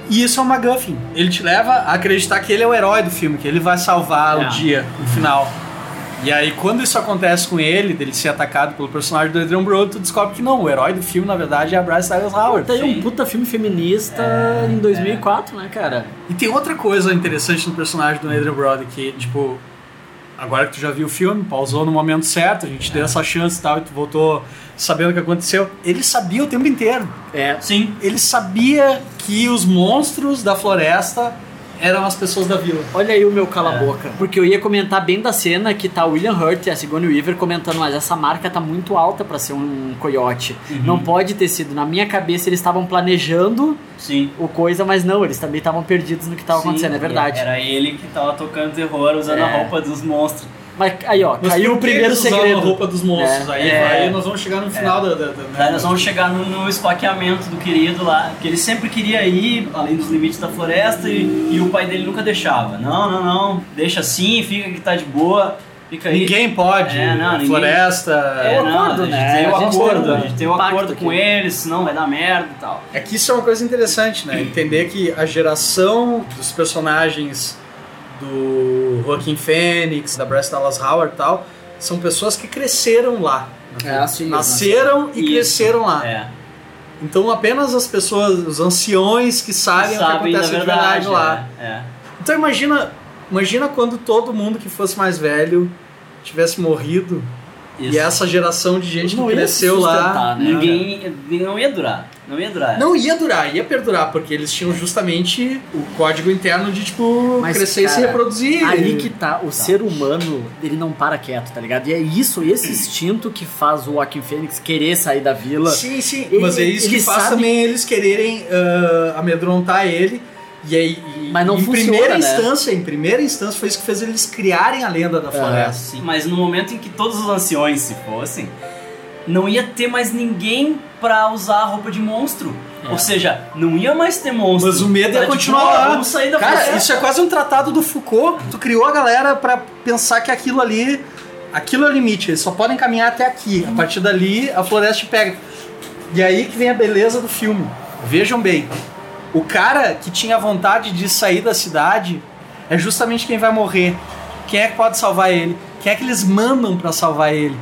[SPEAKER 4] E isso é uma MacGuffin. Ele te leva a acreditar que ele é o herói do filme, que ele vai salvar
[SPEAKER 2] É.
[SPEAKER 4] o dia, o final. E aí, quando isso acontece com ele, dele ser atacado pelo personagem do Adrian Brody, tu descobre que não, o herói do filme, na verdade, é a Bryce Dallas Howard.
[SPEAKER 2] Tem um puta filme feminista em 2004, né, cara?
[SPEAKER 4] E tem outra coisa interessante no personagem do Adrian Brody, que, tipo, agora que tu já viu o filme, pausou no momento certo, a gente deu essa chance e tal, e tu voltou sabendo o que aconteceu. Ele sabia o tempo inteiro.
[SPEAKER 2] É.
[SPEAKER 1] Sim.
[SPEAKER 4] Ele sabia que os monstros da floresta eram as pessoas da vila.
[SPEAKER 2] Olha aí o meu cala-boca. Porque eu ia comentar bem da cena que tá o William Hurt e a Sigourney Weaver comentando, mas essa marca tá muito alta pra ser um coiote. Não pode ter sido. Na minha cabeça eles estavam planejando
[SPEAKER 1] Sim.
[SPEAKER 2] o coisa, mas não, eles também estavam perdidos no que tava
[SPEAKER 1] Sim,
[SPEAKER 2] acontecendo, é verdade.
[SPEAKER 1] Era ele que tava tocando terror usando a
[SPEAKER 2] É.
[SPEAKER 1] roupa dos monstros.
[SPEAKER 2] Mas aí, ó,
[SPEAKER 4] Mas
[SPEAKER 2] caiu o
[SPEAKER 4] por que
[SPEAKER 2] primeiro
[SPEAKER 4] eles usavam
[SPEAKER 2] segredo.
[SPEAKER 4] a roupa dos monstros.
[SPEAKER 2] É.
[SPEAKER 4] Aí,
[SPEAKER 1] É.
[SPEAKER 4] aí nós vamos chegar no final da, da, da-
[SPEAKER 1] Daí nós vamos chegar no, no esfaqueamento do querido lá, que ele sempre queria ir além dos limites da floresta e, e o pai dele nunca deixava. Não, não, não, deixa assim, fica que tá de boa, fica aí.
[SPEAKER 4] Ninguém pode.
[SPEAKER 1] É, não, ninguém-
[SPEAKER 4] Floresta.
[SPEAKER 1] É, não,
[SPEAKER 2] acordo,
[SPEAKER 1] a gente
[SPEAKER 2] né?
[SPEAKER 1] tem o
[SPEAKER 2] A gente tem
[SPEAKER 1] acordo,
[SPEAKER 2] um
[SPEAKER 1] a gente tem o
[SPEAKER 2] pacto
[SPEAKER 1] acordo com
[SPEAKER 2] aqui.
[SPEAKER 1] eles, senão vai dar merda e tal.
[SPEAKER 4] É que isso é uma coisa interessante, né? Entender que a geração dos personagens do Joaquim Fênix, da Bryce Dallas Howard e tal, são pessoas que cresceram lá.
[SPEAKER 2] É, assim,
[SPEAKER 4] Nasceram e
[SPEAKER 1] Isso.
[SPEAKER 4] cresceram lá.
[SPEAKER 1] É.
[SPEAKER 4] Então apenas as pessoas, os anciões que
[SPEAKER 1] Sabem
[SPEAKER 4] sabem, o que
[SPEAKER 1] da
[SPEAKER 4] acontece de
[SPEAKER 1] verdade,
[SPEAKER 4] verdade lá.
[SPEAKER 1] É, é.
[SPEAKER 4] Então imagina, imagina quando todo mundo que fosse mais velho tivesse morrido
[SPEAKER 1] Isso.
[SPEAKER 4] e essa geração de gente
[SPEAKER 2] Não
[SPEAKER 4] que
[SPEAKER 2] ia
[SPEAKER 4] cresceu lá
[SPEAKER 2] sustentar, né?
[SPEAKER 1] tá, Ninguém não ia durar, não ia durar.
[SPEAKER 4] Não ia durar, ia perdurar, porque eles tinham justamente o código interno de, tipo,
[SPEAKER 2] Mas,
[SPEAKER 4] crescer e se
[SPEAKER 2] cara,
[SPEAKER 4] reproduzir.
[SPEAKER 2] Aí que tá, o ser humano, ele não para quieto, tá ligado? E é isso, esse instinto que faz o Joaquim Fênix querer sair da vila.
[SPEAKER 4] Sim, sim.
[SPEAKER 2] Ele-
[SPEAKER 4] Mas é isso que
[SPEAKER 2] ele
[SPEAKER 4] faz
[SPEAKER 2] sabe-
[SPEAKER 4] também eles quererem ah, amedrontar ele. E aí, e-
[SPEAKER 2] Mas não
[SPEAKER 4] em
[SPEAKER 2] funciona,
[SPEAKER 4] primeira
[SPEAKER 2] né?
[SPEAKER 4] instância, em primeira instância, foi isso que fez eles criarem a lenda da floresta.
[SPEAKER 1] Sim, Mas no momento em que todos os anciões se fossem, não ia ter mais ninguém pra usar a roupa de monstro. Ou seja, não ia mais ter monstro.
[SPEAKER 4] Mas o medo
[SPEAKER 1] Tá
[SPEAKER 4] é
[SPEAKER 1] de
[SPEAKER 4] continuar
[SPEAKER 1] boa,
[SPEAKER 4] lá.
[SPEAKER 1] Vamos sair da
[SPEAKER 4] Cara,
[SPEAKER 1] floresta.
[SPEAKER 4] isso é quase um tratado do Foucault. Tu criou a galera pra pensar que aquilo ali, aquilo é o limite. Eles só podem caminhar até aqui. A partir dali, a floresta te pega. E aí que vem a beleza do filme. Vejam bem, o cara que tinha vontade de sair da cidade é justamente quem vai morrer. Quem é que pode salvar ele? Quem é que eles mandam pra salvar ele?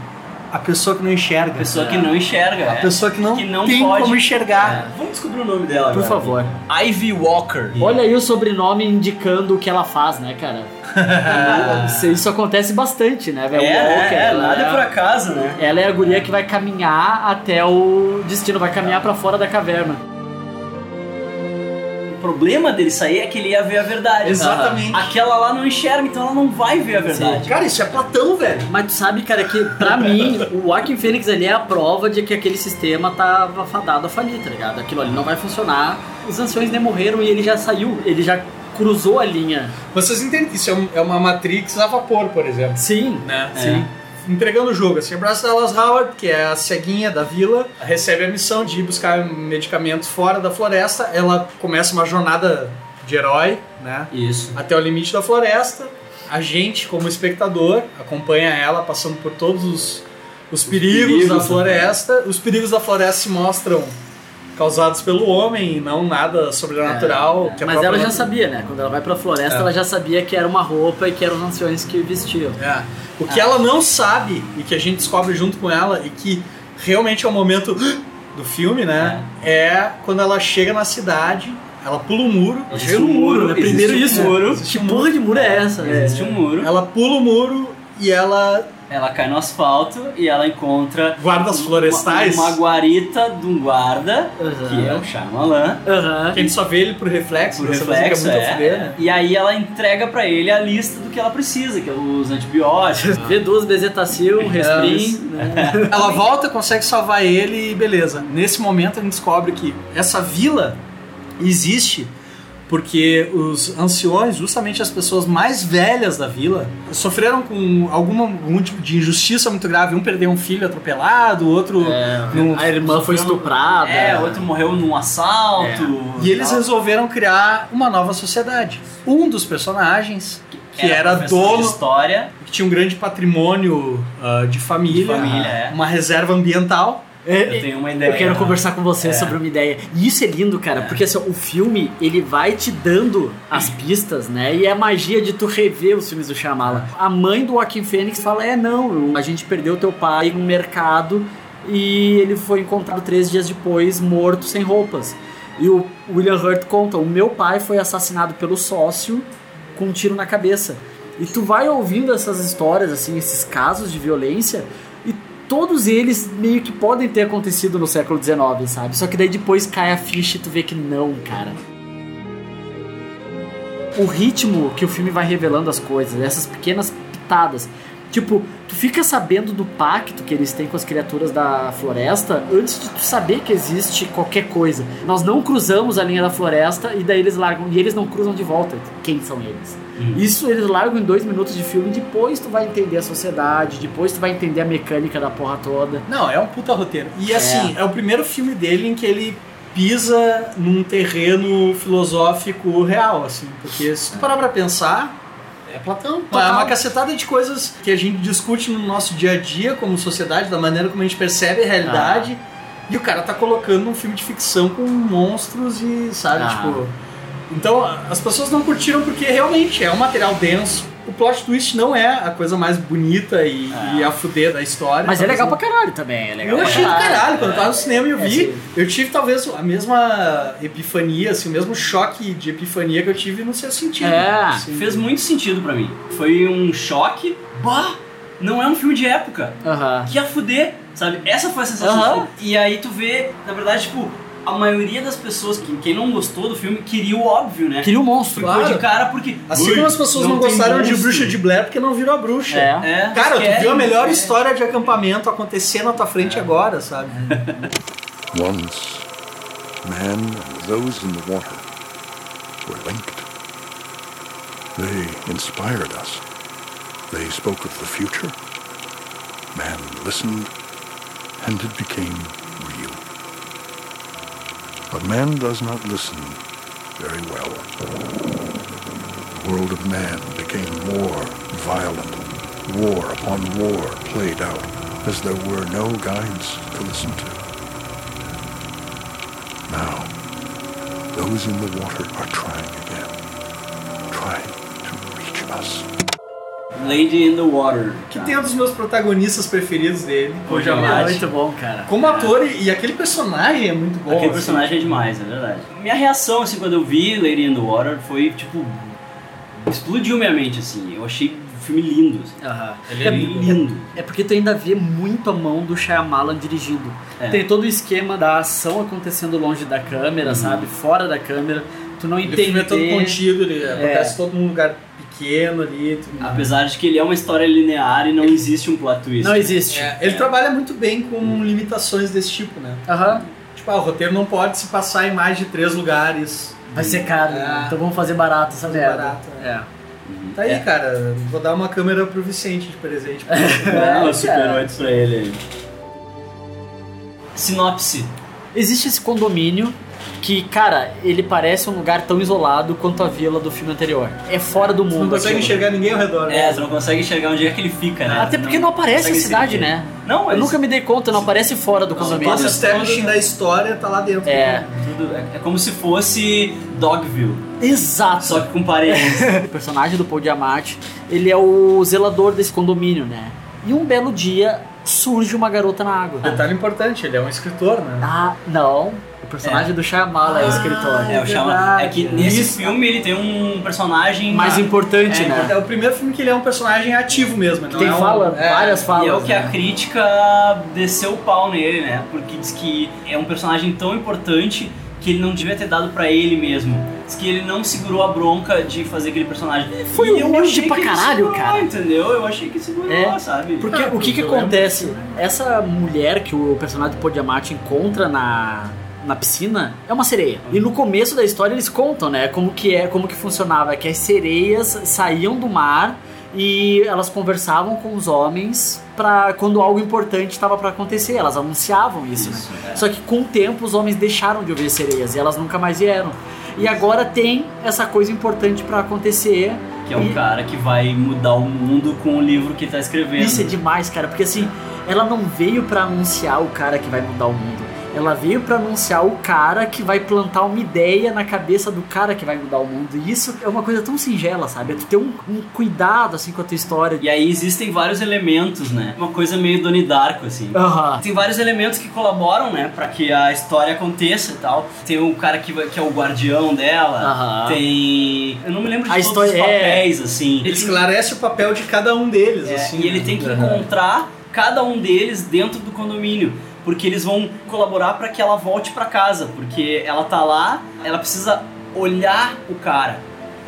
[SPEAKER 4] A pessoa que não enxerga.
[SPEAKER 1] A pessoa que não enxerga.
[SPEAKER 4] é-
[SPEAKER 1] é.
[SPEAKER 4] A pessoa ah, que não,
[SPEAKER 1] que não
[SPEAKER 4] tem
[SPEAKER 1] pode-
[SPEAKER 4] como enxergar.
[SPEAKER 1] Vamos descobrir o nome dela
[SPEAKER 2] Por
[SPEAKER 1] agora.
[SPEAKER 2] favor.
[SPEAKER 1] Ivy Walker.
[SPEAKER 2] Olha aí o sobrenome indicando o que ela faz, né, cara? isso, isso acontece bastante, né,
[SPEAKER 1] É,
[SPEAKER 2] velho?
[SPEAKER 1] é,
[SPEAKER 2] Walker,
[SPEAKER 1] é,
[SPEAKER 2] ela
[SPEAKER 1] nada
[SPEAKER 2] é-
[SPEAKER 1] por acaso, né?
[SPEAKER 2] Ela é a guria que vai caminhar até o destino, vai caminhar pra fora da caverna.
[SPEAKER 1] O problema dele sair é que ele ia ver a verdade.
[SPEAKER 4] Exatamente.
[SPEAKER 1] Aquela lá não enxerga, então ela não vai ver a verdade.
[SPEAKER 4] Cara, isso é Platão, velho.
[SPEAKER 2] Mas tu sabe, cara, que pra mim, o Joaquin Phoenix ali é a prova de que aquele sistema tava fadado a falir, tá ligado? Aquilo ali não vai funcionar. Os anciões nem morreram e ele já saiu, ele já cruzou a linha.
[SPEAKER 4] Vocês entendem que isso é um- é uma Matrix a vapor, por exemplo.
[SPEAKER 2] Sim,
[SPEAKER 4] né?
[SPEAKER 2] Sim.
[SPEAKER 4] Entregando o jogo, assim, abraço Dallas Howard, que é a ceguinha da vila, recebe a missão de ir buscar medicamentos fora da floresta. Ela começa uma jornada de herói, né?
[SPEAKER 1] Isso.
[SPEAKER 4] Até o limite da floresta. A gente, como espectador, acompanha ela passando por todos os, os perigos,
[SPEAKER 1] perigos
[SPEAKER 4] da
[SPEAKER 2] né?
[SPEAKER 1] da
[SPEAKER 4] floresta. Os perigos da floresta se mostram causados pelo homem e não nada sobrenatural. que é a
[SPEAKER 2] É. mas
[SPEAKER 4] própria
[SPEAKER 2] ela já
[SPEAKER 4] natureza-
[SPEAKER 2] sabia, né? Quando ela vai pra floresta,
[SPEAKER 4] É.
[SPEAKER 2] ela já sabia que era uma roupa e que eram os anciões que vestiam.
[SPEAKER 4] É. O que ela não sabe e que a gente descobre junto com ela e que realmente é o momento do filme, né? É, quando ela chega na cidade, ela pula o muro.
[SPEAKER 1] Existe um muro, né?
[SPEAKER 2] Primeiro
[SPEAKER 1] Existe
[SPEAKER 2] isso.
[SPEAKER 1] um muro.
[SPEAKER 2] Que porra de muro é essa? né?
[SPEAKER 1] Existe um muro.
[SPEAKER 4] Ela pula o muro e ela
[SPEAKER 1] Ela cai no asfalto e ela encontra
[SPEAKER 4] guarda as florestais.
[SPEAKER 1] uma, uma guarita de um guarda,
[SPEAKER 2] Aham.
[SPEAKER 1] que é o Shyamalan,
[SPEAKER 2] Aham.
[SPEAKER 4] Que a gente só vê ele pro reflexo,
[SPEAKER 1] por
[SPEAKER 4] dessa vez
[SPEAKER 1] reflexo,
[SPEAKER 4] que é muito a
[SPEAKER 1] é.
[SPEAKER 4] fuder, né?
[SPEAKER 1] e aí ela entrega pra ele a lista do que ela precisa, que é os antibióticos, Então,
[SPEAKER 2] V2, bezetacil, um resprim, né?
[SPEAKER 4] Ela volta, consegue salvar ele e beleza. Nesse momento a gente descobre que essa vila existe porque os anciões, justamente as pessoas mais velhas da vila, sofreram com alguma, algum tipo de injustiça muito grave. Um perdeu um filho atropelado, o outro. num-
[SPEAKER 2] A irmã foi estuprada.
[SPEAKER 1] é, outro morreu num assalto.
[SPEAKER 4] É. E eles
[SPEAKER 1] tal.
[SPEAKER 4] resolveram criar uma nova sociedade. Um dos personagens, que era
[SPEAKER 1] professor de
[SPEAKER 4] dono
[SPEAKER 1] história,
[SPEAKER 4] que tinha um grande patrimônio ah, de família,
[SPEAKER 1] De família, é.
[SPEAKER 4] uma reserva ambiental.
[SPEAKER 2] É,
[SPEAKER 1] Eu tenho uma ideia.
[SPEAKER 2] Eu quero
[SPEAKER 1] né?
[SPEAKER 2] conversar com você
[SPEAKER 1] É.
[SPEAKER 2] sobre uma ideia. E isso é lindo, cara, porque assim, o filme, ele vai te dando as pistas, né? E é a magia de tu rever os filmes do Shyamalan. A mãe do Joaquim Fênix fala, é, não, a gente perdeu teu pai no mercado e ele foi encontrado três dias depois, morto, sem roupas. E o William Hurt conta, o meu pai foi assassinado pelo sócio com um tiro na cabeça. E tu vai ouvindo essas histórias, assim, esses casos de violência, e todos eles meio que podem ter acontecido no século XIX, sabe? Só que daí depois cai a ficha e tu vê que não, cara. O ritmo que o filme vai revelando as coisas, essas pequenas pitadas. Tipo, tu fica sabendo do pacto que eles têm com as criaturas da floresta antes de tu saber que existe qualquer coisa. Nós não cruzamos a linha da floresta e daí eles largam. E eles não cruzam de volta. Quem são eles? Isso eles largam em dois minutos de filme, depois tu vai entender a sociedade, depois tu vai entender a mecânica da porra toda.
[SPEAKER 4] Não, é um puta roteiro. E assim, é. o primeiro filme dele em que ele pisa num terreno filosófico real, assim. Porque se tu parar pra pensar, é Platão. É
[SPEAKER 2] É. Total.
[SPEAKER 4] uma cacetada de coisas que a gente discute no nosso dia a dia como sociedade, da maneira como a gente percebe a realidade. E o cara tá colocando um filme de ficção com monstros e, sabe,
[SPEAKER 2] Ah.
[SPEAKER 4] tipo... Então, as pessoas não curtiram porque realmente é um material denso. O plot twist não é a coisa mais bonita e, e a fuder da história.
[SPEAKER 2] É. Mas é
[SPEAKER 4] Talvez
[SPEAKER 2] legal
[SPEAKER 4] não
[SPEAKER 2] pra caralho também, é legal
[SPEAKER 4] eu
[SPEAKER 2] pra
[SPEAKER 4] achei do caralho, quando eu tava no cinema e eu
[SPEAKER 2] É,
[SPEAKER 4] vi,
[SPEAKER 2] sim.
[SPEAKER 4] eu tive talvez a mesma epifania, assim, o mesmo choque de epifania que eu tive no seu sentido.
[SPEAKER 2] É,
[SPEAKER 4] Assim,
[SPEAKER 1] Fez muito sentido pra mim. Foi um choque. Bah! Não é um filme de época.
[SPEAKER 2] Aham.
[SPEAKER 1] Que a fuder, sabe? Essa foi a sensação.
[SPEAKER 2] Aham.
[SPEAKER 1] E aí tu vê, na verdade, tipo, a maioria das pessoas, que, quem não gostou do filme, queria o óbvio, né?
[SPEAKER 2] Queria um monstro.
[SPEAKER 1] Ficou de cara porque.
[SPEAKER 4] Assim
[SPEAKER 1] Ui,
[SPEAKER 4] como as pessoas não,
[SPEAKER 1] tem
[SPEAKER 4] gostaram de
[SPEAKER 1] monstro.
[SPEAKER 4] Bruxa de Blair porque não virou a bruxa.
[SPEAKER 2] É.
[SPEAKER 1] É,
[SPEAKER 4] Cara, tu
[SPEAKER 1] querem,
[SPEAKER 4] viu a melhor
[SPEAKER 1] é.
[SPEAKER 4] história de acampamento acontecer na tua
[SPEAKER 2] É.
[SPEAKER 4] frente agora, sabe?
[SPEAKER 3] Once, man and those in the water were linked. They inspired us. They spoke of the future. Man listened, and it became real. But man does not listen very well. The world of man became more violent. War upon war played out as there were no guides to listen to. Now, those in the water are trying again, trying to reach us.
[SPEAKER 1] Lady in the Water. tá?
[SPEAKER 4] Que tem um dos meus protagonistas preferidos dele, o
[SPEAKER 1] Hoje à
[SPEAKER 2] É
[SPEAKER 4] Jamal.
[SPEAKER 1] noite.
[SPEAKER 2] muito bom, cara.
[SPEAKER 4] Como ator e e aquele personagem é muito bom.
[SPEAKER 1] Aquele
[SPEAKER 4] assim.
[SPEAKER 1] personagem é demais, é verdade. Minha reação, assim, quando eu vi Lady in the Water foi, tipo. Explodiu minha mente, assim. Eu achei o filme lindo. assim.
[SPEAKER 2] Aham.
[SPEAKER 1] Ele é lindo.
[SPEAKER 2] É, é porque tu ainda vê muito a mão do Shyamalan dirigindo.
[SPEAKER 1] É.
[SPEAKER 2] Tem todo o esquema da ação acontecendo longe da câmera,
[SPEAKER 1] Uhum.
[SPEAKER 2] sabe? Fora da câmera. Tu não
[SPEAKER 4] Ele filme é todo
[SPEAKER 2] entende.
[SPEAKER 4] contido, ele acontece todo num lugar pequeno ali. tudo-
[SPEAKER 1] Apesar de que ele é uma história linear e não existe um plot twist.
[SPEAKER 2] Não existe.
[SPEAKER 4] É, ele trabalha muito bem com limitações desse tipo, né?
[SPEAKER 2] Aham.
[SPEAKER 4] Tipo, ah, o roteiro não pode se passar em mais de três lugares.
[SPEAKER 2] Vai ser caro,
[SPEAKER 4] É.
[SPEAKER 2] né? então vamos fazer barato essa
[SPEAKER 4] Fazer
[SPEAKER 2] merda.
[SPEAKER 4] barato,
[SPEAKER 2] é.
[SPEAKER 4] Tá aí, cara. Vou dar uma câmera pro Vicente de presente.
[SPEAKER 1] É,
[SPEAKER 2] cara.
[SPEAKER 1] o super 8 pra ele. aí. Sinopse.
[SPEAKER 2] Existe esse condomínio que, cara, ele parece um lugar tão isolado quanto a vila do filme anterior. É fora do
[SPEAKER 4] Tu
[SPEAKER 2] mundo.
[SPEAKER 4] não consegue
[SPEAKER 2] aquilo.
[SPEAKER 4] enxergar ninguém ao redor. né?
[SPEAKER 1] É, tu não consegue enxergar onde é que ele fica, né?
[SPEAKER 2] Até porque não, aparece a
[SPEAKER 1] consegue
[SPEAKER 2] cidade,
[SPEAKER 1] seguir.
[SPEAKER 2] né?
[SPEAKER 1] Não,
[SPEAKER 2] Eu
[SPEAKER 1] eles-
[SPEAKER 2] nunca me dei conta, não aparece fora do condomínio.
[SPEAKER 4] Todo o establishing da história tá lá dentro.
[SPEAKER 2] É,
[SPEAKER 1] tudo- é- é como se fosse Dogville,
[SPEAKER 2] exato.
[SPEAKER 1] só que com paredes.
[SPEAKER 2] O personagem do Paul Diamante, ele é o zelador desse condomínio, né? E um belo dia surge uma garota na água.
[SPEAKER 1] tá-
[SPEAKER 4] Detalhe importante, ele é um escritor, né?
[SPEAKER 2] Ah, não. O personagem do Shyamala é o escritor.
[SPEAKER 1] é, o chama... é que nesse filme ele tem um personagem
[SPEAKER 2] Mais
[SPEAKER 1] na-
[SPEAKER 2] importante,
[SPEAKER 1] É,
[SPEAKER 2] né?
[SPEAKER 4] É o primeiro filme que ele é um personagem ativo mesmo. Não
[SPEAKER 2] Tem
[SPEAKER 4] é um-
[SPEAKER 2] fala,
[SPEAKER 4] é,
[SPEAKER 2] várias falas.
[SPEAKER 1] E é o que
[SPEAKER 2] né?
[SPEAKER 1] a crítica desceu o pau nele, né? Porque diz que é um personagem tão importante que ele não devia ter dado pra ele mesmo. Diz que ele não segurou a bronca de fazer aquele personagem.
[SPEAKER 2] foi
[SPEAKER 1] E eu
[SPEAKER 2] humilde
[SPEAKER 1] achei
[SPEAKER 2] pra
[SPEAKER 1] que ele
[SPEAKER 2] caralho,
[SPEAKER 1] segurou,
[SPEAKER 2] cara.
[SPEAKER 1] Entendeu? Eu achei que segurou,
[SPEAKER 2] É,
[SPEAKER 1] sabe? Tá,
[SPEAKER 2] Porque o que que acontece? Essa mulher que o personagem do Podiamati encontra na, na piscina é uma sereia. E no começo da história eles contam, né, como que é, como que funcionava, que as sereias saíam do mar e elas conversavam com os homens para quando algo importante estava para acontecer, elas anunciavam isso, né?
[SPEAKER 1] Isso, é.
[SPEAKER 2] Só que com o tempo os homens deixaram de ouvir sereias e elas nunca mais vieram. E agora tem essa coisa importante para acontecer
[SPEAKER 1] Que é um cara que vai mudar o mundo com o livro que ele tá escrevendo.
[SPEAKER 2] Isso é demais, cara, porque assim, ela não veio pra anunciar o cara que vai mudar o mundo. Ela veio pra anunciar o cara que vai plantar uma ideia na cabeça do cara que vai mudar o mundo. E isso é uma coisa tão singela, sabe? É tu ter um, um cuidado assim com a tua história.
[SPEAKER 1] E aí existem vários elementos, né? Uma coisa meio Donnie Darko, assim.
[SPEAKER 2] Aham.
[SPEAKER 1] Tem vários elementos que colaboram, né? Pra que a história aconteça e tal. Tem o cara que, vai- que é o guardião dela.
[SPEAKER 2] Aham.
[SPEAKER 1] Tem... Eu não me lembro de
[SPEAKER 2] A
[SPEAKER 1] todos
[SPEAKER 2] história-
[SPEAKER 1] os
[SPEAKER 2] é.
[SPEAKER 1] papéis, assim.
[SPEAKER 4] Ele esclarece o papel de cada um deles,
[SPEAKER 1] É,
[SPEAKER 4] assim.
[SPEAKER 1] e ele tem que encontrar cada um deles dentro do condomínio, porque eles vão colaborar para que ela volte para casa, porque ela tá lá, ela precisa olhar o cara.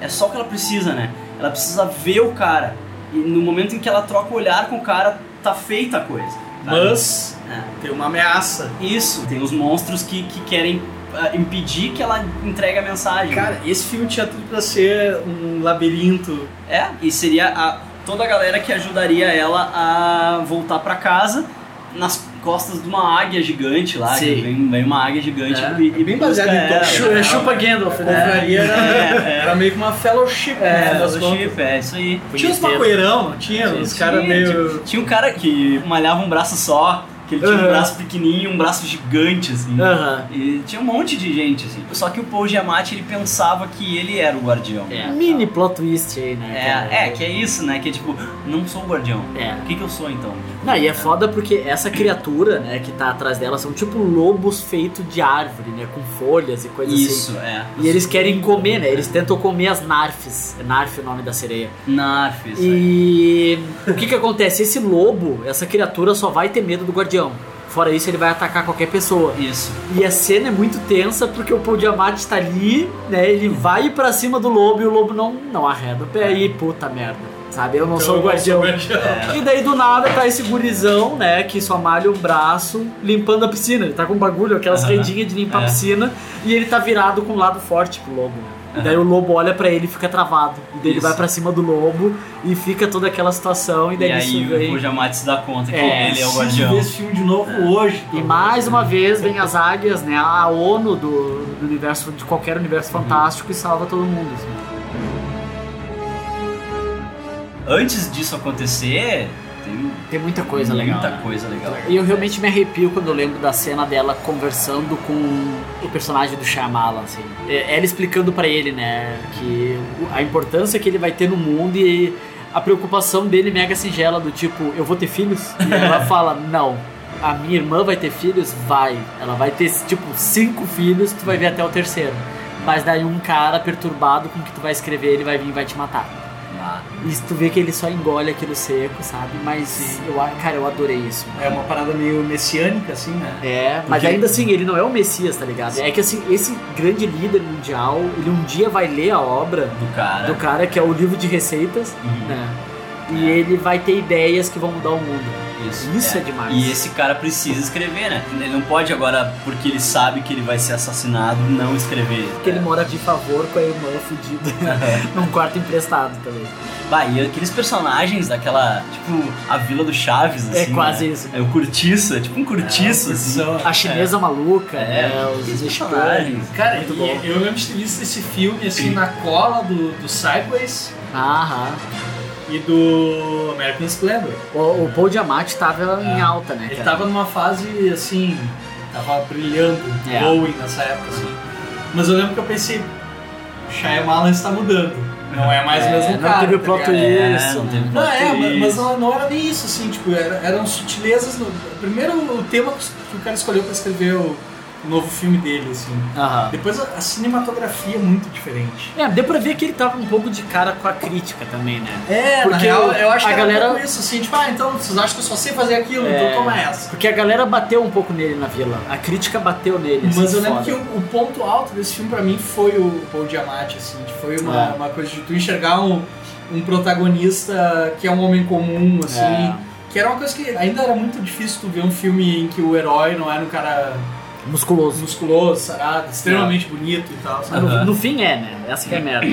[SPEAKER 1] É só o que ela precisa, né? Ela precisa ver o cara. E no momento em que ela troca o olhar com o cara, tá feita a coisa. sabe?
[SPEAKER 4] Mas
[SPEAKER 1] É.
[SPEAKER 4] tem uma ameaça.
[SPEAKER 1] Isso, tem os monstros que, que querem ah, impedir que ela entregue a mensagem.
[SPEAKER 4] Cara, esse filme tinha tudo pra ser um labirinto.
[SPEAKER 1] É, e seria a- toda a galera que ajudaria ela a voltar pra casa nas costas de uma águia gigante lá.
[SPEAKER 2] Sim.
[SPEAKER 1] que Vem, vem uma águia gigante
[SPEAKER 2] É.
[SPEAKER 1] e, e
[SPEAKER 4] Bem baseado
[SPEAKER 1] busca
[SPEAKER 4] em Tom
[SPEAKER 1] ela.
[SPEAKER 4] Chu-
[SPEAKER 2] Chu- Chupa Gandalf,
[SPEAKER 4] É.
[SPEAKER 2] né?
[SPEAKER 4] Confraria era,
[SPEAKER 1] É, é.
[SPEAKER 4] era meio que uma
[SPEAKER 1] É,
[SPEAKER 4] fellowship. né, das
[SPEAKER 1] o
[SPEAKER 4] contas.
[SPEAKER 1] chip, é isso aí.
[SPEAKER 4] Tinha uns
[SPEAKER 1] Punheteiro.
[SPEAKER 4] maconheirão, não tinha? tipo, Uns
[SPEAKER 1] Tinha,
[SPEAKER 4] caras meio.
[SPEAKER 1] tinha- Tinha um cara que malhava um braço só, que ele tinha
[SPEAKER 2] Aham.
[SPEAKER 1] um braço pequenininho, um braço gigante, assim.
[SPEAKER 2] Aham.
[SPEAKER 1] E tinha um monte de gente, assim. Só que o Paul Giamatti, ele pensava que ele era o guardião.
[SPEAKER 2] Mini plot twist aí, né?
[SPEAKER 1] É, é, que é isso, né? Que é tipo, não sou o guardião.
[SPEAKER 2] É.
[SPEAKER 1] O que, que eu sou, então?
[SPEAKER 2] Não, e é foda porque essa criatura, né, que tá atrás dela são tipo lobos feitos de árvore, né? Com folhas e coisas assim.
[SPEAKER 1] Isso, é.
[SPEAKER 2] E eles querem comer, né? Eles tentam comer as narfes. É Narf o nome da sereia.
[SPEAKER 1] Narf, isso aí.
[SPEAKER 2] E o que que acontece? Esse lobo, essa criatura só vai ter medo do guardião. Fora isso, ele vai atacar qualquer pessoa.
[SPEAKER 1] Isso.
[SPEAKER 2] E a cena é muito tensa porque o Paul Diamante tá ali, né? Ele vai pra cima do lobo e o lobo não, não arreda o pé. E puta merda, sabe? Eu não
[SPEAKER 4] Então
[SPEAKER 2] sou o guardião. E daí do nada tá esse gurizão, né? Que só malha o braço limpando a piscina. Ele tá com bagulho, aquelas
[SPEAKER 1] Aham.
[SPEAKER 2] rendinhas de limpar a
[SPEAKER 1] É.
[SPEAKER 2] piscina. E ele tá virado com um lado forte pro lobo. E daí o lobo olha pra ele e fica travado. E daí ele
[SPEAKER 1] Isso.
[SPEAKER 2] vai pra cima do lobo e fica toda aquela situação. E
[SPEAKER 1] E
[SPEAKER 2] daí
[SPEAKER 1] aí
[SPEAKER 2] isso vem.
[SPEAKER 1] o Pujamate se dá conta que
[SPEAKER 2] É,
[SPEAKER 1] ele é o
[SPEAKER 4] Preciso
[SPEAKER 1] guardião.
[SPEAKER 4] ver esse filme de novo hoje.
[SPEAKER 2] E mais uma vez vem as águias, né? A ONU do, do universo, de qualquer universo
[SPEAKER 1] Uhum.
[SPEAKER 2] fantástico e salva todo mundo. assim.
[SPEAKER 1] Antes disso acontecer, tem
[SPEAKER 2] Tem muita coisa legal.
[SPEAKER 1] muita
[SPEAKER 2] né?
[SPEAKER 1] coisa legal.
[SPEAKER 2] E eu realmente me arrepio quando eu lembro da cena dela conversando com o personagem do Shyamalan, assim. É- Ela explicando pra ele, né, que o- a importância que ele vai ter no mundo e a preocupação dele mega singela do tipo, eu vou ter filhos? E ela fala, não. A minha irmã vai ter filhos? Vai. Ela vai ter, tipo, cinco filhos, tu vai ver até o terceiro. Mas daí um cara perturbado com o que tu vai escrever, ele vai vir e vai te matar.
[SPEAKER 1] Ah,
[SPEAKER 2] E tu vê que ele só engole aquilo seco, sabe? Mas, eu, a- cara, eu adorei isso.
[SPEAKER 4] É uma parada meio messiânica, assim, né?
[SPEAKER 2] É, mas
[SPEAKER 1] Porque-
[SPEAKER 2] ainda assim, ele não é o Messias, tá ligado? É que assim, esse grande líder mundial, ele um dia vai ler a obra
[SPEAKER 1] do cara.
[SPEAKER 2] do cara que é o livro de receitas,
[SPEAKER 1] Uhum.
[SPEAKER 2] né? E ele vai ter ideias que vão mudar o mundo. Isso é demais.
[SPEAKER 1] E esse cara precisa escrever, né? Ele não pode agora, porque ele sabe que ele vai ser assassinado, não escrever.
[SPEAKER 2] Porque ele
[SPEAKER 1] É.
[SPEAKER 2] mora de favor com a irmã fudida
[SPEAKER 4] É.
[SPEAKER 2] num quarto emprestado tá também.
[SPEAKER 1] Bah, e aqueles personagens daquela, tipo, a vila do Chaves,
[SPEAKER 2] É
[SPEAKER 1] assim.
[SPEAKER 2] quase
[SPEAKER 1] né?
[SPEAKER 2] isso.
[SPEAKER 1] É o cortiço, é tipo um cortiço, assim.
[SPEAKER 4] é.
[SPEAKER 2] A chinesa maluca,
[SPEAKER 1] É,
[SPEAKER 2] né? Os
[SPEAKER 1] aqueles
[SPEAKER 2] mexicanos.
[SPEAKER 1] personagens.
[SPEAKER 4] Cara,
[SPEAKER 2] muito
[SPEAKER 4] e é.
[SPEAKER 2] bom.
[SPEAKER 4] eu lembro de ter visto esse filme, assim, na cola do, do Sideways
[SPEAKER 2] Aham.
[SPEAKER 4] e do American Splendor.
[SPEAKER 2] O, o Paul Diamante tava em alta, né?
[SPEAKER 4] É. Ele
[SPEAKER 2] cara?
[SPEAKER 4] tava numa fase, assim, tava brilhando,
[SPEAKER 2] É.
[SPEAKER 4] glowing nessa época, assim. Mas eu lembro que eu pensei, Shyamalan está mudando. Não é mais o mesmo
[SPEAKER 2] não
[SPEAKER 4] cara.
[SPEAKER 2] teve
[SPEAKER 4] tá
[SPEAKER 2] plot
[SPEAKER 4] ligado?
[SPEAKER 2] twist.
[SPEAKER 1] É,
[SPEAKER 2] Isso,
[SPEAKER 1] não
[SPEAKER 2] né?
[SPEAKER 1] teve
[SPEAKER 4] Não, é,
[SPEAKER 1] plot
[SPEAKER 4] mas, mas
[SPEAKER 1] twist.
[SPEAKER 4] não, não era nem isso, assim, tipo, era- eram sutilezas. No, primeiro, o tema que o cara escolheu pra escrever o, o novo filme dele, assim.
[SPEAKER 2] Aham.
[SPEAKER 4] Depois, a, a cinematografia é muito diferente.
[SPEAKER 2] É, deu pra ver que ele tava um pouco de cara com a crítica também, né?
[SPEAKER 4] É,
[SPEAKER 2] Porque
[SPEAKER 4] na real, eu acho
[SPEAKER 2] a
[SPEAKER 4] que era
[SPEAKER 2] galera-
[SPEAKER 4] um pouco isso, assim, tipo, ah, então vocês acham que eu só sei fazer aquilo, então toma essa.
[SPEAKER 2] Porque a galera bateu um pouco nele na vila. A crítica bateu nele.
[SPEAKER 4] Mas
[SPEAKER 2] assim,
[SPEAKER 4] eu lembro
[SPEAKER 2] foda.
[SPEAKER 4] que o, o ponto alto desse filme pra mim foi o Paul Diamante, assim, que foi uma,
[SPEAKER 2] É.
[SPEAKER 4] uma coisa de tu enxergar um, um protagonista que é um homem comum, assim,
[SPEAKER 2] É.
[SPEAKER 4] que era uma coisa que ainda era muito difícil tu ver um filme em que o herói não era um cara
[SPEAKER 2] Musculoso.
[SPEAKER 4] musculoso, sarado,
[SPEAKER 2] É.
[SPEAKER 4] extremamente bonito e tal,
[SPEAKER 2] Mas
[SPEAKER 4] sabe?
[SPEAKER 2] no, no fim é, né? Essa que é a merda.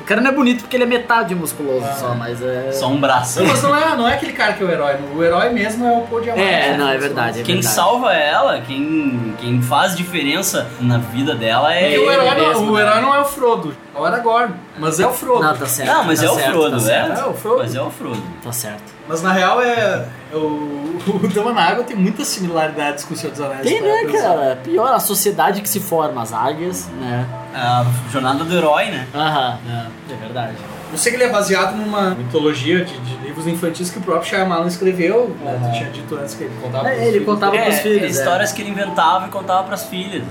[SPEAKER 2] O cara não é bonito porque ele é metade musculoso
[SPEAKER 4] Ah.
[SPEAKER 2] só, mas é.
[SPEAKER 1] Só um braço.
[SPEAKER 4] Não, mas não é, não é aquele cara que é o herói, o herói mesmo é o Paul Diamante.
[SPEAKER 2] É,
[SPEAKER 4] né?
[SPEAKER 2] não, é verdade. É
[SPEAKER 1] Quem
[SPEAKER 2] verdade.
[SPEAKER 1] salva ela, quem, quem faz diferença na vida dela é
[SPEAKER 4] Porque o
[SPEAKER 1] ele
[SPEAKER 4] herói, não,
[SPEAKER 2] É
[SPEAKER 1] mesmo,
[SPEAKER 4] o
[SPEAKER 1] né?
[SPEAKER 4] herói não é o Frodo, Frodo. Agora agora. Mas é o Frodo.
[SPEAKER 2] Não, tá certo.
[SPEAKER 1] Não, mas
[SPEAKER 2] tá
[SPEAKER 1] é o
[SPEAKER 2] certo,
[SPEAKER 1] Frodo,
[SPEAKER 2] tá
[SPEAKER 1] né?
[SPEAKER 2] certo.
[SPEAKER 4] É o Frodo.
[SPEAKER 1] Mas é o Frodo.
[SPEAKER 2] Tá certo.
[SPEAKER 4] Mas na real é. é o, o Dama na Água tem muitas similaridades com é o Senhor dos Anéis.
[SPEAKER 2] Tem,
[SPEAKER 4] pra
[SPEAKER 2] né,
[SPEAKER 4] pensar.
[SPEAKER 2] cara? Pior, a sociedade que se forma, as águias, né?
[SPEAKER 1] A jornada do herói, né?
[SPEAKER 2] Aham, é, é verdade.
[SPEAKER 4] Eu sei que ele é baseado numa mitologia de, de livros infantis que o próprio Shyamalan escreveu. Né? Tu tinha dito antes que ele contava.
[SPEAKER 2] É,
[SPEAKER 4] pros
[SPEAKER 2] ele
[SPEAKER 4] filhos.
[SPEAKER 2] contava pros
[SPEAKER 1] é,
[SPEAKER 2] filhos.
[SPEAKER 1] é
[SPEAKER 2] é.
[SPEAKER 1] histórias que ele inventava e contava pras filhas.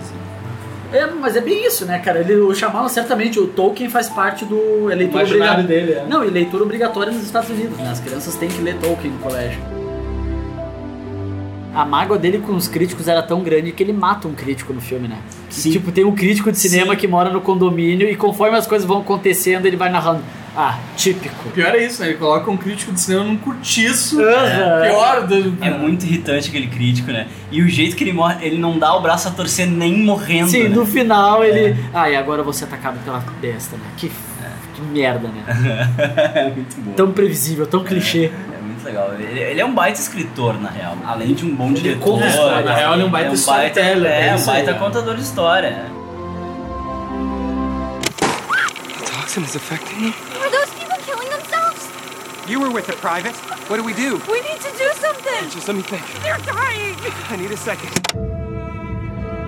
[SPEAKER 2] É, mas é bem isso, né, cara? Ele, o Shyamalan, certamente, o Tolkien faz parte do... É leitura obrigatória.
[SPEAKER 4] imaginário dele, é.
[SPEAKER 2] Não, e leitura obrigatória nos Estados Unidos, né? As crianças têm que ler Tolkien no colégio. A mágoa dele com os críticos era tão grande que ele mata um crítico no filme, né?
[SPEAKER 1] Sim.
[SPEAKER 2] Tipo, tem um crítico de cinema que mora no condomínio e conforme as coisas vão acontecendo, ele vai narrando. Ah, típico.
[SPEAKER 4] O pior é isso, né? Ele coloca um crítico de cinema num cortiço. né,
[SPEAKER 2] Aham.
[SPEAKER 4] Pior do.
[SPEAKER 1] É muito irritante aquele crítico, né? E o jeito que ele morre, ele não dá o braço a torcer nem morrendo.
[SPEAKER 2] Sim,
[SPEAKER 1] né?
[SPEAKER 2] no final ele. Ah, e agora você atacado pela besta, né? Que, que merda, né?
[SPEAKER 1] é muito bom.
[SPEAKER 2] Tão previsível, tão clichê.
[SPEAKER 1] É muito legal. Ele, ele é um baita escritor, na real. Além de um bom diretor.
[SPEAKER 4] conta história, na real, ele é um baita storyteller,
[SPEAKER 1] É,
[SPEAKER 4] é
[SPEAKER 1] um
[SPEAKER 4] isso aí,
[SPEAKER 1] baita
[SPEAKER 4] é.
[SPEAKER 1] contador de história.
[SPEAKER 11] Toxin is affecting you.
[SPEAKER 7] Are those people killing themselves?
[SPEAKER 11] You were with the privates. What do we do?
[SPEAKER 7] We need to do something!
[SPEAKER 11] Just let me think.
[SPEAKER 7] They're dying!
[SPEAKER 11] I need a second.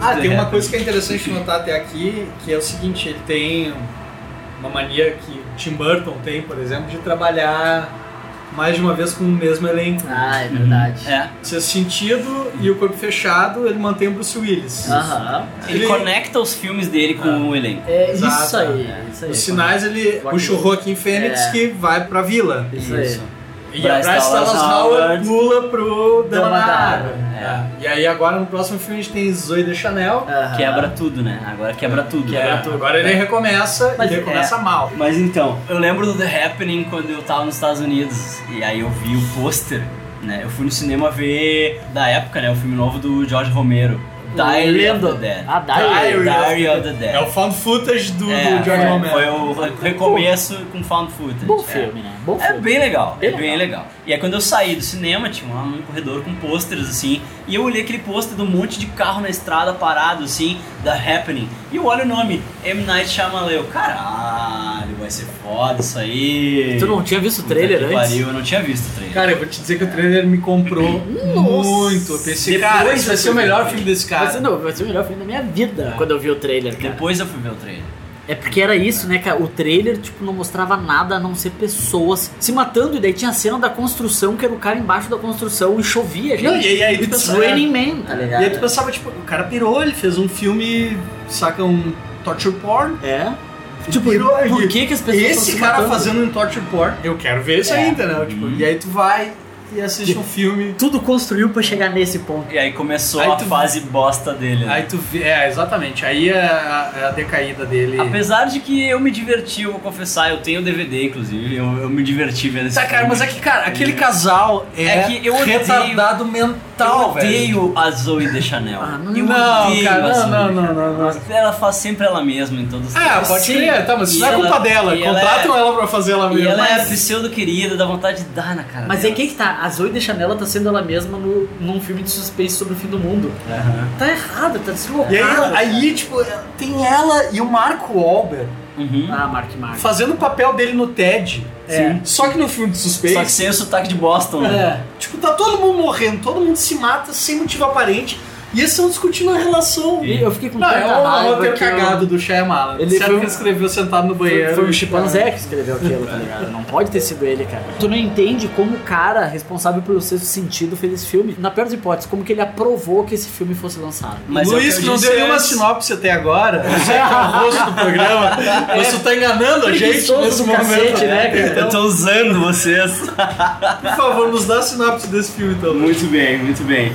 [SPEAKER 4] Ah, tem uma coisa que é interessante notar até aqui, que é o seguinte, ele tem uma mania que o Tim Burton tem, por exemplo, de trabalhar mais de uma vez com o mesmo elenco.
[SPEAKER 2] Ah, é verdade.
[SPEAKER 1] É.
[SPEAKER 4] Sexto Sentido e O Corpo Fechado, ele mantém o Bruce Willis.
[SPEAKER 2] Aham.
[SPEAKER 1] Ele,
[SPEAKER 4] Ele-
[SPEAKER 1] conecta os filmes dele com o elenco.
[SPEAKER 2] É
[SPEAKER 4] Exato,
[SPEAKER 2] isso aí.
[SPEAKER 4] é.
[SPEAKER 2] Isso aí.
[SPEAKER 4] Os sinais ele
[SPEAKER 2] Joaquim.
[SPEAKER 4] puxa o Joaquim Fênix
[SPEAKER 2] É.
[SPEAKER 4] que vai pra vila.
[SPEAKER 2] Isso aí.
[SPEAKER 4] E
[SPEAKER 1] Bryce
[SPEAKER 4] a Bryce Dallas
[SPEAKER 1] Dallas
[SPEAKER 4] Howard
[SPEAKER 1] Howard.
[SPEAKER 4] pula pro Dama
[SPEAKER 2] Dama
[SPEAKER 4] na
[SPEAKER 2] da
[SPEAKER 4] Água.
[SPEAKER 2] Água,
[SPEAKER 4] É. E aí agora no próximo filme a gente tem Zoe de Chanel.
[SPEAKER 2] Aham.
[SPEAKER 1] Quebra tudo, né? Agora quebra tudo.
[SPEAKER 4] É, Agora ele recomeça
[SPEAKER 1] Mas
[SPEAKER 4] e recomeça
[SPEAKER 1] é.
[SPEAKER 4] mal.
[SPEAKER 1] Mas então, eu lembro do The Happening quando eu tava nos Estados Unidos. E aí eu vi o pôster, né? Eu fui no cinema ver, da época, né? O filme novo do George Romero. Diary of
[SPEAKER 2] Lendo.
[SPEAKER 1] the Dead.
[SPEAKER 2] Ah, Diary.
[SPEAKER 1] Diary of the Dead.
[SPEAKER 4] É o found footage do, do George
[SPEAKER 1] é,
[SPEAKER 4] Romero.
[SPEAKER 1] Foi o re- recomeço com found footage.
[SPEAKER 2] Bom
[SPEAKER 1] É.
[SPEAKER 2] filme, né? Bom
[SPEAKER 1] É
[SPEAKER 2] filme.
[SPEAKER 1] bem legal,
[SPEAKER 2] Bem
[SPEAKER 1] é bem legal. E aí quando eu saí do cinema, tinha lá um corredor com pôsteres assim, e eu olhei aquele pôster de um monte de carro na estrada parado assim, da Happening. E eu olho o nome, M. Night Shyamalan, eu, caralho, vai ser foda isso aí.
[SPEAKER 2] Tu não tinha visto o
[SPEAKER 1] Puta
[SPEAKER 2] trailer
[SPEAKER 1] que
[SPEAKER 2] antes?
[SPEAKER 1] Pariu, eu não tinha visto o trailer.
[SPEAKER 4] Cara, eu vou te dizer que o trailer me comprou muito. Eu pensei,
[SPEAKER 1] Depois
[SPEAKER 4] cara, esse vai
[SPEAKER 1] eu
[SPEAKER 4] ser o
[SPEAKER 1] fui
[SPEAKER 4] melhor
[SPEAKER 1] ver.
[SPEAKER 4] filme desse
[SPEAKER 2] Vai ser,
[SPEAKER 4] cara.
[SPEAKER 2] não, vai ser o melhor filme da minha vida quando eu vi o trailer, cara.
[SPEAKER 1] Depois eu fui ver o trailer.
[SPEAKER 2] É porque era isso, né, cara? O trailer, tipo, não mostrava nada a não ser pessoas se matando. E daí tinha a cena da construção, que era o cara embaixo da construção e chovia, gente.
[SPEAKER 4] Não, e aí- aí tu
[SPEAKER 2] It's
[SPEAKER 4] pensava-
[SPEAKER 2] Raining Man, tá
[SPEAKER 4] E
[SPEAKER 2] ligado?
[SPEAKER 4] aí tu pensava, tipo, o cara pirou, ele fez um filme, saca um torture porn.
[SPEAKER 2] É. Tipo,
[SPEAKER 4] Virou aí.
[SPEAKER 2] por que que as pessoas tão
[SPEAKER 4] Esse
[SPEAKER 2] se
[SPEAKER 4] cara
[SPEAKER 2] matando?
[SPEAKER 4] fazendo um torture porn, eu quero ver isso
[SPEAKER 2] É.
[SPEAKER 4] ainda, né? Tipo, E aí tu vai e assiste um filme.
[SPEAKER 2] Tudo construiu pra chegar nesse ponto.
[SPEAKER 1] E aí começou
[SPEAKER 4] Aí
[SPEAKER 1] a
[SPEAKER 4] tu-
[SPEAKER 1] fase bosta dele. né?
[SPEAKER 4] Aí tu vê, é, exatamente. Aí é a, é a decaída dele.
[SPEAKER 1] Apesar de que eu me diverti, eu vou confessar, eu tenho o DVD, inclusive, eu, eu me diverti vendo esse
[SPEAKER 4] Tá, cara,
[SPEAKER 1] filme.
[SPEAKER 4] mas é que, cara, aquele casal é,
[SPEAKER 1] É que eu odeio-
[SPEAKER 4] retardado mental,
[SPEAKER 1] eu
[SPEAKER 4] tá, velho.
[SPEAKER 1] odeio a Zoe de Chanel.
[SPEAKER 2] Ah,
[SPEAKER 1] eu
[SPEAKER 4] não,
[SPEAKER 1] odeio assim,
[SPEAKER 4] cara,
[SPEAKER 1] a
[SPEAKER 4] não,
[SPEAKER 1] Zoe
[SPEAKER 4] não,
[SPEAKER 1] de
[SPEAKER 4] não,
[SPEAKER 1] Chanel.
[SPEAKER 4] não,
[SPEAKER 1] Ela faz sempre ela mesma em todos os
[SPEAKER 4] Ah,
[SPEAKER 1] filmes.
[SPEAKER 4] pode
[SPEAKER 1] Sim.
[SPEAKER 4] crer, tá, mas
[SPEAKER 1] E
[SPEAKER 4] isso não é culpa dela.
[SPEAKER 1] e ela
[SPEAKER 4] Contratam
[SPEAKER 1] é-
[SPEAKER 4] ela pra fazer ela
[SPEAKER 1] E
[SPEAKER 4] mesma.
[SPEAKER 1] ela é
[SPEAKER 4] Mas-
[SPEAKER 1] pseudo querida, dá vontade de dar na cara.
[SPEAKER 2] Mas é
[SPEAKER 1] dela.
[SPEAKER 2] que aí que tá, a Zoe de Chanel ela tá sendo ela mesma no, num filme de suspense sobre o fim do mundo.
[SPEAKER 1] Aham.
[SPEAKER 2] Tá errado, tá deslocado.
[SPEAKER 4] E aí, aí, tipo, tem ela e o Marco Wahlberg
[SPEAKER 1] Uhum.
[SPEAKER 2] Ah, Mark Mark.
[SPEAKER 4] fazendo o papel dele no TED.
[SPEAKER 2] É.
[SPEAKER 4] Só que no filme de
[SPEAKER 1] Só que
[SPEAKER 4] suspeito.
[SPEAKER 1] sem o sotaque de Boston, né?
[SPEAKER 2] É.
[SPEAKER 4] Tipo, tá todo mundo morrendo, todo mundo se mata sem motivo aparente. E eles estão discutindo a relação.
[SPEAKER 2] E eu fiquei com
[SPEAKER 4] Não,
[SPEAKER 2] tanta
[SPEAKER 4] é o
[SPEAKER 2] raiva
[SPEAKER 4] roteiro
[SPEAKER 2] que eu-
[SPEAKER 4] cagado do Shyamalan.
[SPEAKER 2] Ele
[SPEAKER 4] Ele Será
[SPEAKER 2] foi
[SPEAKER 4] que
[SPEAKER 2] um-
[SPEAKER 4] ele escreveu sentado no
[SPEAKER 2] Foi,
[SPEAKER 4] banheiro?
[SPEAKER 2] foi o
[SPEAKER 4] e-
[SPEAKER 2] chimpanzé que escreveu aquilo, tá ligado? Não pode ter sido ele, cara. Tu não entende como o cara responsável pelo sexto sentido fez esse filme. Na pior das hipóteses, como que ele aprovou que esse filme fosse lançado.
[SPEAKER 1] Mas é o
[SPEAKER 4] Luiz,
[SPEAKER 1] eu
[SPEAKER 4] que não
[SPEAKER 1] disse
[SPEAKER 4] deu nenhuma
[SPEAKER 1] antes.
[SPEAKER 4] sinopse até agora, eu sei que é o rosto do programa, mas tu tá enganando a gente
[SPEAKER 2] É. Preguiçoso
[SPEAKER 4] nesse
[SPEAKER 2] do
[SPEAKER 4] momento.
[SPEAKER 2] cacete, né, cara?
[SPEAKER 4] então.
[SPEAKER 1] Eu tô usando vocês.
[SPEAKER 4] Por favor, nos dá a sinopse desse filme, então. Luiz.
[SPEAKER 1] Muito bem, muito bem.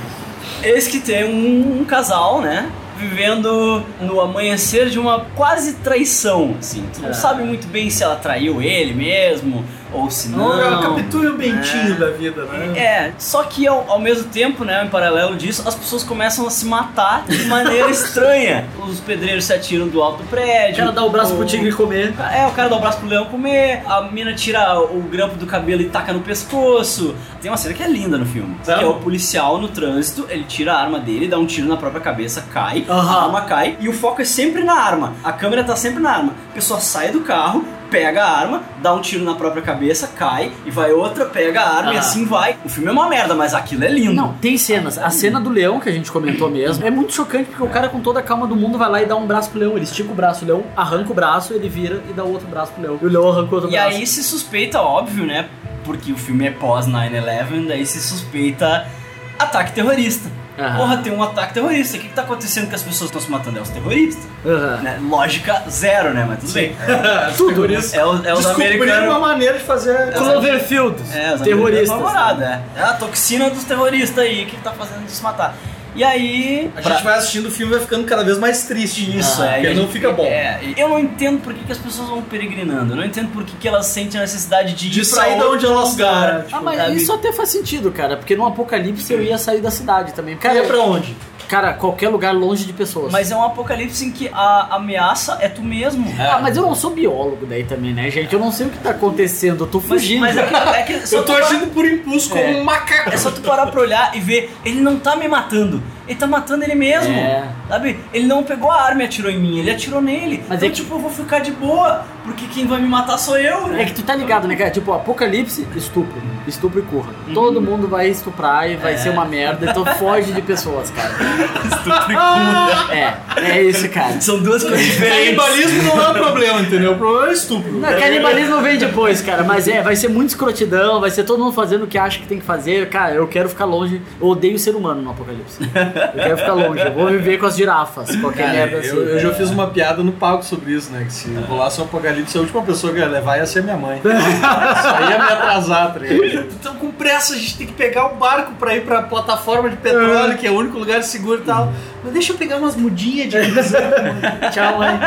[SPEAKER 1] Eis que tem um, um casal, né? Vivendo no amanhecer de uma quase traição, assim.
[SPEAKER 4] É.
[SPEAKER 1] Tu não sabe muito bem se ela traiu ele mesmo, ou se não.
[SPEAKER 4] Não, é o Capitulho Bentinho da vida, né?
[SPEAKER 1] É, só que ao, ao mesmo tempo, né, em paralelo disso, as pessoas começam a se matar de maneira estranha. Os pedreiros se atiram do alto do prédio.
[SPEAKER 2] O cara dá o braço um pro tigre comer.
[SPEAKER 1] É, o cara dá o braço pro leão comer, a mina tira o grampo do cabelo e taca no pescoço. Tem uma cena que é linda no filme. Que é o policial no trânsito, ele tira a arma dele, dá um tiro na própria cabeça, cai. caem. A arma cai e o foco é sempre na arma. A câmera tá sempre na arma. A pessoa sai do carro, pega a arma, dá um tiro na própria cabeça, cai e vai outra, pega a arma e
[SPEAKER 2] Ah.
[SPEAKER 1] assim vai. O filme é uma merda, mas aquilo é lindo.
[SPEAKER 2] Não, tem cenas. A cena do leão que a gente comentou mesmo é muito chocante porque o cara com toda a calma do mundo vai lá e dá um braço pro leão, ele estica o braço, o leão arranca o braço, ele vira e dá o outro braço pro leão. E o leão arranca o outro
[SPEAKER 1] E
[SPEAKER 2] braço.
[SPEAKER 1] aí se suspeita, óbvio, né? Porque o filme é pós 9-11, daí se suspeita ataque terrorista.
[SPEAKER 2] Aham.
[SPEAKER 1] Porra, tem um ataque terrorista. O que, que tá acontecendo que as pessoas estão se matando? É os terroristas.
[SPEAKER 2] Aham.
[SPEAKER 1] Né? Lógica zero, né? Mas tudo bem.
[SPEAKER 2] Tudo.
[SPEAKER 1] É, o, é os
[SPEAKER 4] Descobriram uma
[SPEAKER 1] americanos.
[SPEAKER 4] maneira de fazer.
[SPEAKER 2] Cloverfield.
[SPEAKER 1] É, os
[SPEAKER 2] terroristas.
[SPEAKER 1] terroristas. Né? É a toxina dos terroristas aí. O que, que tá fazendo eles se matar? E aí.
[SPEAKER 4] A
[SPEAKER 1] pra-
[SPEAKER 4] gente vai assistindo o filme e vai ficando cada vez mais triste Ah,
[SPEAKER 1] Isso, é. e a
[SPEAKER 4] Porque não
[SPEAKER 1] gente-
[SPEAKER 4] fica bom.
[SPEAKER 1] é, e eu não entendo por que, que as pessoas vão peregrinando. Eu não entendo por que, que elas sentem a necessidade de,
[SPEAKER 4] De
[SPEAKER 1] ir pra
[SPEAKER 4] sair de
[SPEAKER 1] outro
[SPEAKER 4] onde elas estão.
[SPEAKER 1] lugar.
[SPEAKER 4] é né?
[SPEAKER 2] Ah,
[SPEAKER 4] Tipo,
[SPEAKER 2] mas
[SPEAKER 1] sabe?
[SPEAKER 2] isso até faz sentido, cara, porque no apocalipse eu ia sair da cidade também. Cara,
[SPEAKER 4] ia pra onde?
[SPEAKER 2] Cara, qualquer lugar longe de pessoas.
[SPEAKER 1] Mas é um apocalipse em que a ameaça é tu mesmo.
[SPEAKER 2] Ah, mas eu não sou biólogo daí também, né, gente? Eu não sei o que tá acontecendo, eu tô
[SPEAKER 1] Mas,
[SPEAKER 2] fugindo.
[SPEAKER 1] mas é que, é que só
[SPEAKER 4] Eu tô
[SPEAKER 1] tu parar-
[SPEAKER 4] agindo por impulso como
[SPEAKER 1] É.
[SPEAKER 4] um macaco.
[SPEAKER 1] É só tu parar pra olhar e ver, ele não tá me matando. Ele tá matando ele mesmo.
[SPEAKER 2] É.
[SPEAKER 1] Sabe? Ele não pegou a arma e atirou em mim, ele atirou nele.
[SPEAKER 2] Mas
[SPEAKER 1] então,
[SPEAKER 2] é que-
[SPEAKER 1] tipo, eu vou ficar de boa, porque quem vai me matar sou eu, né?
[SPEAKER 2] É que tu tá ligado, né, cara? Tipo, apocalipse, estupro. Estupro e curra. Todo
[SPEAKER 4] Uhum.
[SPEAKER 2] mundo vai estuprar e vai ser
[SPEAKER 4] É.
[SPEAKER 2] uma merda, então foge de pessoas, cara. tá É, é isso, cara.
[SPEAKER 1] São duas coisas diferentes.
[SPEAKER 4] Canibalismo não é o problema, entendeu? O problema é o estupro.
[SPEAKER 2] Não, canibalismo vem depois, cara, mas é, vai ser muito escrotidão, vai ser todo mundo fazendo o que acha que tem que fazer. Cara, eu quero ficar longe, eu odeio o ser humano no apocalipse. Eu quero ficar longe, eu vou viver com as girafas, qualquer
[SPEAKER 4] Cara,
[SPEAKER 2] merda assim.
[SPEAKER 4] eu, eu já fiz uma piada no palco sobre isso, né? Que se rolasse um apocalipse, a última pessoa que eu ia levar ia ser minha mãe. Só ia me atrasar, tá ligado? Então, com pressa, a gente tem que pegar o barco pra ir pra plataforma de petróleo, que é Uhum. o único lugar seguro e tal. Mas deixa eu pegar umas mudinhas de
[SPEAKER 2] Tchau, mãe.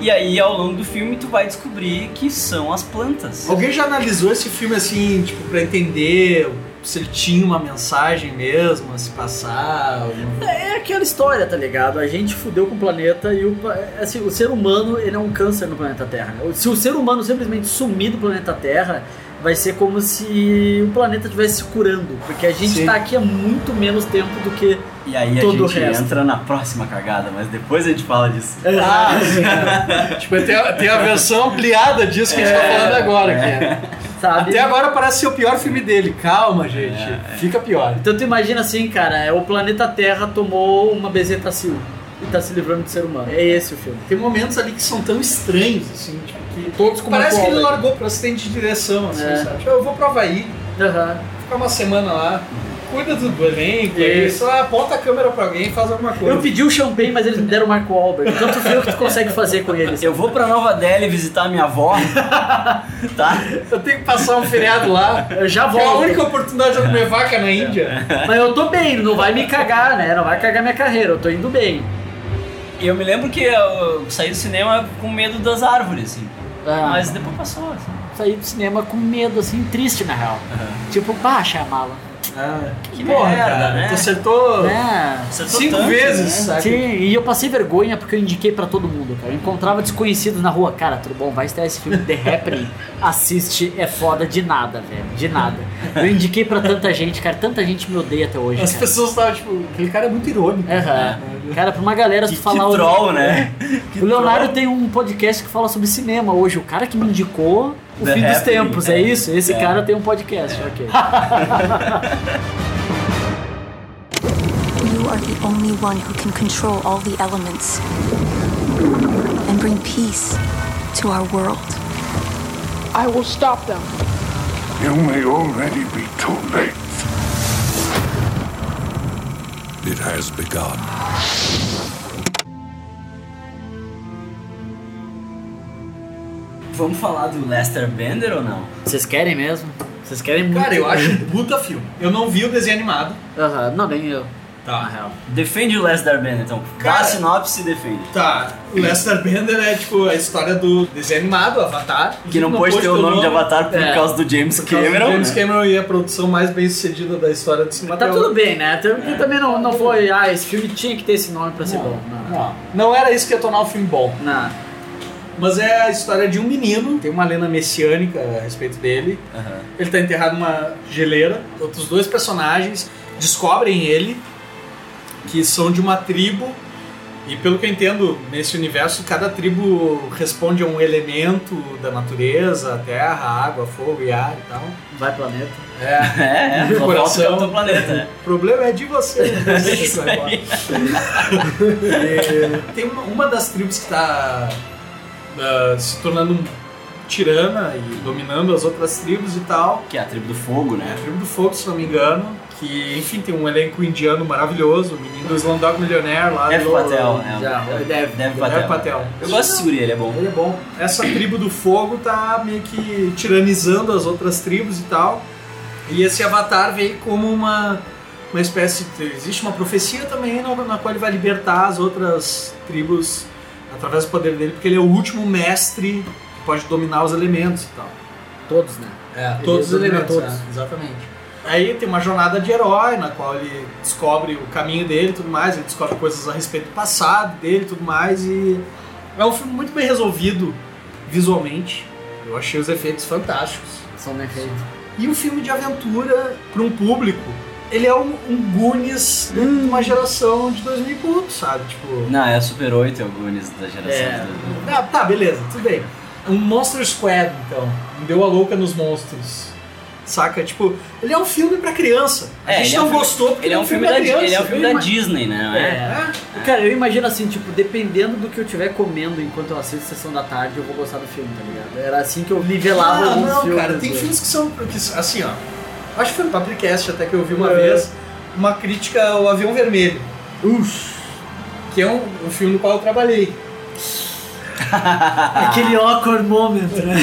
[SPEAKER 1] E aí, ao longo do filme, tu vai descobrir que são as
[SPEAKER 2] Oh,
[SPEAKER 1] plantas.
[SPEAKER 4] Alguém já analisou esse filme assim, tipo, pra entender se ele tinha uma mensagem mesmo a se passar? algum-
[SPEAKER 2] É aquela história, tá ligado? A gente fudeu com o planeta e o, pa- assim, o ser humano ele é um câncer no planeta Terra. né? Se o ser humano simplesmente sumir do planeta Terra, vai ser como se o planeta estivesse se curando. Porque a gente
[SPEAKER 4] Sim.
[SPEAKER 2] tá aqui há muito menos tempo do que.
[SPEAKER 1] E aí
[SPEAKER 2] Todo o
[SPEAKER 1] a gente
[SPEAKER 2] resto.
[SPEAKER 1] entra na próxima cagada, mas depois a gente fala disso.
[SPEAKER 4] É. tipo, tem a, tem a versão ampliada disso que a gente tá falando agora, que é-
[SPEAKER 2] sabe?
[SPEAKER 4] Até agora parece ser o pior filme dele. Calma, gente. Fica pior.
[SPEAKER 2] Então tu imagina assim, cara, é o planeta Terra tomou uma bezetacil e tá se livrando do ser humano. É esse o filme.
[SPEAKER 4] Tem momentos ali que são tão estranhos, assim, tipo, que.
[SPEAKER 2] Todos com uma
[SPEAKER 4] Parece que ele
[SPEAKER 2] cola.
[SPEAKER 4] largou pro assistente de direção, assim,
[SPEAKER 2] É.
[SPEAKER 4] sabe? Tipo, eu vou pro Havaí,
[SPEAKER 2] Aham.
[SPEAKER 4] ficar uma semana lá, cuida do elenco, aí
[SPEAKER 2] Isso.
[SPEAKER 4] só aponta a câmera pra alguém e faz alguma coisa.
[SPEAKER 2] Eu pedi o champanhe, mas eles me deram o Marco Albert. Então tu vê o que tu consegue fazer com eles.
[SPEAKER 1] Eu vou pra Nova Delhi visitar a minha avó, tá?
[SPEAKER 4] Eu tenho que passar um feriado lá.
[SPEAKER 2] Eu já
[SPEAKER 4] Foi a
[SPEAKER 2] volto.
[SPEAKER 4] única oportunidade de eu comer vaca na Índia.
[SPEAKER 2] Mas eu tô bem, não vai me cagar, né? Não vai cagar minha carreira, eu tô indo bem.
[SPEAKER 1] E eu me lembro que eu saí do cinema com medo das árvores, assim.
[SPEAKER 2] Ah.
[SPEAKER 1] Mas depois passou, assim.
[SPEAKER 2] Saí do cinema com medo, assim, triste na real. Tipo, baixa a mala.
[SPEAKER 1] Que
[SPEAKER 4] Ah, Porra,
[SPEAKER 1] merda,
[SPEAKER 4] cara,
[SPEAKER 1] né?
[SPEAKER 4] tu acertou
[SPEAKER 2] É.
[SPEAKER 1] Acertou
[SPEAKER 4] cinco
[SPEAKER 1] tanto,
[SPEAKER 4] vezes,
[SPEAKER 1] né?
[SPEAKER 4] sabe?
[SPEAKER 2] Sim, e eu passei vergonha porque eu indiquei pra todo mundo, cara. Eu encontrava desconhecidos na rua. Cara, tudo bom, vai estrear esse filme The Happening. Assiste, é foda de nada, velho. De nada. Eu indiquei pra tanta gente, cara. Tanta gente me odeia até hoje.
[SPEAKER 4] As
[SPEAKER 2] Cara.
[SPEAKER 4] pessoas estavam tipo, aquele cara é muito irônico.
[SPEAKER 2] Aham. Cara, pra uma galera, se
[SPEAKER 1] Que,
[SPEAKER 2] tu falar.
[SPEAKER 1] que troll, né? Que
[SPEAKER 2] o Leonardo
[SPEAKER 1] troll.
[SPEAKER 2] tem um podcast que fala sobre cinema hoje. O cara que me indicou o
[SPEAKER 1] The
[SPEAKER 2] fim dos
[SPEAKER 1] Happening,
[SPEAKER 2] tempos, é,
[SPEAKER 1] é.
[SPEAKER 2] isso? Esse
[SPEAKER 1] É.
[SPEAKER 2] cara tem um podcast, ok.
[SPEAKER 12] You are the only one who can control all the elements and bring peace to our world.
[SPEAKER 9] I will stop them.
[SPEAKER 3] You may already be too late.
[SPEAKER 10] It has begun.
[SPEAKER 1] Vamos falar do Lester Bender ou não?
[SPEAKER 2] Vocês querem mesmo? Vocês querem muito?
[SPEAKER 4] Cara, eu acho um puta filme. Eu não vi o desenho animado.
[SPEAKER 2] Aham, não, nem eu. Na
[SPEAKER 4] Tá.
[SPEAKER 2] real.
[SPEAKER 1] Defende o Lester Bender, então. Dá
[SPEAKER 4] Cara-
[SPEAKER 1] a sinopse e defende.
[SPEAKER 4] Tá. O Lester Bender é tipo a história do desenho animado, Avatar.
[SPEAKER 1] Que não, pode ter o nome de Avatar por
[SPEAKER 2] É.
[SPEAKER 1] causa do James
[SPEAKER 4] por causa do
[SPEAKER 1] Cameron.
[SPEAKER 4] James
[SPEAKER 1] né?
[SPEAKER 4] Cameron e a produção mais bem sucedida da história do cinema.
[SPEAKER 2] Mas tá tudo bem, né? Tam- Também não, não foi, ah, esse filme tinha que ter esse nome pra ser bom. Não, não.
[SPEAKER 4] Não, não era isso que ia tornar o filme bom.
[SPEAKER 2] Não.
[SPEAKER 4] Mas é a história de um menino, tem uma lenda messiânica a respeito dele. Ele tá enterrado numa geleira. Outros dois personagens. descobrem ele, que são de uma tribo, e pelo que eu entendo, nesse universo, cada tribo responde a um elemento da natureza, terra, água, fogo e ar e tal.
[SPEAKER 2] Vai planeta.
[SPEAKER 4] É,
[SPEAKER 1] É,
[SPEAKER 4] meu
[SPEAKER 1] só
[SPEAKER 4] coração.
[SPEAKER 1] falta o teu planeta, né?
[SPEAKER 4] O problema é de você. né? Isso vai embora. E É, tem uma, uma das tribos que está se tornando um tirana e dominando as outras tribos e tal.
[SPEAKER 1] Que é a tribo do fogo, né?
[SPEAKER 4] A tribo do fogo, se não me engano. Que, enfim, tem um elenco indiano maravilhoso. O menino do Slumdog Millionaire lá.
[SPEAKER 1] Dev
[SPEAKER 4] do-
[SPEAKER 1] Patel, né?
[SPEAKER 4] Já,
[SPEAKER 1] Dev-
[SPEAKER 4] o Dev,
[SPEAKER 1] Dev
[SPEAKER 4] Dev
[SPEAKER 1] Patel.
[SPEAKER 4] Patel.
[SPEAKER 1] Eu gosto desse guri, ele é bom.
[SPEAKER 4] Ele é bom. Essa tribo do fogo tá meio que tiranizando as outras tribos e tal. E esse avatar veio como uma, uma espécie. de- Existe uma profecia também na, na qual ele vai libertar as outras tribos através do poder dele, porque ele é o último mestre que pode dominar os elementos e tal.
[SPEAKER 2] Todos, né?
[SPEAKER 4] É,
[SPEAKER 2] Ele
[SPEAKER 4] todos os
[SPEAKER 2] domina
[SPEAKER 4] elementos.
[SPEAKER 2] todos. é.
[SPEAKER 4] né? Exatamente. Aí tem uma jornada de herói na qual ele descobre o caminho dele e tudo mais, ele descobre coisas a respeito do passado dele e tudo mais. E é um filme muito bem resolvido visualmente. Eu achei os efeitos fantásticos.
[SPEAKER 2] São bem feitos.
[SPEAKER 4] E um filme de aventura para um público. Ele é um, um Goonies de uma geração de 2000 e pouco, sabe? Tipo,
[SPEAKER 1] Não, é Super 8 é o Goonies da geração
[SPEAKER 4] É.
[SPEAKER 1] de 2000.
[SPEAKER 4] ah, tá, beleza, tudo bem. É Um Monster Squad, então. Deu a louca nos monstros. Saca? Tipo, ele é um filme pra criança. A
[SPEAKER 1] É,
[SPEAKER 4] gente
[SPEAKER 1] ele é
[SPEAKER 4] não
[SPEAKER 1] um filme-
[SPEAKER 4] gostou porque
[SPEAKER 1] ele é um filme
[SPEAKER 4] pra
[SPEAKER 1] da-
[SPEAKER 4] criança.
[SPEAKER 1] ele é um filme
[SPEAKER 4] Eu
[SPEAKER 1] da
[SPEAKER 4] ima-
[SPEAKER 1] Disney, né? Não é?
[SPEAKER 2] É. Cara, eu imagino assim, tipo, dependendo do que eu estiver comendo enquanto eu assisto Sessão da Tarde, eu vou gostar do filme, tá ligado? Era assim que eu nivelava
[SPEAKER 4] Ah,
[SPEAKER 2] alguns
[SPEAKER 4] não,
[SPEAKER 2] filmes.
[SPEAKER 4] cara, tem
[SPEAKER 2] né?
[SPEAKER 4] filmes que são. que são- assim, ó. Acho que foi no Papricast até que eu vi uma vez uma crítica ao Avião Vermelho. Ux. Que é um, um filme no qual eu trabalhei.
[SPEAKER 2] Aquele awkward moment, né?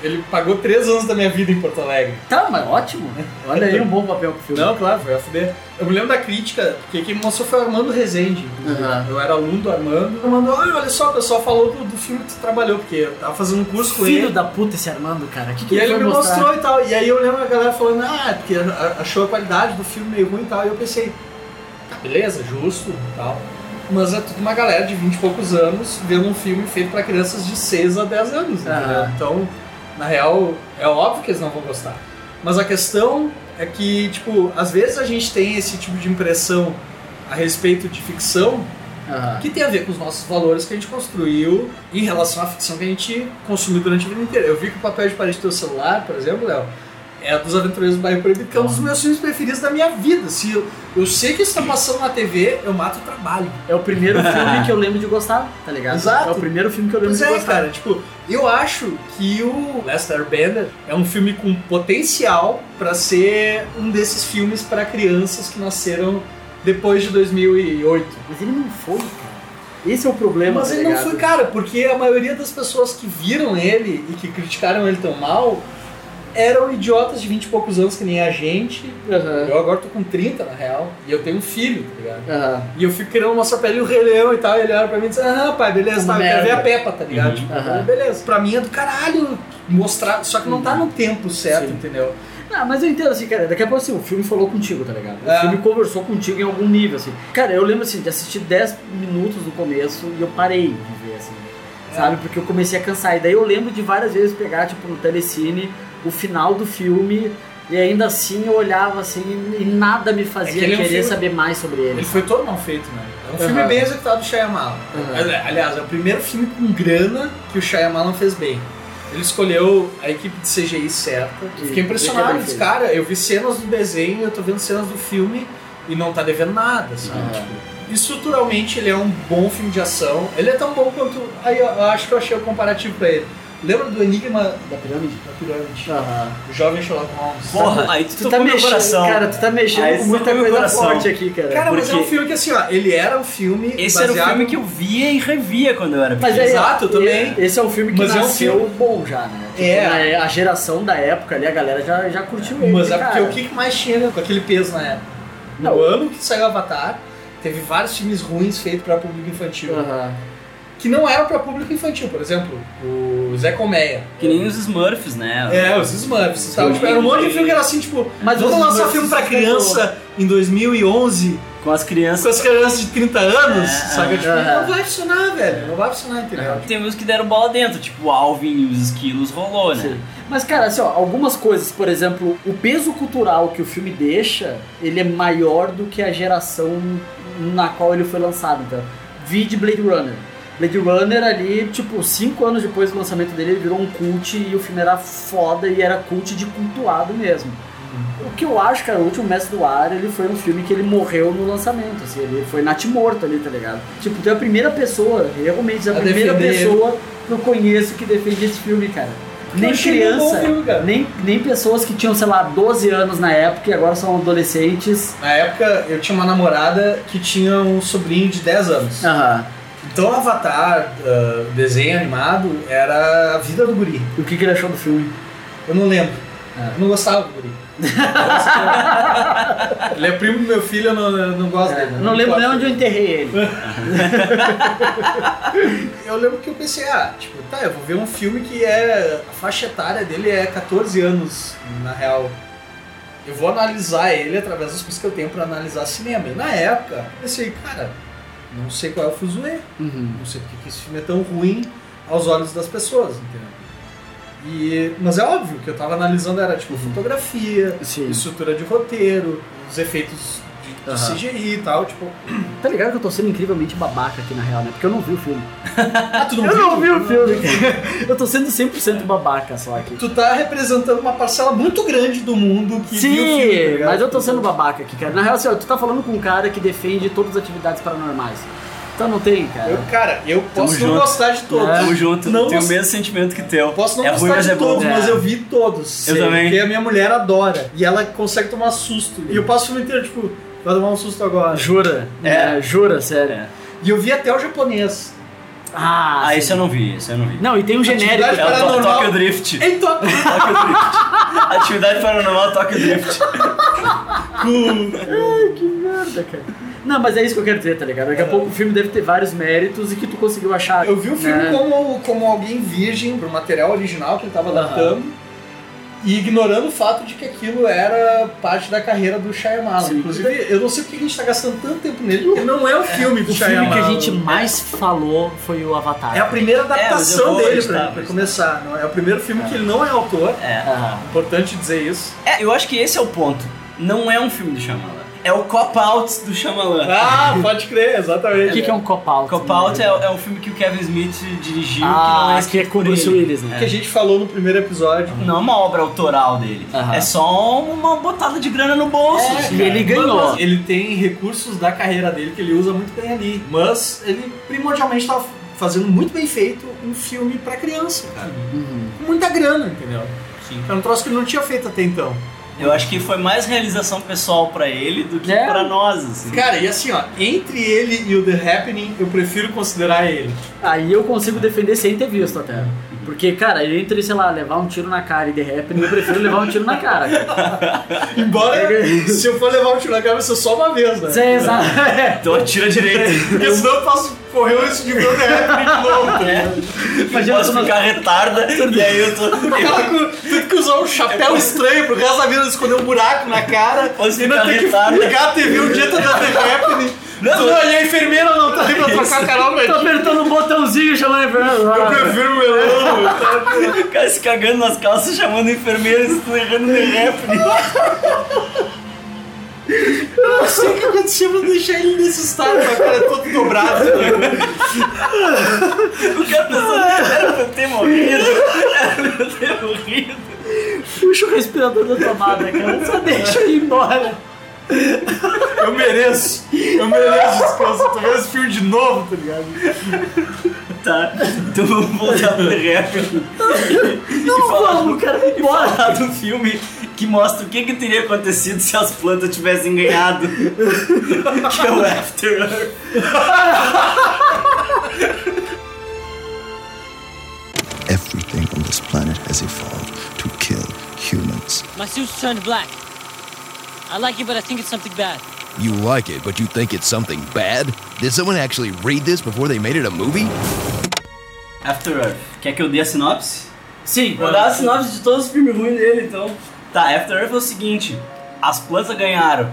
[SPEAKER 4] Ele pagou três anos da minha vida em Porto Alegre.
[SPEAKER 2] tá, mas ótimo. Olha aí um bom papel pro filme.
[SPEAKER 4] Não, claro, foi a fuder. Eu me lembro da crítica, porque quem me mostrou foi o Armando Rezende. inclusive.
[SPEAKER 2] Uhum.
[SPEAKER 4] Eu era aluno do Armando. Eu mandou, "Ah, olha só, o pessoal falou do, do filme que tu trabalhou, porque eu tava fazendo um curso com
[SPEAKER 2] Filho
[SPEAKER 4] ele.
[SPEAKER 2] da puta esse Armando, cara. O que, que
[SPEAKER 4] E aí
[SPEAKER 2] ele
[SPEAKER 4] ele
[SPEAKER 2] foi
[SPEAKER 4] me
[SPEAKER 2] mostrar?
[SPEAKER 4] mostrou e tal. E aí eu lembro a galera falando, ah, porque a- achou a qualidade do filme meio ruim e tal. E eu pensei, tá, beleza, justo e tal. Mas é tudo uma galera de 20 e poucos anos vendo um filme feito pra crianças de 6 a 10 anos, entendeu?
[SPEAKER 2] Aham.
[SPEAKER 4] Então, na real, é óbvio que eles não vão gostar. Mas a questão é que, tipo, às vezes a gente tem esse tipo de impressão a respeito de ficção
[SPEAKER 2] Aham.
[SPEAKER 4] que tem a ver com os nossos valores que a gente construiu em relação à ficção que a gente consumiu durante a vida inteira. Eu vi que o papel de parede do teu celular, por exemplo, Léo, é dos Aventureiros do Bairro Proibido, que é um dos meus filmes preferidos da minha vida. Se eu, eu sei que isso tá passando na TV, eu mato o trabalho.
[SPEAKER 2] É o primeiro filme que eu lembro de gostar, tá ligado?
[SPEAKER 4] Exato.
[SPEAKER 2] É o primeiro filme que eu lembro
[SPEAKER 4] Pois
[SPEAKER 2] de
[SPEAKER 4] é,
[SPEAKER 2] gostar.
[SPEAKER 4] cara, tipo, eu acho que o Last Airbender é um filme com potencial pra ser um desses filmes pra crianças que nasceram depois de 2008.
[SPEAKER 2] Mas ele não foi, cara. Esse é o problema,
[SPEAKER 4] Mas
[SPEAKER 2] tá
[SPEAKER 4] ele não
[SPEAKER 2] ligado?
[SPEAKER 4] foi, cara, porque a maioria das pessoas que viram ele e que criticaram ele tão mal eram idiotas de 20 e poucos anos que nem a gente.
[SPEAKER 2] Aham.
[SPEAKER 4] Eu agora tô com 30, na real, e eu tenho um filho, tá ligado?
[SPEAKER 2] Aham.
[SPEAKER 4] E eu fico querendo mostrar pra ele o Rei Leão e tal, e ele olha pra mim e diz, ah, pai, beleza, tá, eu quero ver
[SPEAKER 2] Merda.
[SPEAKER 4] a Peppa, tá ligado?
[SPEAKER 2] Uhum.
[SPEAKER 4] Tipo,
[SPEAKER 2] Aham.
[SPEAKER 4] beleza. Pra mim é do caralho mostrar, só que não tá no tempo certo,
[SPEAKER 2] Sim.
[SPEAKER 4] entendeu?
[SPEAKER 2] Ah, mas eu entendo assim, cara, daqui a pouco assim, o filme falou contigo, tá ligado? O
[SPEAKER 4] É.
[SPEAKER 2] filme conversou contigo em algum nível, assim. Cara, eu lembro assim, de assistir 10 minutos no começo e eu parei de ver, assim.
[SPEAKER 4] É.
[SPEAKER 2] Sabe? Porque eu comecei a cansar. E daí eu lembro de várias vezes pegar, tipo, no telecine, o final do filme, e ainda assim eu olhava assim e nada me fazia
[SPEAKER 4] ele é um
[SPEAKER 2] querer
[SPEAKER 4] filme-
[SPEAKER 2] saber mais sobre ele.
[SPEAKER 4] Ele foi todo mal feito, né? É um
[SPEAKER 2] Aham.
[SPEAKER 4] filme bem executado do Shyamalan.
[SPEAKER 2] Aham.
[SPEAKER 4] Aliás, é o primeiro filme com grana que o Shyamalan fez bem. Ele escolheu a equipe de CGI certa.
[SPEAKER 2] E-
[SPEAKER 4] Fiquei
[SPEAKER 2] e que é
[SPEAKER 4] impressionado.
[SPEAKER 2] bem
[SPEAKER 4] Disse,
[SPEAKER 2] feito.
[SPEAKER 4] cara, eu vi cenas do desenho, eu tô vendo cenas do filme e não tá devendo nada, sabe?
[SPEAKER 2] Aham.
[SPEAKER 4] Tipo, estruturalmente ele é um bom filme de ação. Ele é tão bom quanto... Aí eu eu acho que eu achei o comparativo pra ele. Lembra do Enigma da
[SPEAKER 2] Da pirâmide?
[SPEAKER 4] Pirâmide?
[SPEAKER 2] Aham.
[SPEAKER 4] O jovem Sherlock Holmes.
[SPEAKER 1] Porra, aí tu,
[SPEAKER 2] Tu tá
[SPEAKER 1] tocou meu
[SPEAKER 2] mexendo,
[SPEAKER 1] coração.
[SPEAKER 2] cara, tu tá mexendo
[SPEAKER 1] Aí
[SPEAKER 2] com
[SPEAKER 1] tu
[SPEAKER 2] muita
[SPEAKER 1] tocou meu
[SPEAKER 2] coisa
[SPEAKER 1] coração.
[SPEAKER 2] forte aqui, cara.
[SPEAKER 4] Cara, mas é um
[SPEAKER 1] porque-
[SPEAKER 4] filme que assim, ó, ele era um filme
[SPEAKER 1] Esse
[SPEAKER 4] baseado...
[SPEAKER 1] era o filme que eu via e revia quando eu era
[SPEAKER 2] Mas
[SPEAKER 1] pequeno.
[SPEAKER 2] é,
[SPEAKER 4] Exato, eu também.
[SPEAKER 2] Esse é um filme que
[SPEAKER 4] Mas é um
[SPEAKER 2] nasceu
[SPEAKER 4] filme-
[SPEAKER 2] bom já, né? Tipo,
[SPEAKER 4] É.
[SPEAKER 2] na- a geração da época ali, a galera já, já curtiu ele.
[SPEAKER 4] Mas é
[SPEAKER 2] cara.
[SPEAKER 4] porque o que que mais tinha né, com aquele peso na época? No
[SPEAKER 2] Não.
[SPEAKER 4] ano que saiu Avatar, teve vários filmes ruins feitos pra público infantil.
[SPEAKER 2] Aham.
[SPEAKER 4] Que não eram pra público infantil, por exemplo, o Zé Colmeia.
[SPEAKER 1] Que nem os Smurfs, né?
[SPEAKER 4] É, os Smurfs e tal.
[SPEAKER 1] Sim.
[SPEAKER 4] Tipo, era um monte de filme que era assim, tipo,
[SPEAKER 2] Mas
[SPEAKER 4] vamos
[SPEAKER 2] os
[SPEAKER 4] lançar
[SPEAKER 2] Smurfs
[SPEAKER 4] filme pra
[SPEAKER 2] ficou-
[SPEAKER 4] criança em 2011
[SPEAKER 1] Com as
[SPEAKER 4] com
[SPEAKER 1] crianças.
[SPEAKER 4] as crianças de 30
[SPEAKER 1] É,
[SPEAKER 4] anos, sabe? Tipo,
[SPEAKER 2] aham.
[SPEAKER 4] não vai funcionar, velho. Não vai funcionar, entendeu?
[SPEAKER 1] Tem uns que deram bola dentro, tipo o Alvin e os esquilos rolou, né?
[SPEAKER 2] Sim. Mas, cara, assim, ó, algumas coisas, por exemplo, o peso cultural que o filme deixa, ele é maior do que a geração na qual ele foi lançado, então. Vi de Blade Runner. Blade Runner ali, tipo, cinco anos depois do lançamento dele, ele virou um cult e o filme era foda e era cult de cultuado mesmo. O que eu acho, cara, o último Mestre do Ar, ele foi um filme que ele morreu no lançamento, assim, ele foi natimorto ali, tá ligado? Tipo, tu é a primeira pessoa, realmente, é a,
[SPEAKER 4] A
[SPEAKER 2] primeira
[SPEAKER 4] defender.
[SPEAKER 2] pessoa que eu conheço que defende esse filme, cara.
[SPEAKER 4] Eu
[SPEAKER 2] Nem
[SPEAKER 4] achei ele um bom
[SPEAKER 2] criança,
[SPEAKER 4] filme, cara.
[SPEAKER 2] nem, nem pessoas que tinham, sei lá, 12 anos na época e agora são adolescentes.
[SPEAKER 4] Na época, eu tinha uma namorada que tinha um sobrinho de 10 anos. Então, Avatar, ah, desenho animado, era a vida do guri.
[SPEAKER 2] E o que, que ele achou do filme?
[SPEAKER 4] Eu não lembro. Eu não gostava do guri. ele é primo do meu filho, eu não, eu não gosto dele.
[SPEAKER 2] Eu Não lembro nem onde eu enterrei ele.
[SPEAKER 4] Eu lembro que eu pensei, ah, tipo, tá, eu vou ver um filme que é. A faixa etária dele é 14 anos, na real. Eu vou analisar ele através dos coisas que eu tenho pra analisar cinema. E na época, eu pensei, cara, não sei qual é o fuzuê. Não sei porque que esse filme é tão ruim aos olhos das pessoas, entendeu? E, mas é óbvio, o que eu tava analisando era tipo
[SPEAKER 2] É.
[SPEAKER 4] fotografia, estrutura de roteiro, os efeitos de, de
[SPEAKER 2] Aham.
[SPEAKER 4] CGI e tal, tipo.
[SPEAKER 2] Tá ligado que eu tô sendo incrivelmente babaca aqui na real, né? Porque eu não vi o filme.
[SPEAKER 4] Ah, tu não
[SPEAKER 2] eu
[SPEAKER 4] viu?
[SPEAKER 2] não vi o filme, cara. Eu tô sendo 100% babaca só aqui.
[SPEAKER 4] Tu tá representando uma parcela muito grande do mundo que
[SPEAKER 2] Sim,
[SPEAKER 4] viu o filme, tá ligado?
[SPEAKER 2] mas eu tô sendo babaca aqui, cara. Na real, assim, ó, tu tá falando com um cara que defende todas as atividades paranormais. Então não tem, cara.
[SPEAKER 4] Eu, cara, eu
[SPEAKER 2] Tamo
[SPEAKER 4] posso não
[SPEAKER 2] junto.
[SPEAKER 4] gostar de todos.
[SPEAKER 2] É.
[SPEAKER 1] Tamo junto,
[SPEAKER 4] Não
[SPEAKER 1] tenho o
[SPEAKER 4] gost-
[SPEAKER 1] mesmo sentimento que teu.
[SPEAKER 4] Posso não
[SPEAKER 1] é
[SPEAKER 4] gostar
[SPEAKER 1] ruim, mas
[SPEAKER 4] de
[SPEAKER 1] é bom.
[SPEAKER 4] todos, mas
[SPEAKER 1] É.
[SPEAKER 4] eu vi todos.
[SPEAKER 1] Eu
[SPEAKER 4] Sim,
[SPEAKER 1] também.
[SPEAKER 4] Porque a minha mulher adora. E ela consegue tomar susto. E eu passo o filme inteiro, tipo, vai tomar um susto agora.
[SPEAKER 2] Jura? É, jura, sério.
[SPEAKER 4] E eu vi até o japonês.
[SPEAKER 1] Ah,
[SPEAKER 2] Ah, sim.
[SPEAKER 1] esse eu não vi, esse eu não vi.
[SPEAKER 2] Não, e tem um genérico.
[SPEAKER 1] É o to
[SPEAKER 4] paranormal.
[SPEAKER 1] Tokyo Drift.
[SPEAKER 4] Ei, tô...
[SPEAKER 1] Tokyo Drift. Atividade paranormal Tokyo Drift.
[SPEAKER 2] Ai, que merda, cara. Não, mas é isso que eu quero dizer, tá ligado? Daqui a pouco o filme deve ter vários méritos e que tu conseguiu achar.
[SPEAKER 4] Eu vi o filme
[SPEAKER 2] né?
[SPEAKER 4] como, como alguém virgem pro material original que ele tava
[SPEAKER 2] Aham.
[SPEAKER 4] adaptando. E ignorando o fato de que aquilo era parte da carreira do Shyamalan.
[SPEAKER 2] Sim.
[SPEAKER 4] Inclusive, eu não sei porque a gente tá gastando tanto tempo nele, porque não é o filme do
[SPEAKER 2] O filme
[SPEAKER 4] Shyamalan.
[SPEAKER 2] que a gente mais falou foi o Avatar.
[SPEAKER 4] É a primeira
[SPEAKER 1] mas eu
[SPEAKER 4] adaptação
[SPEAKER 1] vou
[SPEAKER 4] dele
[SPEAKER 1] acreditar,
[SPEAKER 4] pra, pra
[SPEAKER 1] mas-
[SPEAKER 4] começar. Não, é o primeiro filme que ele não é autor.
[SPEAKER 1] É.
[SPEAKER 2] Ah,
[SPEAKER 4] Importante dizer isso.
[SPEAKER 1] É, eu acho que esse é o ponto. Não é um filme do Shyamalan. É o cop-out do Shyamalan.
[SPEAKER 4] Ah, pode crer,
[SPEAKER 2] O
[SPEAKER 4] exatamente.
[SPEAKER 2] que, que é um cop-out?
[SPEAKER 1] Cop-out é, é um filme que o Kevin Smith dirigiu,
[SPEAKER 2] Ah,
[SPEAKER 1] que não é
[SPEAKER 2] que é com o Bruce
[SPEAKER 1] ele.
[SPEAKER 2] Willis, né?
[SPEAKER 4] que a gente falou no primeiro episódio.
[SPEAKER 1] Não é uma obra autoral dele.
[SPEAKER 2] Aham. É,
[SPEAKER 1] É só uma botada de grana no bolso. assim,
[SPEAKER 2] e
[SPEAKER 1] cara.
[SPEAKER 2] ele ganhou.
[SPEAKER 4] É, Mas ele tem recursos da carreira dele que ele usa muito bem ali. Mas ele primordialmente tava fazendo muito bem feito um filme pra criança, cara. Com muita grana, entendeu? Uhum. Sim. Era um troço que ele não tinha feito até então.
[SPEAKER 1] Eu acho que foi mais realização pessoal pra ele do que
[SPEAKER 2] É.
[SPEAKER 1] pra nós, assim.
[SPEAKER 4] Cara, e assim, ó, entre ele e o The Happening, eu prefiro considerar ele.
[SPEAKER 2] Aí eu consigo defender sem ter visto até. Porque, cara, entre, sei lá, levar um tiro na cara e de happening, eu prefiro levar um tiro na cara. cara.
[SPEAKER 4] Embora, se eu for levar o tiro na cabeça só uma vez, né?
[SPEAKER 2] Isso é exato.
[SPEAKER 1] Então atira direito.
[SPEAKER 4] Porque senão eu posso correr o risco de ver o The Happening de novo, tá ligado?
[SPEAKER 2] Imagina
[SPEAKER 1] É. Posso
[SPEAKER 2] tu
[SPEAKER 1] ficar retarda e aí eu tô.
[SPEAKER 4] Cara, com- tem que usar um chapéu estranho pro resto da vida esconder um buraco na cara.
[SPEAKER 1] Posso
[SPEAKER 4] Ainda
[SPEAKER 1] ficar
[SPEAKER 4] tem que
[SPEAKER 1] retardo.
[SPEAKER 4] ligar a TV um dia tá dando The Happening. Não, não, e a enfermeira não tá aí pra trocar a Carol,
[SPEAKER 2] Tô
[SPEAKER 4] mas
[SPEAKER 2] apertando um botãozinho e chamando a
[SPEAKER 4] eu
[SPEAKER 2] enfermeira.
[SPEAKER 4] prefiro o melão.
[SPEAKER 1] O cara se cagando nas calças, chamando enfermeiros, errando no rap.
[SPEAKER 4] Eu não sei o que aconteceu pra deixar ele nesse estado, com a cara todo dobrado. né?
[SPEAKER 1] O cara pensando, era pra eu ter morrido. Era pra eu ter morrido.
[SPEAKER 2] Puxa o respirador da tomada, cara. Só deixa eu ir embora.
[SPEAKER 4] Eu mereço. Eu mereço descanso. Tô vendo esse filme de novo, tá ligado?
[SPEAKER 1] Tá, então vamos voltar pro rap.
[SPEAKER 2] Não vamos, cara, vai embora.
[SPEAKER 1] Falar do filme que mostra o que, que teria acontecido se as plantas tivessem ganhado. que é o After Earth.
[SPEAKER 3] Everything on this planet has evolved to kill humans.
[SPEAKER 13] My suit's turned black. I like it, but I think it's something bad.
[SPEAKER 14] You like it, but you think it's something bad? Did someone actually read this before they made it a movie?
[SPEAKER 1] After Earth. Quer que eu dê a sinopse?
[SPEAKER 2] Sim.
[SPEAKER 1] Vou dar a sinopse de todos os filmes ruins dele, então. Tá, After Earth é o seguinte. As plantas ganharam.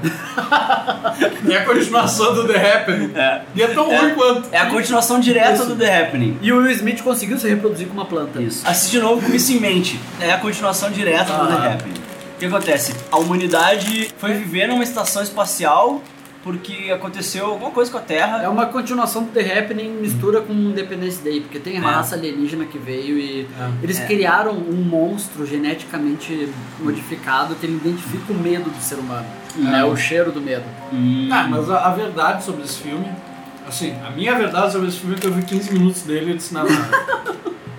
[SPEAKER 4] É a continuação do The Happening. E é tão ruim quanto.
[SPEAKER 1] É a continuação direta do The Happening.
[SPEAKER 2] E o Will Smith conseguiu se reproduzir com uma planta. Isso.
[SPEAKER 1] Assiste de novo com isso em mente. É a continuação direta do The Happening. O que acontece? A humanidade foi viver numa estação espacial porque aconteceu alguma coisa com a Terra.
[SPEAKER 2] É uma continuação do The Happening mistura com Independence Day, porque tem raça alienígena que veio e eles
[SPEAKER 1] É.
[SPEAKER 2] criaram um monstro geneticamente modificado que ele identifica o medo do ser humano. Né? O cheiro do medo.
[SPEAKER 4] Ah, mas a, a verdade sobre esse filme, assim, a minha verdade sobre esse filme é que eu vi 15 minutos dele e eu disse, não, não.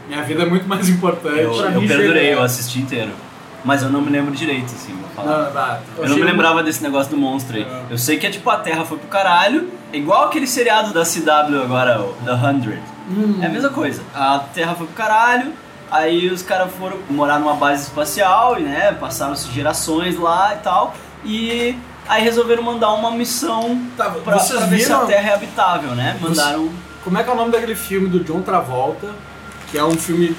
[SPEAKER 4] minha vida é muito mais importante.
[SPEAKER 1] Eu,
[SPEAKER 4] Pra
[SPEAKER 1] eu
[SPEAKER 4] mim,
[SPEAKER 1] perdurei,
[SPEAKER 4] chega.
[SPEAKER 1] eu assisti inteiro. Mas eu não me lembro direito, assim, vou falar.
[SPEAKER 4] Não, tá.
[SPEAKER 1] Eu não me
[SPEAKER 4] achei-
[SPEAKER 1] lembrava desse negócio do monstro aí. Eu sei que é tipo a Terra foi pro caralho, é igual aquele seriado da CW agora, o The 100. É a mesma coisa. A Terra foi pro caralho, aí os caras foram morar numa base espacial, e, né? Passaram-se gerações lá e tal. E aí resolveram mandar uma missão pra,
[SPEAKER 4] vocês
[SPEAKER 1] pra ver se a
[SPEAKER 4] viram-
[SPEAKER 1] Terra é habitável, né? Mandaram.
[SPEAKER 4] Como é que é o nome daquele filme do John Travolta, que é um filme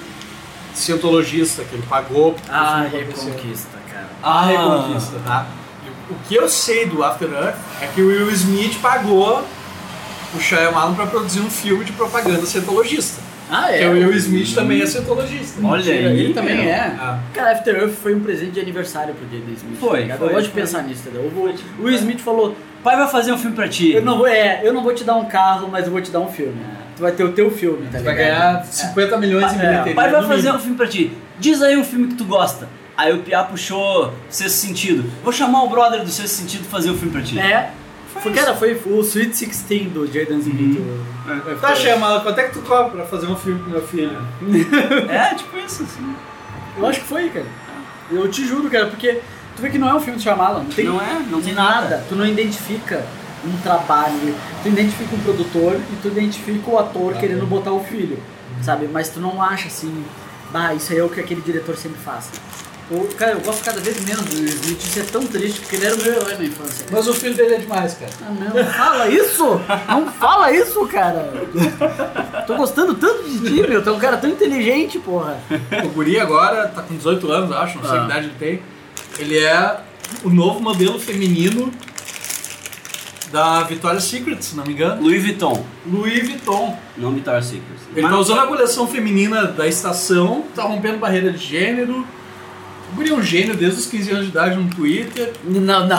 [SPEAKER 4] cientologista, que ele pagou.
[SPEAKER 2] Ah,
[SPEAKER 4] pro filme acontecer.
[SPEAKER 2] Reconquista, cara.
[SPEAKER 4] A Reconquista, tá? E O que eu sei do After Earth é que o Will Smith pagou o Shyamalan pra produzir um filme de propaganda cientologista.
[SPEAKER 2] Ah, é?
[SPEAKER 4] Porque o Will Smith também é cientologista.
[SPEAKER 1] Olha
[SPEAKER 2] Mentira,
[SPEAKER 1] aí,
[SPEAKER 2] ele também
[SPEAKER 1] meu.
[SPEAKER 2] é.
[SPEAKER 4] Ah.
[SPEAKER 2] Cara, After Earth foi um presente de aniversário pro Jaden Smith.
[SPEAKER 1] Foi,
[SPEAKER 2] tá ligado?
[SPEAKER 1] foi,
[SPEAKER 2] eu gosto de
[SPEAKER 1] foi.
[SPEAKER 2] pensar nisso, entendeu? Eu vou- O Will Smith falou:
[SPEAKER 1] Pai vai fazer um filme pra ti.
[SPEAKER 2] eu não, vou, é, eu não vou te dar um carro, mas eu vou te dar um filme. Tu vai ter o teu filme, tá ligado?
[SPEAKER 4] Vai ganhar 50 milhões em
[SPEAKER 2] É.
[SPEAKER 4] bilheteria.
[SPEAKER 1] Pai vai
[SPEAKER 4] no
[SPEAKER 1] fazer um
[SPEAKER 4] mínimo.
[SPEAKER 1] filme pra ti. Diz aí um filme que tu gosta. Aí o Piá puxou Sexto Sentido. Vou chamar o brother do Sexto Sentido pra fazer o filme pra ti.
[SPEAKER 2] É. Foi, cara, foi o Sweet 16 do Jaden Smith. o-
[SPEAKER 4] Tá, Shyamalan, quanto é que tu cobra pra fazer um filme pro meu filho?
[SPEAKER 1] É, tipo isso, assim.
[SPEAKER 2] Eu acho que foi, cara. Eu te juro, cara, porque tu vê que não é um filme de Shyamalan. Não, tem
[SPEAKER 1] Não é, não tem nada.
[SPEAKER 2] Tu não identifica um trabalho. Tu identifica um produtor e tu identifica o ator querendo botar o filho, sabe? Mas tu não acha assim, bah, isso aí é o que aquele diretor sempre faz. O- cara, eu gosto cada vez menos do Will Smith. Isso é tão triste, porque ele era o meu herói na infância.
[SPEAKER 4] Mas o filho dele é demais, cara.
[SPEAKER 2] Ah, não fala isso! Não fala isso, cara! Tô gostando tanto de ti, meu. Tu é um cara tão inteligente, porra.
[SPEAKER 4] O guri agora tá com 18 anos, eu acho, não sei
[SPEAKER 2] Ah.
[SPEAKER 4] que idade ele tem. Ele é o novo modelo feminino da Victoria's Secret, se não me engano.
[SPEAKER 1] Louis Vuitton,
[SPEAKER 4] Louis Vuitton.
[SPEAKER 1] não Victoria's Secret.
[SPEAKER 4] Ele tá usando a coleção feminina da estação, tá rompendo barreira de gênero. O guri é um gênio desde os 15 anos de idade no Twitter.
[SPEAKER 2] Não, não.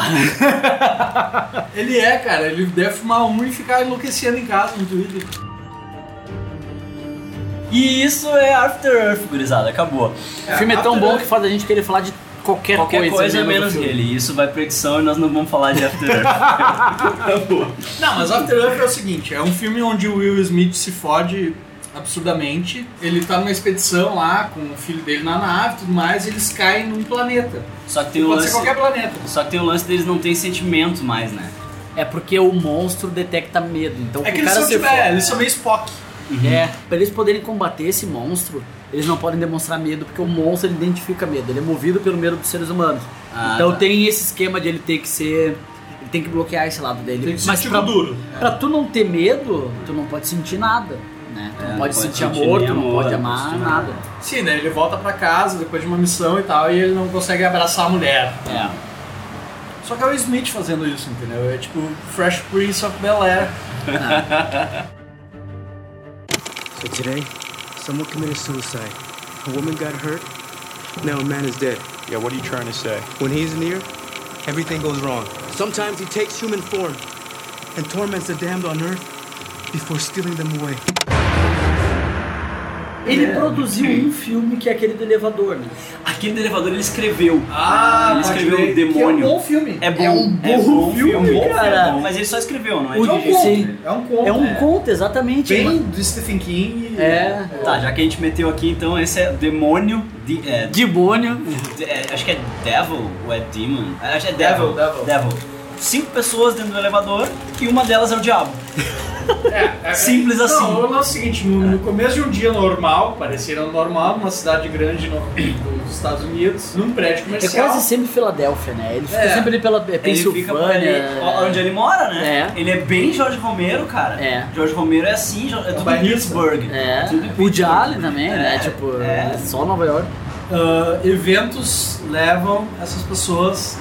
[SPEAKER 4] Ele é, cara, ele deve fumar um e ficar enlouquecendo em casa no Twitter.
[SPEAKER 1] E isso é After Earth, gurizada, acabou.
[SPEAKER 2] O filme é tão bom que faz a gente querer falar de qualquer,
[SPEAKER 1] Qualquer coisa,
[SPEAKER 4] é
[SPEAKER 1] é
[SPEAKER 2] coisa é né,
[SPEAKER 1] menos ele. E Isso vai pra edição e nós não vamos falar de After Earth. acabou.
[SPEAKER 4] Não, mas After Earth é o seguinte, é um filme onde o Will Smith se fode absurdamente. Ele tá numa expedição lá com o filho dele na nave e tudo mais, e eles caem num planeta.
[SPEAKER 1] Só que tem
[SPEAKER 4] Pode
[SPEAKER 1] o
[SPEAKER 4] ser
[SPEAKER 1] lance.
[SPEAKER 4] qualquer planeta.
[SPEAKER 1] Só que tem o lance deles não tem sentimento mais, né?
[SPEAKER 2] É porque o monstro detecta medo. Então
[SPEAKER 4] É que
[SPEAKER 2] o
[SPEAKER 4] eles
[SPEAKER 2] cara
[SPEAKER 4] são,
[SPEAKER 2] se
[SPEAKER 4] tipo,
[SPEAKER 2] for-
[SPEAKER 4] é, eles são meio Spock.
[SPEAKER 2] É, pra eles poderem combater esse monstro, eles não podem demonstrar medo, porque o monstro ele identifica medo, ele é movido pelo medo dos seres humanos.
[SPEAKER 1] Ah,
[SPEAKER 2] então
[SPEAKER 1] tá.
[SPEAKER 2] tem esse esquema de ele ter que ser. Ele tem que bloquear esse lado dele.
[SPEAKER 4] Tem que ser
[SPEAKER 2] Mas
[SPEAKER 4] tipo
[SPEAKER 2] pra,
[SPEAKER 4] duro.
[SPEAKER 2] pra tu não ter medo, tu não pode sentir nada. Né? Tu
[SPEAKER 1] É,
[SPEAKER 2] não pode sentir amor,
[SPEAKER 1] nem
[SPEAKER 2] tu não
[SPEAKER 1] amor,
[SPEAKER 2] pode
[SPEAKER 1] não
[SPEAKER 2] amar,
[SPEAKER 1] sentir
[SPEAKER 2] nada.
[SPEAKER 4] Sim, né? Ele volta pra casa depois de uma missão e tal, e ele não consegue abraçar a mulher.
[SPEAKER 1] É.
[SPEAKER 4] Só que é o Smith fazendo isso, entendeu? É tipo Fresh Prince of Bel-Air.
[SPEAKER 11] So today, someone committed suicide. A woman got hurt. Now a man is dead.
[SPEAKER 15] Yeah, what are you trying to say?
[SPEAKER 11] When he's near, everything goes wrong. Sometimes he takes human form and torments the damned on earth before stealing them away.
[SPEAKER 2] Ele produziu um filme que é aquele do elevador, né?
[SPEAKER 1] Aquele do elevador ele escreveu.
[SPEAKER 4] Ah,
[SPEAKER 1] ele
[SPEAKER 4] pode
[SPEAKER 1] escreveu
[SPEAKER 4] crer.
[SPEAKER 1] o demônio.
[SPEAKER 4] Que É um bom filme.
[SPEAKER 1] É bom,
[SPEAKER 2] É um
[SPEAKER 1] é
[SPEAKER 2] bom
[SPEAKER 1] bom
[SPEAKER 2] filme, cara.
[SPEAKER 1] é bom. Mas ele só escreveu, não é?
[SPEAKER 2] O-
[SPEAKER 1] dirigente.
[SPEAKER 2] sim.
[SPEAKER 4] É um conto.
[SPEAKER 2] É um conto, exatamente.
[SPEAKER 4] Bem do Stephen King.
[SPEAKER 2] É.
[SPEAKER 1] Tá, já que a gente meteu aqui, então esse é Demônio. De, é,
[SPEAKER 2] Demônio.
[SPEAKER 1] de- é, acho que é Devil ou é Demon? Acho que é Devil.
[SPEAKER 4] Devil, Devil.
[SPEAKER 1] Cinco pessoas dentro do elevador e uma delas é o diabo.
[SPEAKER 4] É, é-
[SPEAKER 1] Simples
[SPEAKER 4] não,
[SPEAKER 1] assim.
[SPEAKER 4] o lance é o seguinte, no, no começo de um dia normal, parecia um normal, numa cidade grande no- dos Estados Unidos, num
[SPEAKER 2] É
[SPEAKER 4] prédio comercial.
[SPEAKER 2] quase sempre Filadélfia, né? Ele fica
[SPEAKER 4] É.
[SPEAKER 2] sempre ali pela é,
[SPEAKER 1] Ele fica por ali,
[SPEAKER 2] Pensilvânia.
[SPEAKER 1] ó, onde ele mora, né?
[SPEAKER 2] É.
[SPEAKER 1] Ele é bem Jorge Romero, cara.
[SPEAKER 2] É.
[SPEAKER 1] Jorge Romero é assim, jo- é tudo em
[SPEAKER 4] bairrista.
[SPEAKER 1] Pittsburgh.
[SPEAKER 2] É.
[SPEAKER 1] Tudo em
[SPEAKER 2] O
[SPEAKER 1] Pittsburgh.
[SPEAKER 2] Jalen também, né?
[SPEAKER 1] É,
[SPEAKER 2] Tipo,
[SPEAKER 1] é.
[SPEAKER 2] só Nova York.
[SPEAKER 4] Ah, eventos levam essas pessoas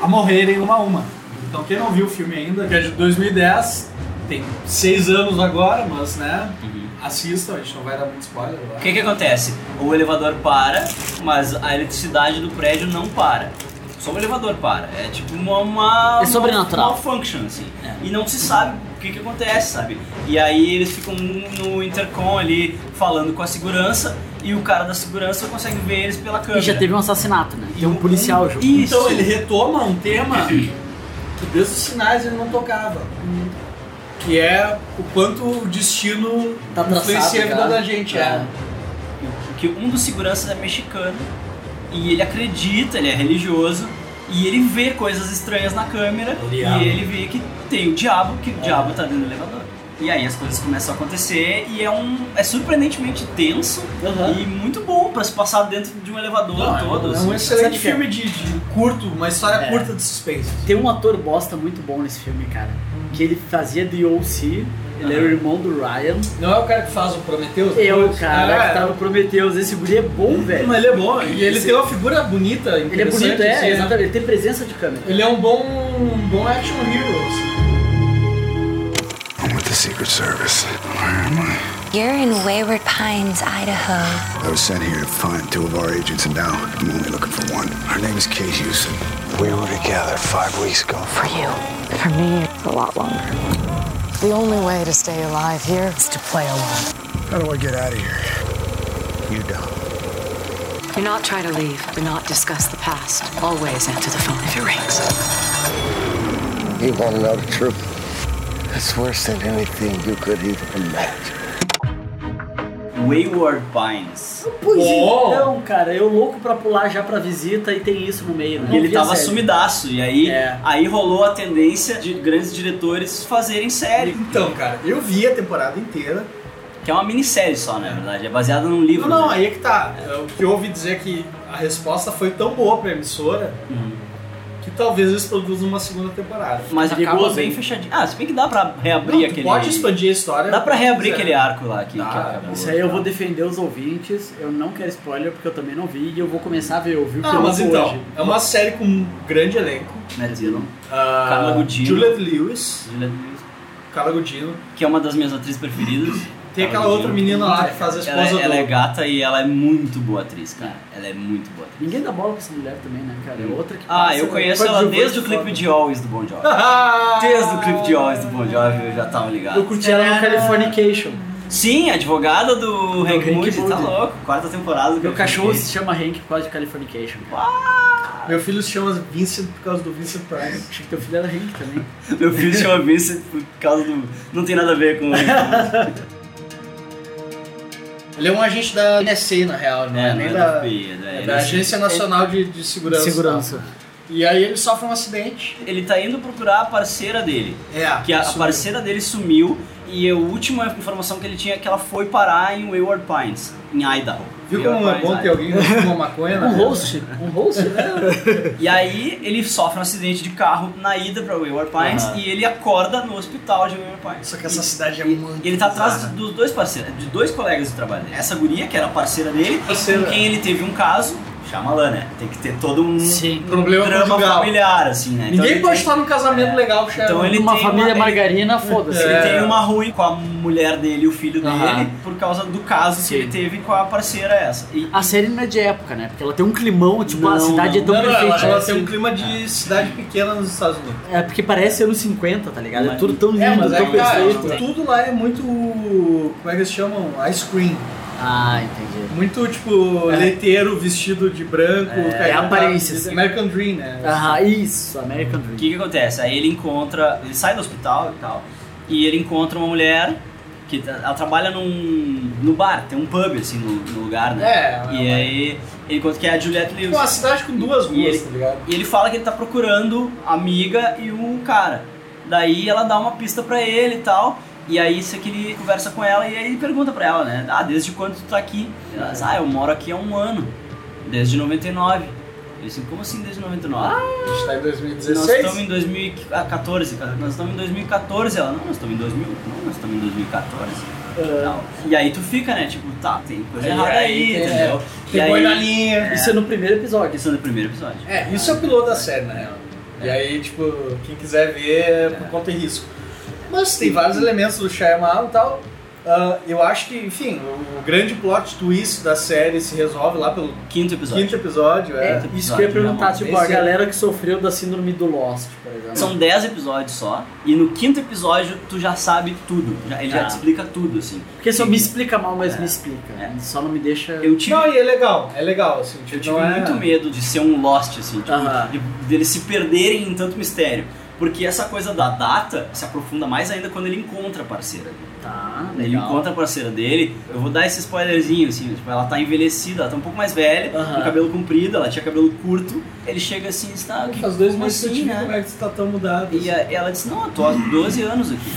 [SPEAKER 4] a morrerem uma a uma. Então quem não viu o filme ainda, que é de 2010, tem seis anos agora, mas né,
[SPEAKER 2] Uhum.
[SPEAKER 4] assistam, a gente não vai dar muito spoiler
[SPEAKER 1] O
[SPEAKER 4] agora.
[SPEAKER 1] que que acontece? O elevador para, mas a eletricidade do prédio não para. Só o elevador para. É tipo uma... uma
[SPEAKER 2] É sobrenatural. É.
[SPEAKER 1] Uma malfunction, assim. E não se sabe o que que acontece, sabe? E aí eles ficam no intercom ali, falando com a segurança, e o cara da segurança consegue ver eles pela câmera.
[SPEAKER 2] E já teve um assassinato, né? Tem um policial junto.
[SPEAKER 4] Então ele retoma um tema que desde os sinais ele não tocava. Que é o quanto o destino
[SPEAKER 2] Tá traçado,
[SPEAKER 4] influencia a vida
[SPEAKER 1] cara.
[SPEAKER 4] da gente. É.
[SPEAKER 1] que um dos seguranças é mexicano e ele acredita, ele é religioso e ele vê coisas estranhas na câmera
[SPEAKER 4] diabo.
[SPEAKER 1] e ele vê que tem o diabo, que o diabo tá dentro do elevador. E aí as coisas começam a acontecer e é um é surpreendentemente tenso e muito bom pra se passar dentro de um elevador
[SPEAKER 4] Não, é um-
[SPEAKER 1] todo.
[SPEAKER 4] é um
[SPEAKER 1] assim.
[SPEAKER 4] excelente
[SPEAKER 1] Sabe que
[SPEAKER 4] filme de, de curto, uma história
[SPEAKER 2] É.
[SPEAKER 4] curta de suspense.
[SPEAKER 2] Tem um ator bosta muito bom nesse filme, cara. Que ele fazia The O.C., ele era o irmão do Ryan.
[SPEAKER 4] Não é o cara que faz o Prometheus?
[SPEAKER 2] Eu,
[SPEAKER 4] Depois?
[SPEAKER 2] cara,
[SPEAKER 4] Ah,
[SPEAKER 2] que tá no Prometheus. Esse guri é bom, velho.
[SPEAKER 4] Mas ele é bom, e ele
[SPEAKER 2] Esse-
[SPEAKER 4] tem uma figura bonita,
[SPEAKER 2] Ele é
[SPEAKER 4] interessante.
[SPEAKER 2] bonito, é,
[SPEAKER 4] assim, né?
[SPEAKER 2] exatamente. Ele tem presença de câmera.
[SPEAKER 4] Ele é um bom, um bom action hero. assim.
[SPEAKER 3] I'm with the Secret Service. Where am I?
[SPEAKER 12] You're in Wayward Pines, Idaho.
[SPEAKER 3] I was sent here to find two of our agents, and now I'm only looking for one. Her name is Kate Houston. We were together five weeks ago. For you.
[SPEAKER 9] For me, it's a lot longer. The only way to stay alive here is to play along.
[SPEAKER 3] How do I get out of here? You don't.
[SPEAKER 9] Do not try to leave. Do not discuss the past. Always answer the phone if it rings.
[SPEAKER 15] You want to know the truth? It's worse than anything you could even imagine.
[SPEAKER 1] Wayward Pines.
[SPEAKER 2] Pois
[SPEAKER 1] Uou!
[SPEAKER 2] então, cara, eu louco pra pular já pra visita e tem isso no meio, né?
[SPEAKER 1] E ele
[SPEAKER 2] Não vi a
[SPEAKER 1] tava
[SPEAKER 2] série. É.
[SPEAKER 1] sumidaço, e aí, aí rolou a tendência de grandes diretores fazerem série.
[SPEAKER 4] Então, cara, eu vi a temporada inteira.
[SPEAKER 2] Uhum.
[SPEAKER 1] Que é uma minissérie só, na verdade. É baseada num livro.
[SPEAKER 4] Não, não,
[SPEAKER 1] né?
[SPEAKER 4] aí é que tá. O que eu ouvi dizer é que a resposta foi tão boa pra emissora
[SPEAKER 1] Uhum.
[SPEAKER 4] que talvez eles produzam uma segunda temporada.
[SPEAKER 1] Mas
[SPEAKER 4] Acaba
[SPEAKER 1] ligou bem fechadinho. Ah, se bem que dá pra reabrir
[SPEAKER 4] Não, tu
[SPEAKER 1] aquele.
[SPEAKER 4] pode expandir a história.
[SPEAKER 1] Dá pra reabrir
[SPEAKER 4] É.
[SPEAKER 1] aquele arco lá que,
[SPEAKER 4] Dá,
[SPEAKER 1] que acabou.
[SPEAKER 2] Isso aí eu vou defender os ouvintes, eu não quero spoiler porque eu também não vi e eu vou começar a ver, eu vi o
[SPEAKER 4] Ah,
[SPEAKER 2] piloto
[SPEAKER 4] mas então,
[SPEAKER 2] hoje.
[SPEAKER 4] é uma série com um grande elenco.
[SPEAKER 1] Matt Dillon,
[SPEAKER 4] Ah,
[SPEAKER 1] Carla Gugino.
[SPEAKER 4] Juliette Lewis.
[SPEAKER 1] Juliette Lewis.
[SPEAKER 4] Carla Gugino.
[SPEAKER 1] é que é uma das minhas atrizes preferidas.
[SPEAKER 4] Tem
[SPEAKER 1] Carla
[SPEAKER 4] aquela outra
[SPEAKER 1] Gugino.
[SPEAKER 4] menina lá que faz a esposa
[SPEAKER 1] ela,
[SPEAKER 4] do...
[SPEAKER 1] ela é gata e ela é muito boa atriz, cara. Ela é muito boa atriz.
[SPEAKER 2] Ninguém dá bola pra essa mulher também, né, cara? É outra que
[SPEAKER 1] Ah,
[SPEAKER 2] passa,
[SPEAKER 1] eu
[SPEAKER 4] tá
[SPEAKER 2] né?
[SPEAKER 1] conheço
[SPEAKER 2] Pode
[SPEAKER 1] ela
[SPEAKER 2] jogar
[SPEAKER 1] desde o
[SPEAKER 2] fora.
[SPEAKER 1] clipe de Always do Bon Jovi.
[SPEAKER 4] Ah!
[SPEAKER 1] Desde o clipe de Always do Bon Jovi eu já tava ligado.
[SPEAKER 2] Eu curti
[SPEAKER 1] É.
[SPEAKER 2] ela no Californication.
[SPEAKER 1] Sim, advogada do Hank
[SPEAKER 2] Hank
[SPEAKER 1] Moody, tá
[SPEAKER 2] Moody.
[SPEAKER 1] louco. Quarta temporada do
[SPEAKER 2] Meu
[SPEAKER 1] Californication.
[SPEAKER 2] cachorro se chama Hank por causa de Californication. Cara.
[SPEAKER 4] Meu filho se chama Vincent por causa do Vincent Price.
[SPEAKER 2] Achei que teu filho era Hank também.
[SPEAKER 1] Meu filho chama Vincent por causa do. Não tem nada a ver com.
[SPEAKER 4] Ele é um agente da NSA, na real, né?
[SPEAKER 1] É,
[SPEAKER 4] Nem
[SPEAKER 1] não é
[SPEAKER 4] da,
[SPEAKER 1] da FBI, é da
[SPEAKER 4] é da
[SPEAKER 1] NSA.
[SPEAKER 4] Agência Nacional de, de Segurança.
[SPEAKER 2] Segurança.
[SPEAKER 4] E aí ele sofre um acidente.
[SPEAKER 1] Ele tá indo procurar a parceira dele.
[SPEAKER 4] É,
[SPEAKER 1] Que a, a
[SPEAKER 4] sumiu.
[SPEAKER 1] parceira dele sumiu e a última informação que ele tinha é que ela foi parar em Wayward Pines, em Idaho.
[SPEAKER 4] Viu como
[SPEAKER 1] Wayward
[SPEAKER 4] é bom
[SPEAKER 1] Pines,
[SPEAKER 4] ter
[SPEAKER 1] Idaho.
[SPEAKER 4] alguém que fuma maconha? né?
[SPEAKER 2] Um host, um host, né?
[SPEAKER 1] E aí ele sofre um acidente de carro na ida pra Wayward Pines
[SPEAKER 4] Aham.
[SPEAKER 1] e ele acorda no hospital de Wayward Pines.
[SPEAKER 4] Só que essa cidade é muito.
[SPEAKER 1] E ele tá atrás
[SPEAKER 4] bizarra.
[SPEAKER 1] dos dois parceiros, de dois colegas de trabalho dele. Essa guria, que era parceira dele,
[SPEAKER 4] Parceira.
[SPEAKER 1] com quem ele teve um caso, Shyamalan, né? Tem que ter todo um, um
[SPEAKER 4] Problema
[SPEAKER 1] drama
[SPEAKER 4] conjugal.
[SPEAKER 1] familiar, assim, né? Então
[SPEAKER 4] Ninguém
[SPEAKER 1] ele
[SPEAKER 4] pode
[SPEAKER 1] tem-
[SPEAKER 4] estar num casamento legal, chefe.
[SPEAKER 1] Então ele
[SPEAKER 2] uma
[SPEAKER 1] tem
[SPEAKER 2] família
[SPEAKER 1] ele-
[SPEAKER 2] margarina, foda-se.
[SPEAKER 1] Ele
[SPEAKER 2] É.
[SPEAKER 1] Assim, tem uma ruim com a mulher dele e o filho
[SPEAKER 2] Aham.
[SPEAKER 1] dele por causa do caso que ele teve com a parceira essa. E
[SPEAKER 2] A série não é de época, né? Porque ela tem um climão, tipo, a cidade é tão
[SPEAKER 4] Não, não, ela,
[SPEAKER 2] perfeita.
[SPEAKER 4] ela tem um clima de cidade pequena nos Estados Unidos.
[SPEAKER 1] um-
[SPEAKER 2] É porque parece ser os 50, tá ligado? É tudo tão lindo,
[SPEAKER 4] É, mas é
[SPEAKER 2] tão
[SPEAKER 4] que,
[SPEAKER 1] tá,
[SPEAKER 4] cara,
[SPEAKER 2] perfeito.
[SPEAKER 1] né?
[SPEAKER 4] tipo, tudo lá é muito. Como é que eles chamam? Ice cream.
[SPEAKER 2] Ah, entendi.
[SPEAKER 4] Muito, tipo,
[SPEAKER 2] É.
[SPEAKER 4] leiteiro, vestido de branco.
[SPEAKER 2] É,
[SPEAKER 4] cara,
[SPEAKER 2] é aparências.
[SPEAKER 4] American Dream, né?
[SPEAKER 2] Ah, isso, American Dream.
[SPEAKER 1] o que que acontece? Aí ele encontra, ele sai do hospital e tal, e ele encontra uma mulher que tá- ela trabalha num no bar, tem um pub assim no, no lugar, né?
[SPEAKER 4] É,
[SPEAKER 1] e
[SPEAKER 4] é.
[SPEAKER 1] aí ele conta que é a Juliette Lewis.
[SPEAKER 4] Tipo, uma cidade com duas
[SPEAKER 1] E
[SPEAKER 4] ruas,
[SPEAKER 1] ele-
[SPEAKER 4] tá ligado?
[SPEAKER 1] E ele fala que ele tá procurando a amiga e um cara. Daí ela dá uma pista pra ele e tal. E aí isso é que ele conversa com ela e aí ele pergunta pra ela, né? Ah, desde quando tu tá aqui? Ela diz, ah, eu moro aqui há um ano. Desde 99. Eu disse, como assim desde 99?
[SPEAKER 4] A gente tá em
[SPEAKER 1] nós
[SPEAKER 4] 2016.
[SPEAKER 1] estamos em 2014, ah, cara. Nós estamos em 2014. Ela, não, nós estamos em 2000. Não, nós estamos em 2014. Não. E aí tu fica, né? Tipo, tá, tem coisa
[SPEAKER 4] É. Aí-
[SPEAKER 1] errada aí,
[SPEAKER 4] aí tem- né?
[SPEAKER 1] entendeu?
[SPEAKER 4] tem
[SPEAKER 1] E aí-
[SPEAKER 4] boi na linha.
[SPEAKER 1] É, né?
[SPEAKER 2] Isso é no primeiro episódio.
[SPEAKER 1] isso é no primeiro episódio.
[SPEAKER 4] É, isso é o piloto da série, na real. E aí, tipo, quem quiser ver é por conta e risco. Mas tem vários elementos do Shyamalan e tal. Ah, eu acho que, enfim, o, o grande plot twist da série se resolve lá pelo
[SPEAKER 1] quinto episódio.
[SPEAKER 4] Quinto episódio, é.
[SPEAKER 1] Quinto
[SPEAKER 2] Isso que eu ia
[SPEAKER 1] episódio, né,
[SPEAKER 2] perguntar,
[SPEAKER 1] mano?
[SPEAKER 2] tipo,
[SPEAKER 1] Esse
[SPEAKER 2] a
[SPEAKER 1] é-
[SPEAKER 2] galera que sofreu da síndrome do Lost, por exemplo.
[SPEAKER 1] São 10 episódios só, e no quinto episódio tu já sabe tudo. Já- ele já
[SPEAKER 2] Ah.
[SPEAKER 1] te explica tudo, assim.
[SPEAKER 2] Porque só me explica mal, mas me explica. Só não me deixa.
[SPEAKER 1] É. Eu tive,
[SPEAKER 4] Não, e é legal, é legal, assim. Tipo,
[SPEAKER 1] eu tive
[SPEAKER 4] não é-
[SPEAKER 1] muito medo de ser um Lost, assim, tipo,
[SPEAKER 2] Aham.
[SPEAKER 1] de, de eles se perderem em tanto mistério. Porque essa coisa da data se aprofunda mais ainda quando ele encontra a parceira dele.
[SPEAKER 2] Tá,
[SPEAKER 1] Ele
[SPEAKER 2] legal.
[SPEAKER 1] encontra a parceira dele, eu vou dar esse spoilerzinho, assim, tipo, ela tá envelhecida, ela tá um pouco mais velha,
[SPEAKER 2] Aham.
[SPEAKER 1] com cabelo comprido, ela tinha cabelo curto, ele chega assim, está que
[SPEAKER 4] Faz dois
[SPEAKER 1] como
[SPEAKER 4] meses que eu
[SPEAKER 1] assim,
[SPEAKER 4] te vi,
[SPEAKER 1] né?
[SPEAKER 4] como é que você tá tão mudado.
[SPEAKER 1] E a- ela disse, não, eu tô há 12 anos aqui.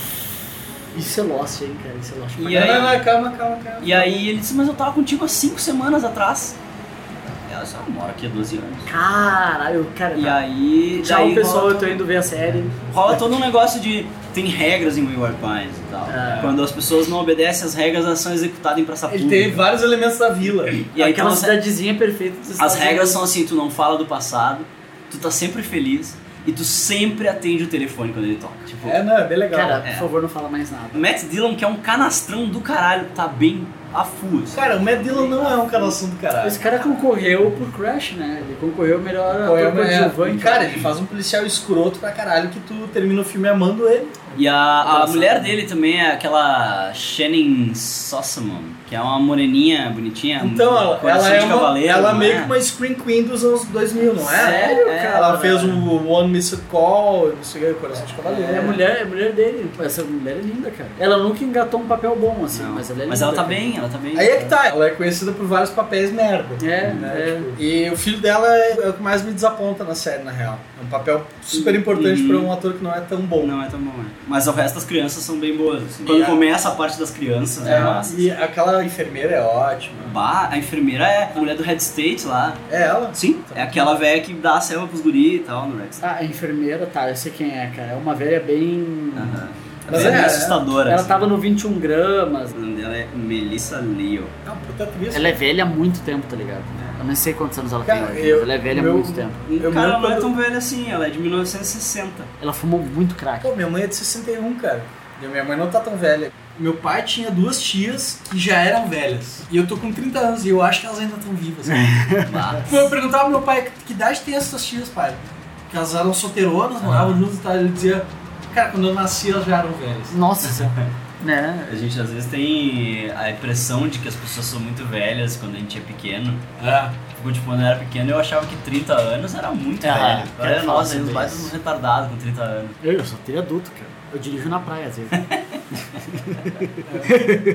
[SPEAKER 2] Isso é Lost, hein, cara? Isso é Lost. pra
[SPEAKER 1] E
[SPEAKER 2] caralho.
[SPEAKER 1] aí-
[SPEAKER 4] Não, não, calma, calma, calma.
[SPEAKER 1] E aí ele disse, mas eu tava contigo há 5 semanas atrás. Ela disse, ah, eu moro aqui há 12 anos.
[SPEAKER 2] Caralho, cara.
[SPEAKER 1] E aí.
[SPEAKER 2] Tchau,
[SPEAKER 1] daí
[SPEAKER 2] pessoal,
[SPEAKER 1] rola,
[SPEAKER 2] eu tô indo ver a série.
[SPEAKER 1] rola todo um negócio de. Tem regras em Wayward Pines e tal.
[SPEAKER 2] É.
[SPEAKER 1] Quando as pessoas não obedecem as regras, elas são executadas em praça
[SPEAKER 4] Ele
[SPEAKER 1] pública.
[SPEAKER 4] tem vários elementos da vila.
[SPEAKER 1] E aí,
[SPEAKER 2] Aquela
[SPEAKER 1] então,
[SPEAKER 2] cidadezinha perfeita dos
[SPEAKER 1] as
[SPEAKER 2] Estados
[SPEAKER 1] regras
[SPEAKER 2] Unidos.
[SPEAKER 1] são assim: tu não fala do passado, tu tá sempre feliz e tu sempre atende o telefone quando ele toca. Tipo,
[SPEAKER 4] É, não, é bem legal.
[SPEAKER 2] Cara,
[SPEAKER 1] É.
[SPEAKER 2] por favor, não fala mais nada.
[SPEAKER 1] o Matt Dillon, que é um canastrão do caralho, tá bem a full. assim.
[SPEAKER 4] Cara, o Matt Dillon não é um canação do caralho.
[SPEAKER 2] Esse cara concorreu por Crash, né? Ele concorreu melhor
[SPEAKER 4] Pô,
[SPEAKER 2] ator
[SPEAKER 4] é uma-
[SPEAKER 2] coadjuvante.
[SPEAKER 4] é- Cara, ele faz um policial escroto pra caralho que tu termina o filme amando ele.
[SPEAKER 1] E a, a
[SPEAKER 4] Engraçado.
[SPEAKER 1] mulher dele também é aquela Shannon Sossamon, que é uma moreninha bonitinha. um
[SPEAKER 4] Então, ela,
[SPEAKER 1] coração
[SPEAKER 4] ela é
[SPEAKER 1] de
[SPEAKER 4] uma,
[SPEAKER 1] cavaleiro,
[SPEAKER 4] ela é
[SPEAKER 1] não
[SPEAKER 4] meio
[SPEAKER 1] é?
[SPEAKER 4] que uma Scream Queen dos anos 2000, não é?
[SPEAKER 2] Sério,
[SPEAKER 4] É,
[SPEAKER 2] cara?
[SPEAKER 4] Ela fez o One Missed Call, não sei o que, Coração de Cavaleiro.
[SPEAKER 2] É a mulher, é a mulher dele. Pô, Essa mulher é linda, cara. Ela nunca engatou um papel bom, assim,
[SPEAKER 1] Não,
[SPEAKER 2] mas ela é linda.
[SPEAKER 1] Mas ela tá
[SPEAKER 2] cara.
[SPEAKER 1] bem, ela tá bem.
[SPEAKER 4] Aí é que tá, ela é conhecida por vários papéis merda.
[SPEAKER 2] É,
[SPEAKER 4] né?
[SPEAKER 2] é.
[SPEAKER 4] Tipo, E o filho dela é o que mais me desaponta na série, na real. É um papel super importante
[SPEAKER 1] Uhum.
[SPEAKER 4] pra um ator que não é tão bom.
[SPEAKER 1] Não é tão bom, né? Mas o resto das crianças são bem boas. assim.
[SPEAKER 4] E
[SPEAKER 1] Quando
[SPEAKER 4] a-
[SPEAKER 1] começa a parte das crianças, é, massa.
[SPEAKER 4] É, e aquela enfermeira é ótima.
[SPEAKER 1] Bah, a enfermeira é a mulher do Red State lá.
[SPEAKER 4] É ela?
[SPEAKER 1] Sim, é aquela velha que dá a selva pros guri e tal no Red State.
[SPEAKER 2] Ah, a enfermeira, tá, eu sei quem é, cara. É uma velha bem.
[SPEAKER 1] Aham.
[SPEAKER 4] Mas
[SPEAKER 1] Ela é,
[SPEAKER 4] é,
[SPEAKER 1] meio assustadora.
[SPEAKER 2] Ela
[SPEAKER 1] assim.
[SPEAKER 2] tava no 21 gramas.
[SPEAKER 1] O nome dela é Melissa Leo.
[SPEAKER 4] Não, Então, puta atriz.
[SPEAKER 2] Ela é velha há muito tempo, tá ligado? Eu nem sei quantos anos ela
[SPEAKER 4] Cara,
[SPEAKER 2] tem.
[SPEAKER 4] eu-
[SPEAKER 2] ela é velha há
[SPEAKER 4] meu-
[SPEAKER 2] muito tempo.
[SPEAKER 4] Eu
[SPEAKER 1] Cara, ela
[SPEAKER 4] lembro
[SPEAKER 1] não é
[SPEAKER 4] quando-
[SPEAKER 1] tão velha assim, ela é de 1960.
[SPEAKER 2] Ela fumou muito crack.
[SPEAKER 4] Pô, minha mãe é de 61, cara. E a minha mãe não tá tão velha. Meu pai tinha duas tias que já eram velhas. E eu tô com 30 anos e eu acho que elas ainda estão vivas.
[SPEAKER 1] Bah.
[SPEAKER 4] Foi eu perguntar pro meu pai que idade tem essas tias, pai. Que elas eram solteironas, moravam juntas e tal. Ele dizia, cara, quando eu nasci elas já eram velhas.
[SPEAKER 2] Nossa, né?
[SPEAKER 1] A gente às vezes tem a impressão de que as pessoas são muito velhas quando a gente é pequeno.
[SPEAKER 4] É.
[SPEAKER 1] Tipo, tipo, quando eu era pequeno eu achava que 30 anos era muito
[SPEAKER 2] Ah,
[SPEAKER 1] velho.
[SPEAKER 2] cara,
[SPEAKER 1] Olha nós,
[SPEAKER 2] fala
[SPEAKER 1] aí, os
[SPEAKER 2] sobre
[SPEAKER 1] mais
[SPEAKER 2] isso.
[SPEAKER 1] uns retardados com 30 anos.
[SPEAKER 2] Eu, eu só tenho adulto, cara. Eu dirijo na praia às vezes.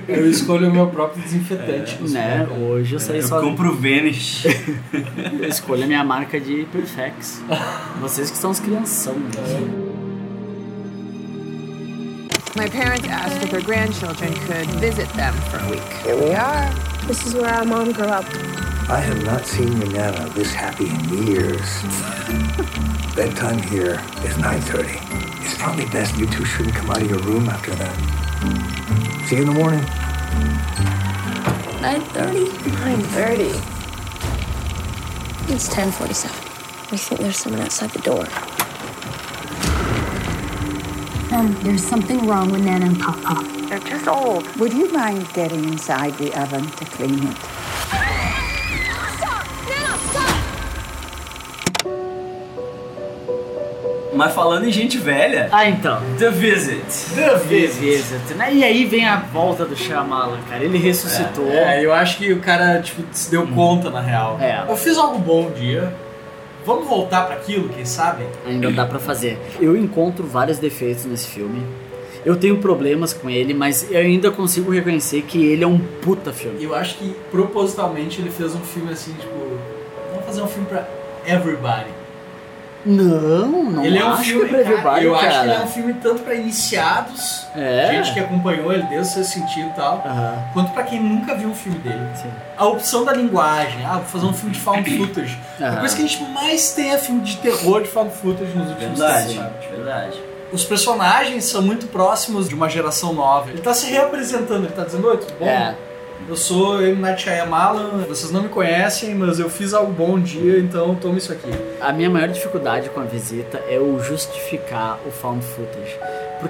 [SPEAKER 4] Eu escolho o meu próprio desinfetante.
[SPEAKER 2] né? Hoje eu saí
[SPEAKER 1] Eu
[SPEAKER 2] só.
[SPEAKER 1] compro o Vênus.
[SPEAKER 2] Eu escolho a minha marca de Perfex. Vocês que são os crianção.
[SPEAKER 4] É.
[SPEAKER 2] né?
[SPEAKER 9] My parents asked if their grandchildren could visit them for a week.
[SPEAKER 15] Here we are.
[SPEAKER 6] This is where our mom grew up.
[SPEAKER 15] I have not seen your nana this happy in years. Bedtime here is 9.30. It's probably best you two shouldn't come out of your room after that. See you in the morning.
[SPEAKER 6] 9.30? 9.30. It's 10.47. We think there's someone outside the door.
[SPEAKER 12] Mom, there's something wrong with Nana and Papa.
[SPEAKER 5] They're just old.
[SPEAKER 16] Would you mind getting inside the oven to clean it?
[SPEAKER 1] Mas falando em gente velha,
[SPEAKER 2] Ah, então.
[SPEAKER 1] The Visit.
[SPEAKER 4] The
[SPEAKER 2] Visit, né? E aí vem a volta do Shyamalan, cara. Ele ressuscitou.
[SPEAKER 4] É, eu acho que o cara, tipo, se deu conta, na real.
[SPEAKER 2] É.
[SPEAKER 4] Eu fiz algo bom um dia. Vamos voltar pra aquilo, quem sabe?
[SPEAKER 2] Ainda dá pra fazer. Eu encontro vários defeitos nesse filme. Eu tenho problemas com ele, mas eu ainda consigo reconhecer que ele é um puta filme.
[SPEAKER 4] Eu acho que propositalmente ele fez um filme assim, tipo, vamos fazer um filme pra everybody.
[SPEAKER 2] Não, não
[SPEAKER 4] ele é um
[SPEAKER 2] acho
[SPEAKER 4] filme,
[SPEAKER 2] que é pra
[SPEAKER 4] cara,
[SPEAKER 2] everybody,
[SPEAKER 4] eu
[SPEAKER 2] cara.
[SPEAKER 4] acho que ele é um filme tanto pra iniciados,
[SPEAKER 2] É?
[SPEAKER 4] gente que acompanhou ele desde o seu sentido e tal,
[SPEAKER 2] Aham,
[SPEAKER 4] quanto pra quem nunca viu um filme dele.
[SPEAKER 2] sim.
[SPEAKER 4] A opção da linguagem, ah, vou fazer um filme de found footage.
[SPEAKER 2] Aham.
[SPEAKER 4] A coisa que a gente mais tem é filme de terror de found footage nos últimos
[SPEAKER 1] Verdade,
[SPEAKER 4] tempos, sabe?
[SPEAKER 1] verdade.
[SPEAKER 4] Os personagens são muito próximos de uma geração nova. Ele tá se reapresentando, ele tá dizendo, oi, tudo bom?
[SPEAKER 2] É.
[SPEAKER 4] Eu sou M. Night Shyamalan, vocês não me conhecem, mas eu fiz algo bom um dia, então toma isso aqui.
[SPEAKER 2] A minha maior dificuldade com a visita é o justificar o found footage.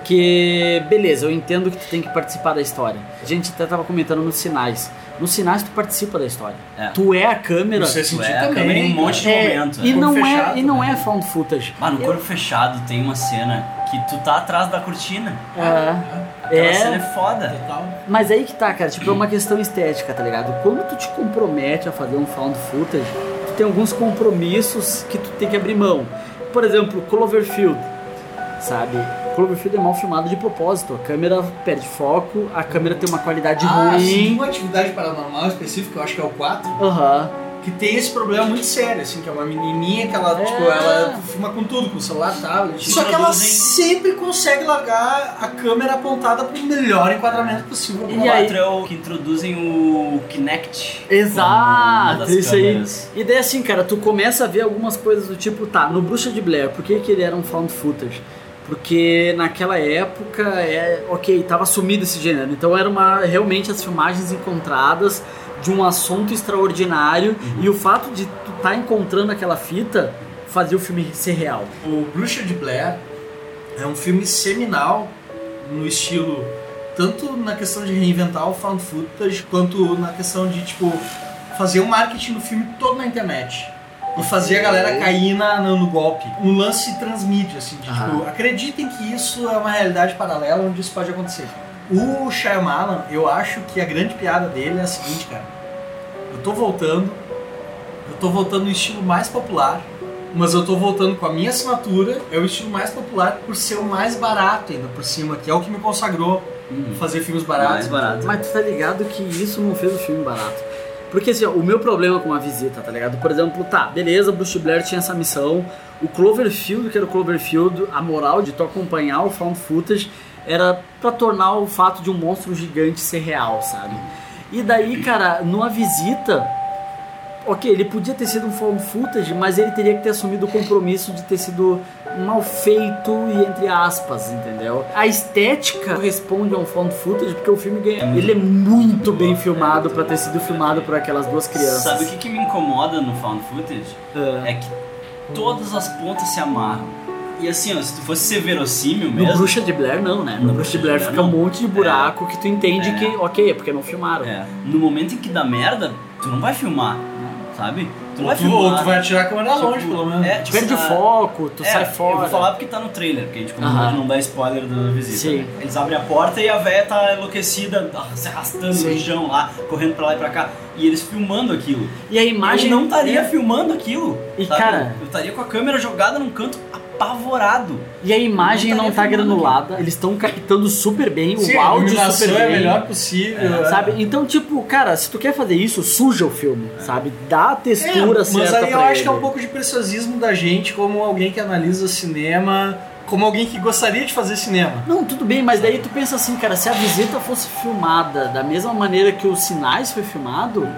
[SPEAKER 2] Porque, beleza, eu entendo que tu tem que participar da história. A gente até tava comentando nos sinais. Nos sinais tu participa da história. Tu é a câmera.
[SPEAKER 1] Você Tu é a câmera em um monte de
[SPEAKER 2] É,
[SPEAKER 1] momento,
[SPEAKER 2] E
[SPEAKER 1] né?
[SPEAKER 2] não,
[SPEAKER 1] Corpo
[SPEAKER 2] é,
[SPEAKER 1] fechado,
[SPEAKER 2] e não é found footage.
[SPEAKER 1] Mano, no
[SPEAKER 2] Eu-
[SPEAKER 1] corpo fechado tem uma cena que tu tá atrás da cortina.
[SPEAKER 2] É.
[SPEAKER 1] Aquela
[SPEAKER 2] É.
[SPEAKER 1] cena Ah, é foda.
[SPEAKER 2] Mas aí que tá, cara, tipo, é uma questão estética, tá ligado? Quando tu te compromete a fazer um found footage, tu tem alguns compromissos que tu tem que abrir mão. Por exemplo, Cloverfield, sabe? Cloverfield é mal filmado de propósito, a câmera perde foco, a câmera tem uma qualidade
[SPEAKER 4] Ah, sim,
[SPEAKER 2] ruim.
[SPEAKER 4] uma atividade paranormal específica, eu acho que é o 4.
[SPEAKER 2] Aham.
[SPEAKER 4] Que tem esse problema muito sério, assim, que é uma menininha que ela, tipo, ela filma com tudo, com o celular, tablet. Só que ela sempre consegue largar a câmera apontada pro melhor enquadramento possível.
[SPEAKER 1] O 4 é o que introduzem o Kinect. como uma
[SPEAKER 2] Exato,
[SPEAKER 1] das
[SPEAKER 2] isso aí.
[SPEAKER 1] câmeras.
[SPEAKER 2] E daí assim, cara, tu começa a ver algumas coisas do tipo, tá, no Bruxa de Blair, por que, que ele era um found footage? Porque naquela época, é, ok, tava sumido esse gênero, então era uma realmente as filmagens encontradas de um assunto extraordinário e o fato de tu tá encontrando aquela fita fazia o filme ser real.
[SPEAKER 4] O Bruxa de Blair é um filme seminal no estilo, tanto na questão de reinventar o found footage, quanto na questão de, tipo, fazer o marketing do filme todo na internet. E fazer a galera cair na, no, no golpe. Um lance transmídia, assim, de, tipo, acreditem que isso é uma realidade paralela onde isso pode acontecer. O Shyamalan, eu acho que a grande piada dele é a seguinte, cara. Eu tô voltando, eu tô voltando no estilo mais popular, mas eu tô voltando com a minha assinatura, é o estilo mais popular por ser o mais barato ainda por cima, que é o que me consagrou fazer filmes baratos.
[SPEAKER 2] Mas tu tá ligado que isso não fez o filme barato. Porque assim, ó, o meu problema com a visita, tá ligado? Por exemplo, tá, beleza, Bruce Blair tinha essa missão. O Cloverfield, que era o Cloverfield, a moral de tu acompanhar o found footage era pra tornar o fato de um monstro gigante ser real, sabe? E daí, cara, numa visita, ok, ele podia ter sido um found footage, mas ele teria que ter assumido o compromisso de ter sido mal feito e entre aspas, entendeu? A estética responde a um found footage porque o filme ganha. Ele é muito bem filmado pra ter sido filmado por aquelas duas crianças.
[SPEAKER 1] Sabe o que, que me incomoda no found footage? É que todas as pontas se amarram. E assim, ó, se tu fosse ser verossímil
[SPEAKER 2] No
[SPEAKER 1] mesmo.
[SPEAKER 2] Bruxa de Blair não, né? No, Bruxa de Blair fica um monte de buraco que tu entende que, ok, é porque não filmaram.
[SPEAKER 1] No momento em que dá merda, tu não vai filmar, sabe? Tu não
[SPEAKER 4] Ou
[SPEAKER 1] vai
[SPEAKER 4] tu-
[SPEAKER 1] filmar. né? Tipo,
[SPEAKER 4] ou tu vai atirar a câmera longe, pelo menos.
[SPEAKER 1] É.
[SPEAKER 4] Perde o foco, tu sai
[SPEAKER 1] Eu
[SPEAKER 4] fora.
[SPEAKER 1] vou falar porque tá no trailer, porque a gente combinou
[SPEAKER 4] Aham.
[SPEAKER 1] de não dar spoiler da visita.
[SPEAKER 4] Sim.
[SPEAKER 1] né? Eles abrem a porta e a véia tá enlouquecida, ah, se arrastando
[SPEAKER 2] Sim.
[SPEAKER 1] no chão lá, correndo pra lá e pra cá. E eles filmando aquilo.
[SPEAKER 2] E a imagem-
[SPEAKER 1] Eu não estaria
[SPEAKER 2] é.
[SPEAKER 1] filmando aquilo.
[SPEAKER 2] E,
[SPEAKER 1] sabe?
[SPEAKER 2] cara-
[SPEAKER 1] Eu estaria com a câmera jogada num canto apavorado.
[SPEAKER 2] E a imagem
[SPEAKER 1] Eu não
[SPEAKER 2] não tá
[SPEAKER 1] estaria filmando
[SPEAKER 2] granulada, eles estão captando super bem,
[SPEAKER 4] Sim,
[SPEAKER 2] o
[SPEAKER 4] a
[SPEAKER 2] áudio
[SPEAKER 4] iluminação
[SPEAKER 2] super
[SPEAKER 4] é a
[SPEAKER 2] bem.
[SPEAKER 4] melhor possível,
[SPEAKER 2] É,
[SPEAKER 4] é.
[SPEAKER 2] sabe? Então, tipo, cara, se tu quer fazer isso, suja o filme, sabe? Dá a textura
[SPEAKER 4] É, Mas
[SPEAKER 2] certa
[SPEAKER 4] aí eu
[SPEAKER 2] pra
[SPEAKER 4] acho
[SPEAKER 2] ele.
[SPEAKER 4] que é um pouco de preciosismo da gente, como alguém que analisa cinema, como alguém que gostaria de fazer cinema.
[SPEAKER 2] Não, tudo bem, mas daí tu pensa assim, cara, se a visita fosse filmada da mesma maneira que os sinais foi filmado,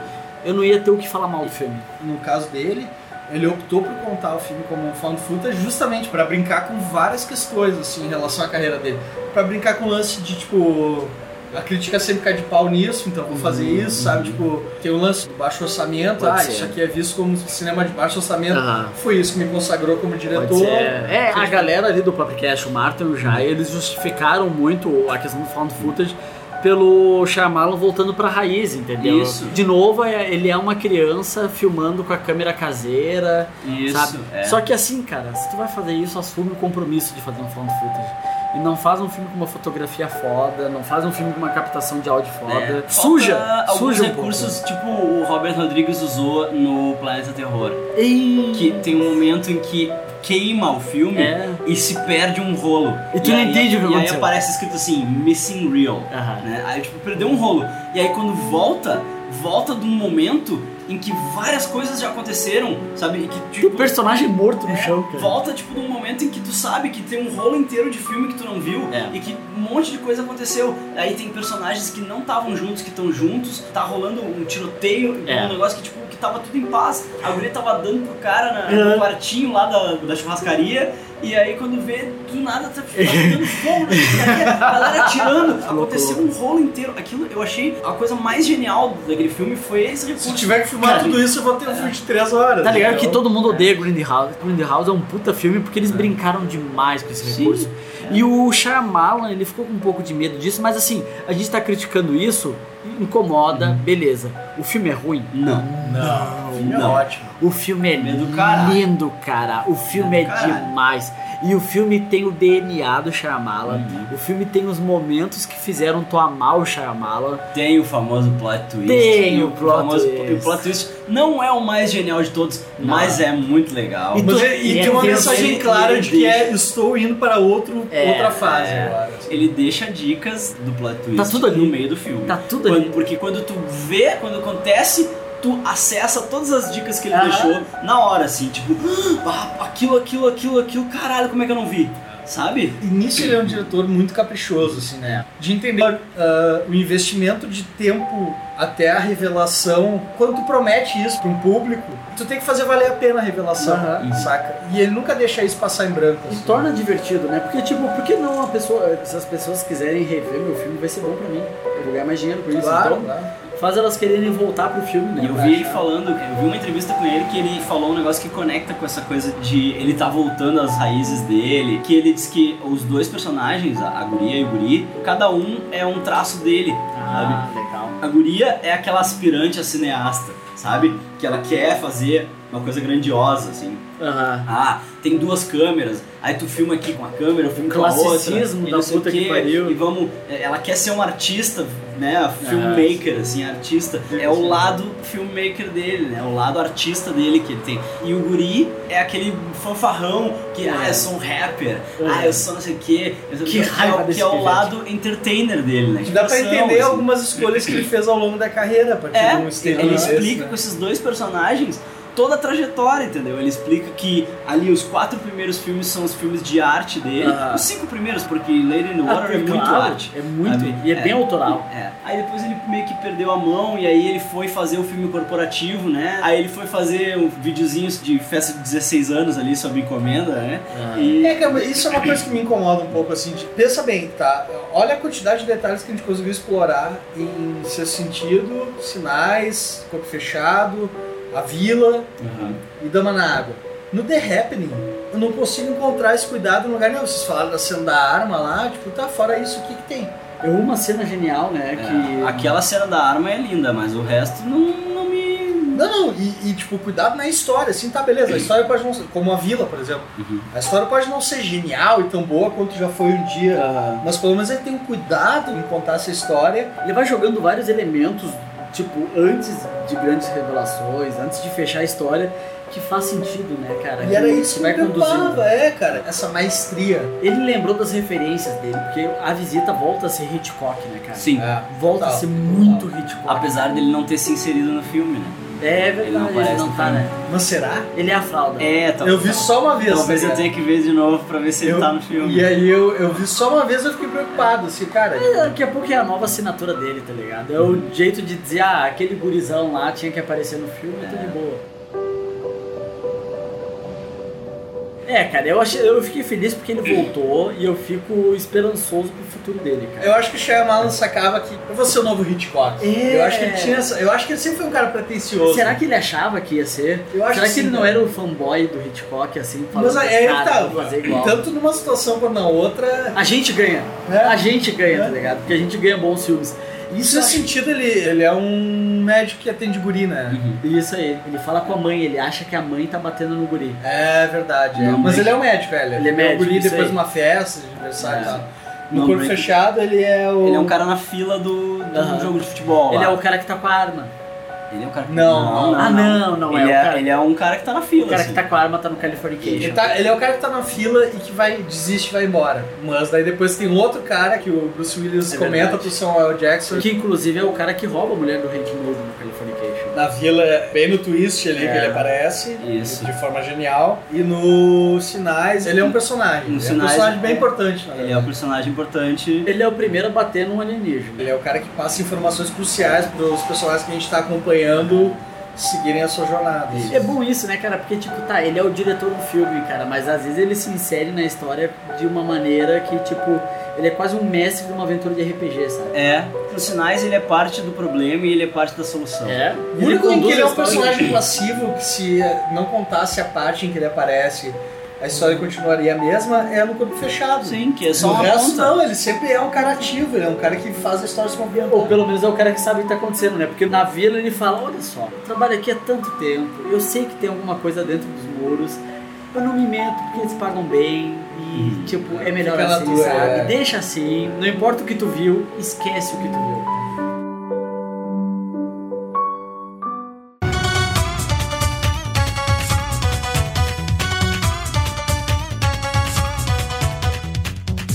[SPEAKER 2] eu não ia ter o que falar mal do filme.
[SPEAKER 4] No caso dele, ele optou por contar o filme como um found footage justamente para brincar com várias questões assim em relação à carreira dele, Pra brincar com o lance de tipo a crítica sempre cai de pau nisso, então vou fazer isso, sabe? Tipo, tem o lance do baixo orçamento,
[SPEAKER 2] Uhum, Pode
[SPEAKER 4] ah,
[SPEAKER 2] ser.
[SPEAKER 4] isso aqui é visto como cinema de baixo orçamento.
[SPEAKER 2] Aham.
[SPEAKER 4] Foi isso que me consagrou como diretor.
[SPEAKER 2] Pode ser. É,
[SPEAKER 4] Foi,
[SPEAKER 2] a
[SPEAKER 4] tipo,
[SPEAKER 2] galera ali do podcast, o Martin e o Jai, eles justificaram muito a questão do found footage pelo Shyamalan voltando pra raiz, entendeu?
[SPEAKER 1] Isso.
[SPEAKER 2] De novo, é- ele é uma criança filmando com a câmera caseira,
[SPEAKER 1] Isso,
[SPEAKER 2] sabe?
[SPEAKER 1] é.
[SPEAKER 2] Só que assim, cara, se tu vai fazer isso, assume o compromisso de fazer um found footage. E não faz um filme com uma fotografia foda, não faz um filme com uma captação de áudio foda.
[SPEAKER 1] É.
[SPEAKER 2] Suja!
[SPEAKER 1] Falta alguns
[SPEAKER 2] Suja um pouco.
[SPEAKER 1] recursos, tipo o Robert Rodrigues usou no Planeta Terror.
[SPEAKER 2] Ei.
[SPEAKER 1] Que tem um momento em que queima o filme
[SPEAKER 2] É.
[SPEAKER 1] e se perde um rolo.
[SPEAKER 2] E tu não
[SPEAKER 1] aí-
[SPEAKER 2] entende o que
[SPEAKER 1] E aí
[SPEAKER 2] aconteceu.
[SPEAKER 1] aparece escrito assim, Missing Real. Né? Aí tipo, perdeu um rolo. E aí quando volta, volta de um momento em que várias coisas já aconteceram, sabe? E que tipo,
[SPEAKER 2] Tem personagem morto no chão, cara.
[SPEAKER 1] volta tipo num momento em que tu sabe que tem um rolo inteiro de filme que tu não viu
[SPEAKER 2] É.
[SPEAKER 1] e que um monte de coisa aconteceu. Aí tem personagens que não estavam juntos, que estão juntos, tá rolando um tiroteio,
[SPEAKER 2] É.
[SPEAKER 1] um negócio que tipo que tava tudo em paz. A guria tava dando pro cara na-
[SPEAKER 2] Uhum.
[SPEAKER 1] no quartinho lá da, da churrascaria E aí quando vê, do nada tá ficando fogo, né? a galera atirando, aconteceu um rolo inteiro. Aquilo eu achei a coisa mais genial daquele filme foi esse recurso.
[SPEAKER 4] Se tiver que filmar tudo isso, eu vou ter um filme de 3 horas.
[SPEAKER 2] Tá ligado
[SPEAKER 4] né?
[SPEAKER 2] que todo mundo odeia Grindhouse. Grindhouse é um puta filme porque eles brincaram demais com esse recurso.
[SPEAKER 1] É.
[SPEAKER 2] E o Shyamalan, ele ficou com um pouco de medo disso, mas assim, a gente tá criticando isso, incomoda,
[SPEAKER 1] Uhum.
[SPEAKER 2] beleza. O filme é ruim? Não.
[SPEAKER 4] Não, o filme é ótimo.
[SPEAKER 2] O filme é lindo,
[SPEAKER 1] caralho.
[SPEAKER 2] cara. O filme é
[SPEAKER 1] do caralho.
[SPEAKER 2] demais. E o filme tem o DNA do Shyamalan.
[SPEAKER 1] Uhum.
[SPEAKER 2] O filme tem os momentos que fizeram tu amar o Shyamalan.
[SPEAKER 1] Tem o famoso plot twist.
[SPEAKER 2] Tem o plot
[SPEAKER 1] famoso-
[SPEAKER 2] twist.
[SPEAKER 1] O plot twist não é o mais genial de todos, mas é muito legal.
[SPEAKER 4] Mas é- E, tem uma mensagem clara de que é
[SPEAKER 1] isso.
[SPEAKER 4] estou indo para outro, outra fase
[SPEAKER 1] é.
[SPEAKER 4] agora.
[SPEAKER 1] Ele deixa dicas do plot twist
[SPEAKER 2] Tá tudo ali.
[SPEAKER 1] no meio do filme.
[SPEAKER 2] Tá tudo
[SPEAKER 1] Quando-
[SPEAKER 2] ali.
[SPEAKER 1] Porque quando tu vê, quando acontece, tu acessa todas as dicas que ele
[SPEAKER 2] Aham.
[SPEAKER 1] deixou na hora, assim, tipo, "Ah, aquilo, aquilo, aquilo, aquilo, caralho, como é que eu não vi? Sabe?
[SPEAKER 4] E nisso ele é um diretor muito caprichoso, assim, né? De entender ah, o investimento de tempo até a revelação. Quando tu promete isso para um público, tu tem que fazer valer a pena a revelação, né?
[SPEAKER 2] Aham.
[SPEAKER 4] saca? E ele nunca deixa isso passar em branco.
[SPEAKER 2] E
[SPEAKER 4] assim.
[SPEAKER 2] torna divertido, né? Porque, tipo, por que não a pessoa. Se as pessoas quiserem rever meu filme, vai ser bom pra mim. Eu vou ganhar mais dinheiro por isso.
[SPEAKER 4] Claro,
[SPEAKER 2] então,
[SPEAKER 4] claro.
[SPEAKER 2] faz elas quererem voltar pro filme, né?
[SPEAKER 1] E eu vi ele falando, eu vi uma entrevista com ele que ele falou um negócio que conecta com essa coisa de ele tá voltando às raízes dele, que ele diz que os dois personagens, a a guria e o guri, cada um é um traço dele, sabe?
[SPEAKER 2] Ah, legal.
[SPEAKER 1] A guria é aquela aspirante a cineasta, sabe? Que ela quer fazer uma coisa grandiosa, assim.
[SPEAKER 2] Aham.
[SPEAKER 1] Ah, tem duas câmeras, aí tu filma aqui com a câmera, eu filmo com a outra.
[SPEAKER 2] Classicismo
[SPEAKER 1] e
[SPEAKER 2] da
[SPEAKER 1] não sei o
[SPEAKER 2] puta que
[SPEAKER 1] quê,
[SPEAKER 2] pariu.
[SPEAKER 1] E vamos, é, ela quer ser uma artista, né? Filmmaker, assim, artista.
[SPEAKER 2] Uhum.
[SPEAKER 1] É o lado filmmaker dele, né? O lado artista dele que ele tem. E o guri é aquele fanfarrão que, ah, eu sou um rapper, ah, eu sou não sei o quê. eu sou-
[SPEAKER 2] Uhum. Que raiva
[SPEAKER 1] que é,
[SPEAKER 2] desse
[SPEAKER 1] que é o
[SPEAKER 2] pivete.
[SPEAKER 1] lado entertainer dele, né?
[SPEAKER 4] Dá pra
[SPEAKER 1] Expressão,
[SPEAKER 4] entender
[SPEAKER 1] assim.
[SPEAKER 4] algumas escolhas que ele fez ao longo da carreira, a partir
[SPEAKER 1] É,
[SPEAKER 4] de um statement
[SPEAKER 1] ele
[SPEAKER 4] desse,
[SPEAKER 1] explica
[SPEAKER 4] né?
[SPEAKER 1] com esses dois personagens toda a trajetória, entendeu? Ele explica que ali os quatro primeiros filmes são os filmes de arte dele,
[SPEAKER 2] Ah.
[SPEAKER 1] os cinco primeiros, porque Lady in the
[SPEAKER 2] Ah,
[SPEAKER 1] Water é muito
[SPEAKER 2] claro,
[SPEAKER 1] arte.
[SPEAKER 2] É muito.
[SPEAKER 1] sabe?
[SPEAKER 2] E é, bem autoral.
[SPEAKER 1] É. Aí depois ele meio que perdeu a mão e aí ele foi fazer um filme corporativo, né? Aí ele foi fazer um videozinho de festa de 16 anos ali sob encomenda, né? E-
[SPEAKER 4] É, cara, isso é uma coisa que me incomoda um pouco, assim. de- pensa bem, tá? Olha a quantidade de detalhes que a gente conseguiu explorar em seu sentido, sinais, corpo fechado, a vila
[SPEAKER 1] Aham.
[SPEAKER 4] e dama na água. No The Happening, eu não consigo encontrar esse cuidado no lugar nenhum. Vocês falaram da cena da arma lá, tipo, tá, fora isso, o que que tem?
[SPEAKER 2] É uma cena genial, né? Que.
[SPEAKER 1] É, Aquela cena da arma é linda, mas o resto não, não me.
[SPEAKER 4] Não, não, e, e, tipo, cuidado na história, assim, tá, beleza, a história pode não ser, como a vila, por exemplo, a história pode não ser genial e tão boa quanto já foi um dia, mas pelo menos ele tem um cuidado em contar essa história
[SPEAKER 2] Ele vai jogando vários elementos, tipo, antes de grandes revelações, antes de fechar a história, que faz sentido, né, cara?
[SPEAKER 4] E era
[SPEAKER 2] Que-
[SPEAKER 4] isso que vai preocupava, é, cara. Essa maestria.
[SPEAKER 2] Ele lembrou das referências dele, porque a visita volta a ser Hitchcock, né, cara?
[SPEAKER 1] Sim.
[SPEAKER 4] É.
[SPEAKER 2] Volta a
[SPEAKER 4] Total.
[SPEAKER 2] ser muito Hitchcock.
[SPEAKER 1] Apesar dele não ter se inserido no filme, né?
[SPEAKER 2] É verdade,
[SPEAKER 1] Ele não aparece no
[SPEAKER 2] tá,
[SPEAKER 1] filme.
[SPEAKER 2] né?
[SPEAKER 4] Mas será?
[SPEAKER 2] Ele é a fralda.
[SPEAKER 1] É, tá.
[SPEAKER 4] Eu vi só uma vez.
[SPEAKER 1] Talvez
[SPEAKER 4] tá
[SPEAKER 1] eu
[SPEAKER 4] ligado?
[SPEAKER 1] tenha que ver de novo pra ver se ele
[SPEAKER 4] Eu-
[SPEAKER 1] tá no filme.
[SPEAKER 4] E é aí eu, eu vi só uma vez e eu fiquei preocupado, assim, cara.
[SPEAKER 2] Daqui a pouco é a nova assinatura dele, tá ligado? É
[SPEAKER 4] Uhum.
[SPEAKER 2] o jeito de dizer, ah, aquele gurizão lá tinha que aparecer no filme, tá
[SPEAKER 4] É.
[SPEAKER 2] de boa. É, cara, eu, achei, eu fiquei feliz porque ele voltou e eu fico esperançoso pro futuro dele, cara.
[SPEAKER 4] Eu acho que o Shyamalan sacava que eu vou ser o novo Hitchcock.
[SPEAKER 2] É.
[SPEAKER 4] Eu acho que ele tinha essa. Eu acho que ele sempre foi um cara pretencioso.
[SPEAKER 2] Será que ele achava que ia ser?
[SPEAKER 4] Eu acho
[SPEAKER 2] Será que
[SPEAKER 4] sim,
[SPEAKER 2] ele não
[SPEAKER 4] cara.
[SPEAKER 2] era o fanboy do Hitchcock, assim, falando
[SPEAKER 4] Mas aí
[SPEAKER 2] "Cara,
[SPEAKER 4] ele tá.
[SPEAKER 2] vou fazer igual.
[SPEAKER 4] Tanto numa situação quanto na outra.
[SPEAKER 2] A gente ganha.
[SPEAKER 4] É.
[SPEAKER 2] A gente ganha, tá
[SPEAKER 4] É.
[SPEAKER 2] ligado? Porque a gente ganha bons filmes.
[SPEAKER 4] Isso
[SPEAKER 2] Isso,
[SPEAKER 4] nesse é sentido, ele, ele é um médico que atende guri, né?
[SPEAKER 1] Uhum.
[SPEAKER 2] isso aí. Ele fala com a mãe, ele acha que a mãe tá batendo no guri.
[SPEAKER 4] É verdade. é.
[SPEAKER 1] Não,
[SPEAKER 4] Mas
[SPEAKER 1] mas-
[SPEAKER 4] ele é um médico, velho.
[SPEAKER 2] Ele é médico,
[SPEAKER 4] um guri
[SPEAKER 2] isso
[SPEAKER 4] depois
[SPEAKER 2] aí.
[SPEAKER 4] de uma festa, de aniversário e
[SPEAKER 1] É.
[SPEAKER 4] tal. No
[SPEAKER 1] Não,
[SPEAKER 4] corpo
[SPEAKER 1] mas-
[SPEAKER 4] fechado, ele é o.
[SPEAKER 1] Ele é um cara na fila do, do
[SPEAKER 2] Aham.
[SPEAKER 1] jogo de futebol.
[SPEAKER 2] Ele é
[SPEAKER 1] lá.
[SPEAKER 2] o cara que tá com a arma.
[SPEAKER 1] Ele é um cara.
[SPEAKER 4] Não, não.
[SPEAKER 2] ah, não, não
[SPEAKER 1] ele,
[SPEAKER 2] é,
[SPEAKER 1] é,
[SPEAKER 2] o cara,
[SPEAKER 1] ele é um cara que tá na
[SPEAKER 2] o
[SPEAKER 1] fila.
[SPEAKER 2] cara
[SPEAKER 1] assim.
[SPEAKER 2] que tá com a arma tá no
[SPEAKER 4] Ele,
[SPEAKER 2] Californication.
[SPEAKER 4] tá- ele é o cara que tá na fila e que vai, desiste e vai embora. Mas daí depois tem um outro cara que o Bruce Willis
[SPEAKER 2] É
[SPEAKER 4] comenta
[SPEAKER 2] verdade.
[SPEAKER 4] pro Samuel Jackson.
[SPEAKER 2] Que inclusive é o cara que rouba a mulher do Hank Logan no Californication.
[SPEAKER 4] Na vila, bem no twist ali
[SPEAKER 2] É.
[SPEAKER 4] que ele aparece,
[SPEAKER 1] Isso.
[SPEAKER 4] de forma genial. E no Sinais, ele é um personagem.
[SPEAKER 1] No
[SPEAKER 4] ele é um
[SPEAKER 1] Sinais,
[SPEAKER 4] personagem bem
[SPEAKER 1] é.
[SPEAKER 4] importante, na
[SPEAKER 1] Ele é um
[SPEAKER 4] verdade.
[SPEAKER 1] personagem importante.
[SPEAKER 2] Ele é o primeiro a bater num alienígena.
[SPEAKER 4] Ele é o cara que passa informações cruciais pros personagens que a gente tá acompanhando seguirem a sua jornada.
[SPEAKER 2] É bom isso, né, cara? Porque, tipo, tá, ele é o diretor do filme, cara, mas às vezes ele se insere na história de uma maneira que, tipo, ele é quase um mestre de uma aventura de RPG, sabe?
[SPEAKER 1] É. Nos sinais ele é parte do problema e ele é parte da solução.
[SPEAKER 2] É.
[SPEAKER 4] O único em que ele é um personagem passivo, que se não contasse a parte em que ele aparece, a história continuaria a mesma, é no corpo fechado.
[SPEAKER 1] Sim, que é só
[SPEAKER 4] no
[SPEAKER 1] uma
[SPEAKER 4] resto,
[SPEAKER 1] ponta.
[SPEAKER 4] não, ele sempre é um cara ativo, ele é um cara que faz a história se movimentar.
[SPEAKER 2] Ou pelo menos é o cara que sabe o que tá acontecendo, né? Porque na vila ele fala, olha só, eu trabalho aqui há tanto tempo, eu sei que tem alguma coisa dentro dos muros, eu não me meto porque eles pagam bem e,
[SPEAKER 1] Uhum.
[SPEAKER 2] tipo, é melhor
[SPEAKER 4] Fica na
[SPEAKER 2] assim,
[SPEAKER 4] tua,
[SPEAKER 2] sabe?
[SPEAKER 4] é.
[SPEAKER 2] Deixa assim, não importa o que tu viu, esquece o que tu viu.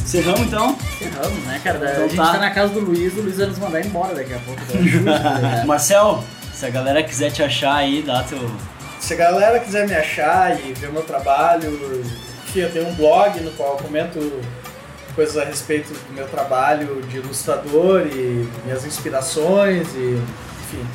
[SPEAKER 1] Cerramos então?
[SPEAKER 2] Erramos, né, cara?
[SPEAKER 1] Então
[SPEAKER 2] a gente
[SPEAKER 1] tá.
[SPEAKER 2] tá. na casa do Luiz, o Luiz vai nos mandar embora daqui a pouco. né?
[SPEAKER 1] Marcel, se a galera quiser te achar aí, dá teu.
[SPEAKER 4] Se a galera quiser me achar e ver o meu trabalho, enfim, eu tenho um blog no qual eu comento coisas a respeito do meu trabalho de ilustrador e minhas inspirações e enfim.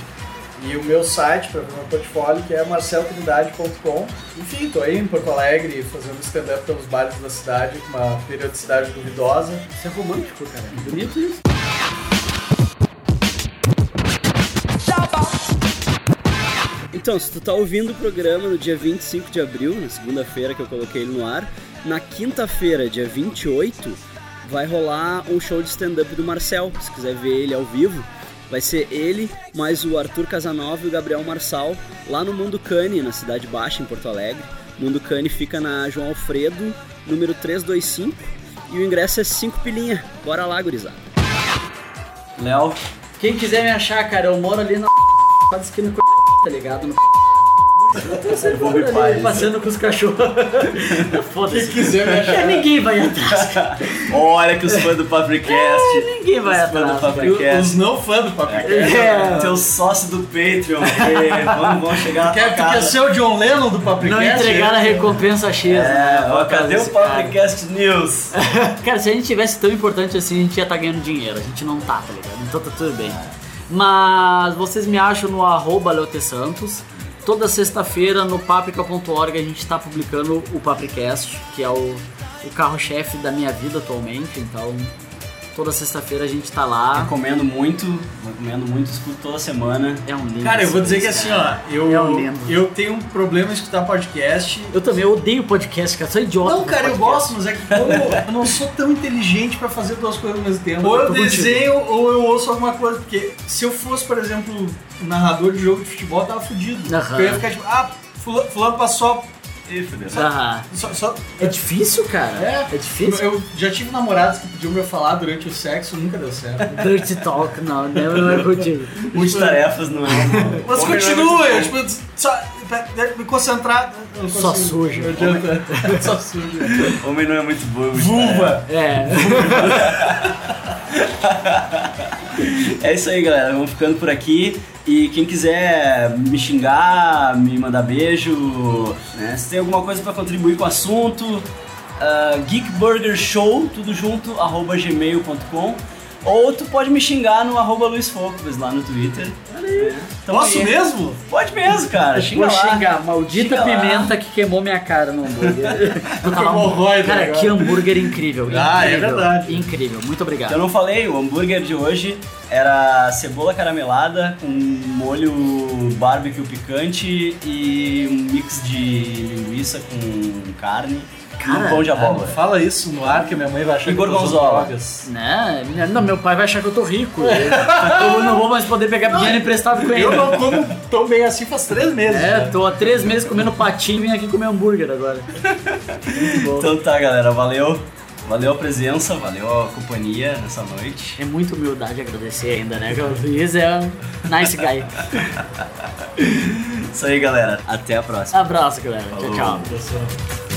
[SPEAKER 4] E o meu site para ver meu portfólio que é marceltrindade.com. Enfim, tô aí em Porto Alegre fazendo stand-up pelos bares da cidade com uma periodicidade duvidosa.
[SPEAKER 2] Isso é romântico, cara. Bonito isso.
[SPEAKER 17] Então, se tu tá ouvindo o programa no dia 25 de abril, na segunda-feira que eu coloquei ele no ar, na quinta-feira, dia 28, vai rolar um show de stand-up do Marcel. Se quiser ver ele ao vivo, vai ser ele, mais o Arthur Casanova e o Gabriel Marçal, lá no Mundo Cane, na Cidade Baixa, em Porto Alegre. Mundo Cane fica na João Alfredo, número 325, e o ingresso é 5 pilinha. Bora lá, gurizada.
[SPEAKER 1] Léo,
[SPEAKER 2] Quem quiser me achar, cara, eu moro ali na quase esquina com tá ligado? No eu tô ali, passando com os cachorros. Foda-se.
[SPEAKER 1] Quem quiser me achar.
[SPEAKER 2] É, ninguém vai atrás, cara.
[SPEAKER 1] olha que os fãs do Papricast.
[SPEAKER 2] ninguém vai
[SPEAKER 1] os fãs do
[SPEAKER 2] atrás, cara.
[SPEAKER 1] Papricast.
[SPEAKER 4] Os não fã do Papricast.
[SPEAKER 1] É, teu sócio do Patreon. que vamos, vamos chegar na tua
[SPEAKER 4] Quer, quer
[SPEAKER 2] é
[SPEAKER 1] casa.
[SPEAKER 4] ser o John Lennon do Papricast?
[SPEAKER 2] Não entregar a recompensa X, né?
[SPEAKER 1] É, ó, cadê o Papricast News?
[SPEAKER 2] Cara, se a gente tivesse tão importante assim, a gente ia estar ganhando dinheiro. A gente não tá, tá ligado? Então tá tudo bem. Mas vocês me acham no arroba Leote Santos. Toda sexta-feira no paprika.org a gente tá publicando o Papricast, que é o, o carro-chefe da minha vida atualmente. Então, toda sexta-feira a gente tá lá.
[SPEAKER 1] Recomendo muito, recomendo muito, escuto toda semana.
[SPEAKER 2] É um lindo.
[SPEAKER 4] Cara, eu vou dizer que assim, ó, eu,
[SPEAKER 2] É um lindo.
[SPEAKER 4] eu tenho um problema em escutar podcast.
[SPEAKER 2] Eu também odeio podcast, cara. Sou idiota.
[SPEAKER 4] Não,
[SPEAKER 2] com
[SPEAKER 4] cara, eu
[SPEAKER 2] podcast.
[SPEAKER 4] gosto, mas é que como eu não sou tão inteligente pra fazer duas coisas ao mesmo tempo. Ou
[SPEAKER 2] Eu
[SPEAKER 4] eu
[SPEAKER 2] tô contigo.
[SPEAKER 4] desenho ou eu ouço alguma coisa. Porque se eu fosse, por exemplo, um narrador de jogo de futebol, eu tava fudido.
[SPEAKER 2] Aham.
[SPEAKER 4] Eu ia ficar tipo, ah, fulano, fulano passou. Ih, fudeu. Só-
[SPEAKER 2] Aham.
[SPEAKER 4] só- só-
[SPEAKER 2] É difícil, cara.
[SPEAKER 4] É.
[SPEAKER 2] é difícil.
[SPEAKER 4] Eu já tive namorados que pediam pra eu falar durante o sexo, nunca deu certo.
[SPEAKER 2] Dirty Talk, não, não não é contigo.
[SPEAKER 1] Muitas tarefas não é.
[SPEAKER 4] Mas continua, eu, tipo, só, pra- pra me concentrar. eu não
[SPEAKER 2] Só
[SPEAKER 4] consigo.
[SPEAKER 2] suja.
[SPEAKER 4] Não adianta. Só suja.
[SPEAKER 1] Homem não é muito bom.
[SPEAKER 4] Vulva.
[SPEAKER 2] É.
[SPEAKER 1] É isso aí, galera. Vamos ficando por aqui. E quem quiser me xingar, me mandar beijo, né? se tem alguma coisa pra contribuir com o assunto, ah, geekburgershow, tudo junto, arroba gmail.com. Ou tu pode me xingar no arroba Luiz Focus lá no Twitter. Então,
[SPEAKER 4] Posso
[SPEAKER 1] aí.
[SPEAKER 4] mesmo?
[SPEAKER 1] Pode mesmo, cara. Xinga
[SPEAKER 2] Vou
[SPEAKER 1] lá.
[SPEAKER 2] xingar, maldita
[SPEAKER 1] Xinga lá.
[SPEAKER 2] pimenta que queimou minha cara no hambúrguer. Eu tava-
[SPEAKER 4] hemorroida,
[SPEAKER 2] cara,
[SPEAKER 4] cara.
[SPEAKER 2] que hambúrguer incrível.
[SPEAKER 4] Ah, é
[SPEAKER 2] incrível,
[SPEAKER 4] verdade.
[SPEAKER 2] Incrível, muito
[SPEAKER 1] Eu
[SPEAKER 2] obrigado.
[SPEAKER 1] não falei, o hambúrguer de hoje era cebola caramelada com molho barbecue picante e um mix de linguiça com carne e um pão de
[SPEAKER 4] Ah,
[SPEAKER 1] abóbora.
[SPEAKER 4] Fala isso no ar que minha mãe vai achar
[SPEAKER 1] E
[SPEAKER 4] que eu tô usando
[SPEAKER 1] gorgonzola.
[SPEAKER 4] drogas.
[SPEAKER 2] Né? Minha- Não, meu pai vai achar que eu tô rico. Eu não vou mais poder pegar dinheiro emprestado com ele.
[SPEAKER 4] Eu não como tão bem assim faz três meses.
[SPEAKER 2] É,
[SPEAKER 4] né?
[SPEAKER 2] tô há três meses comendo patinho e vim aqui comer hambúrguer agora.
[SPEAKER 1] Então tá, galera, valeu. Valeu a presença, valeu a companhia nessa noite.
[SPEAKER 2] É muita humildade agradecer ainda, né? O Luiz é um nice guy.
[SPEAKER 1] Isso aí, galera. Até a próxima.
[SPEAKER 2] Abraço, galera. Tchau, tchau.
[SPEAKER 1] Falou.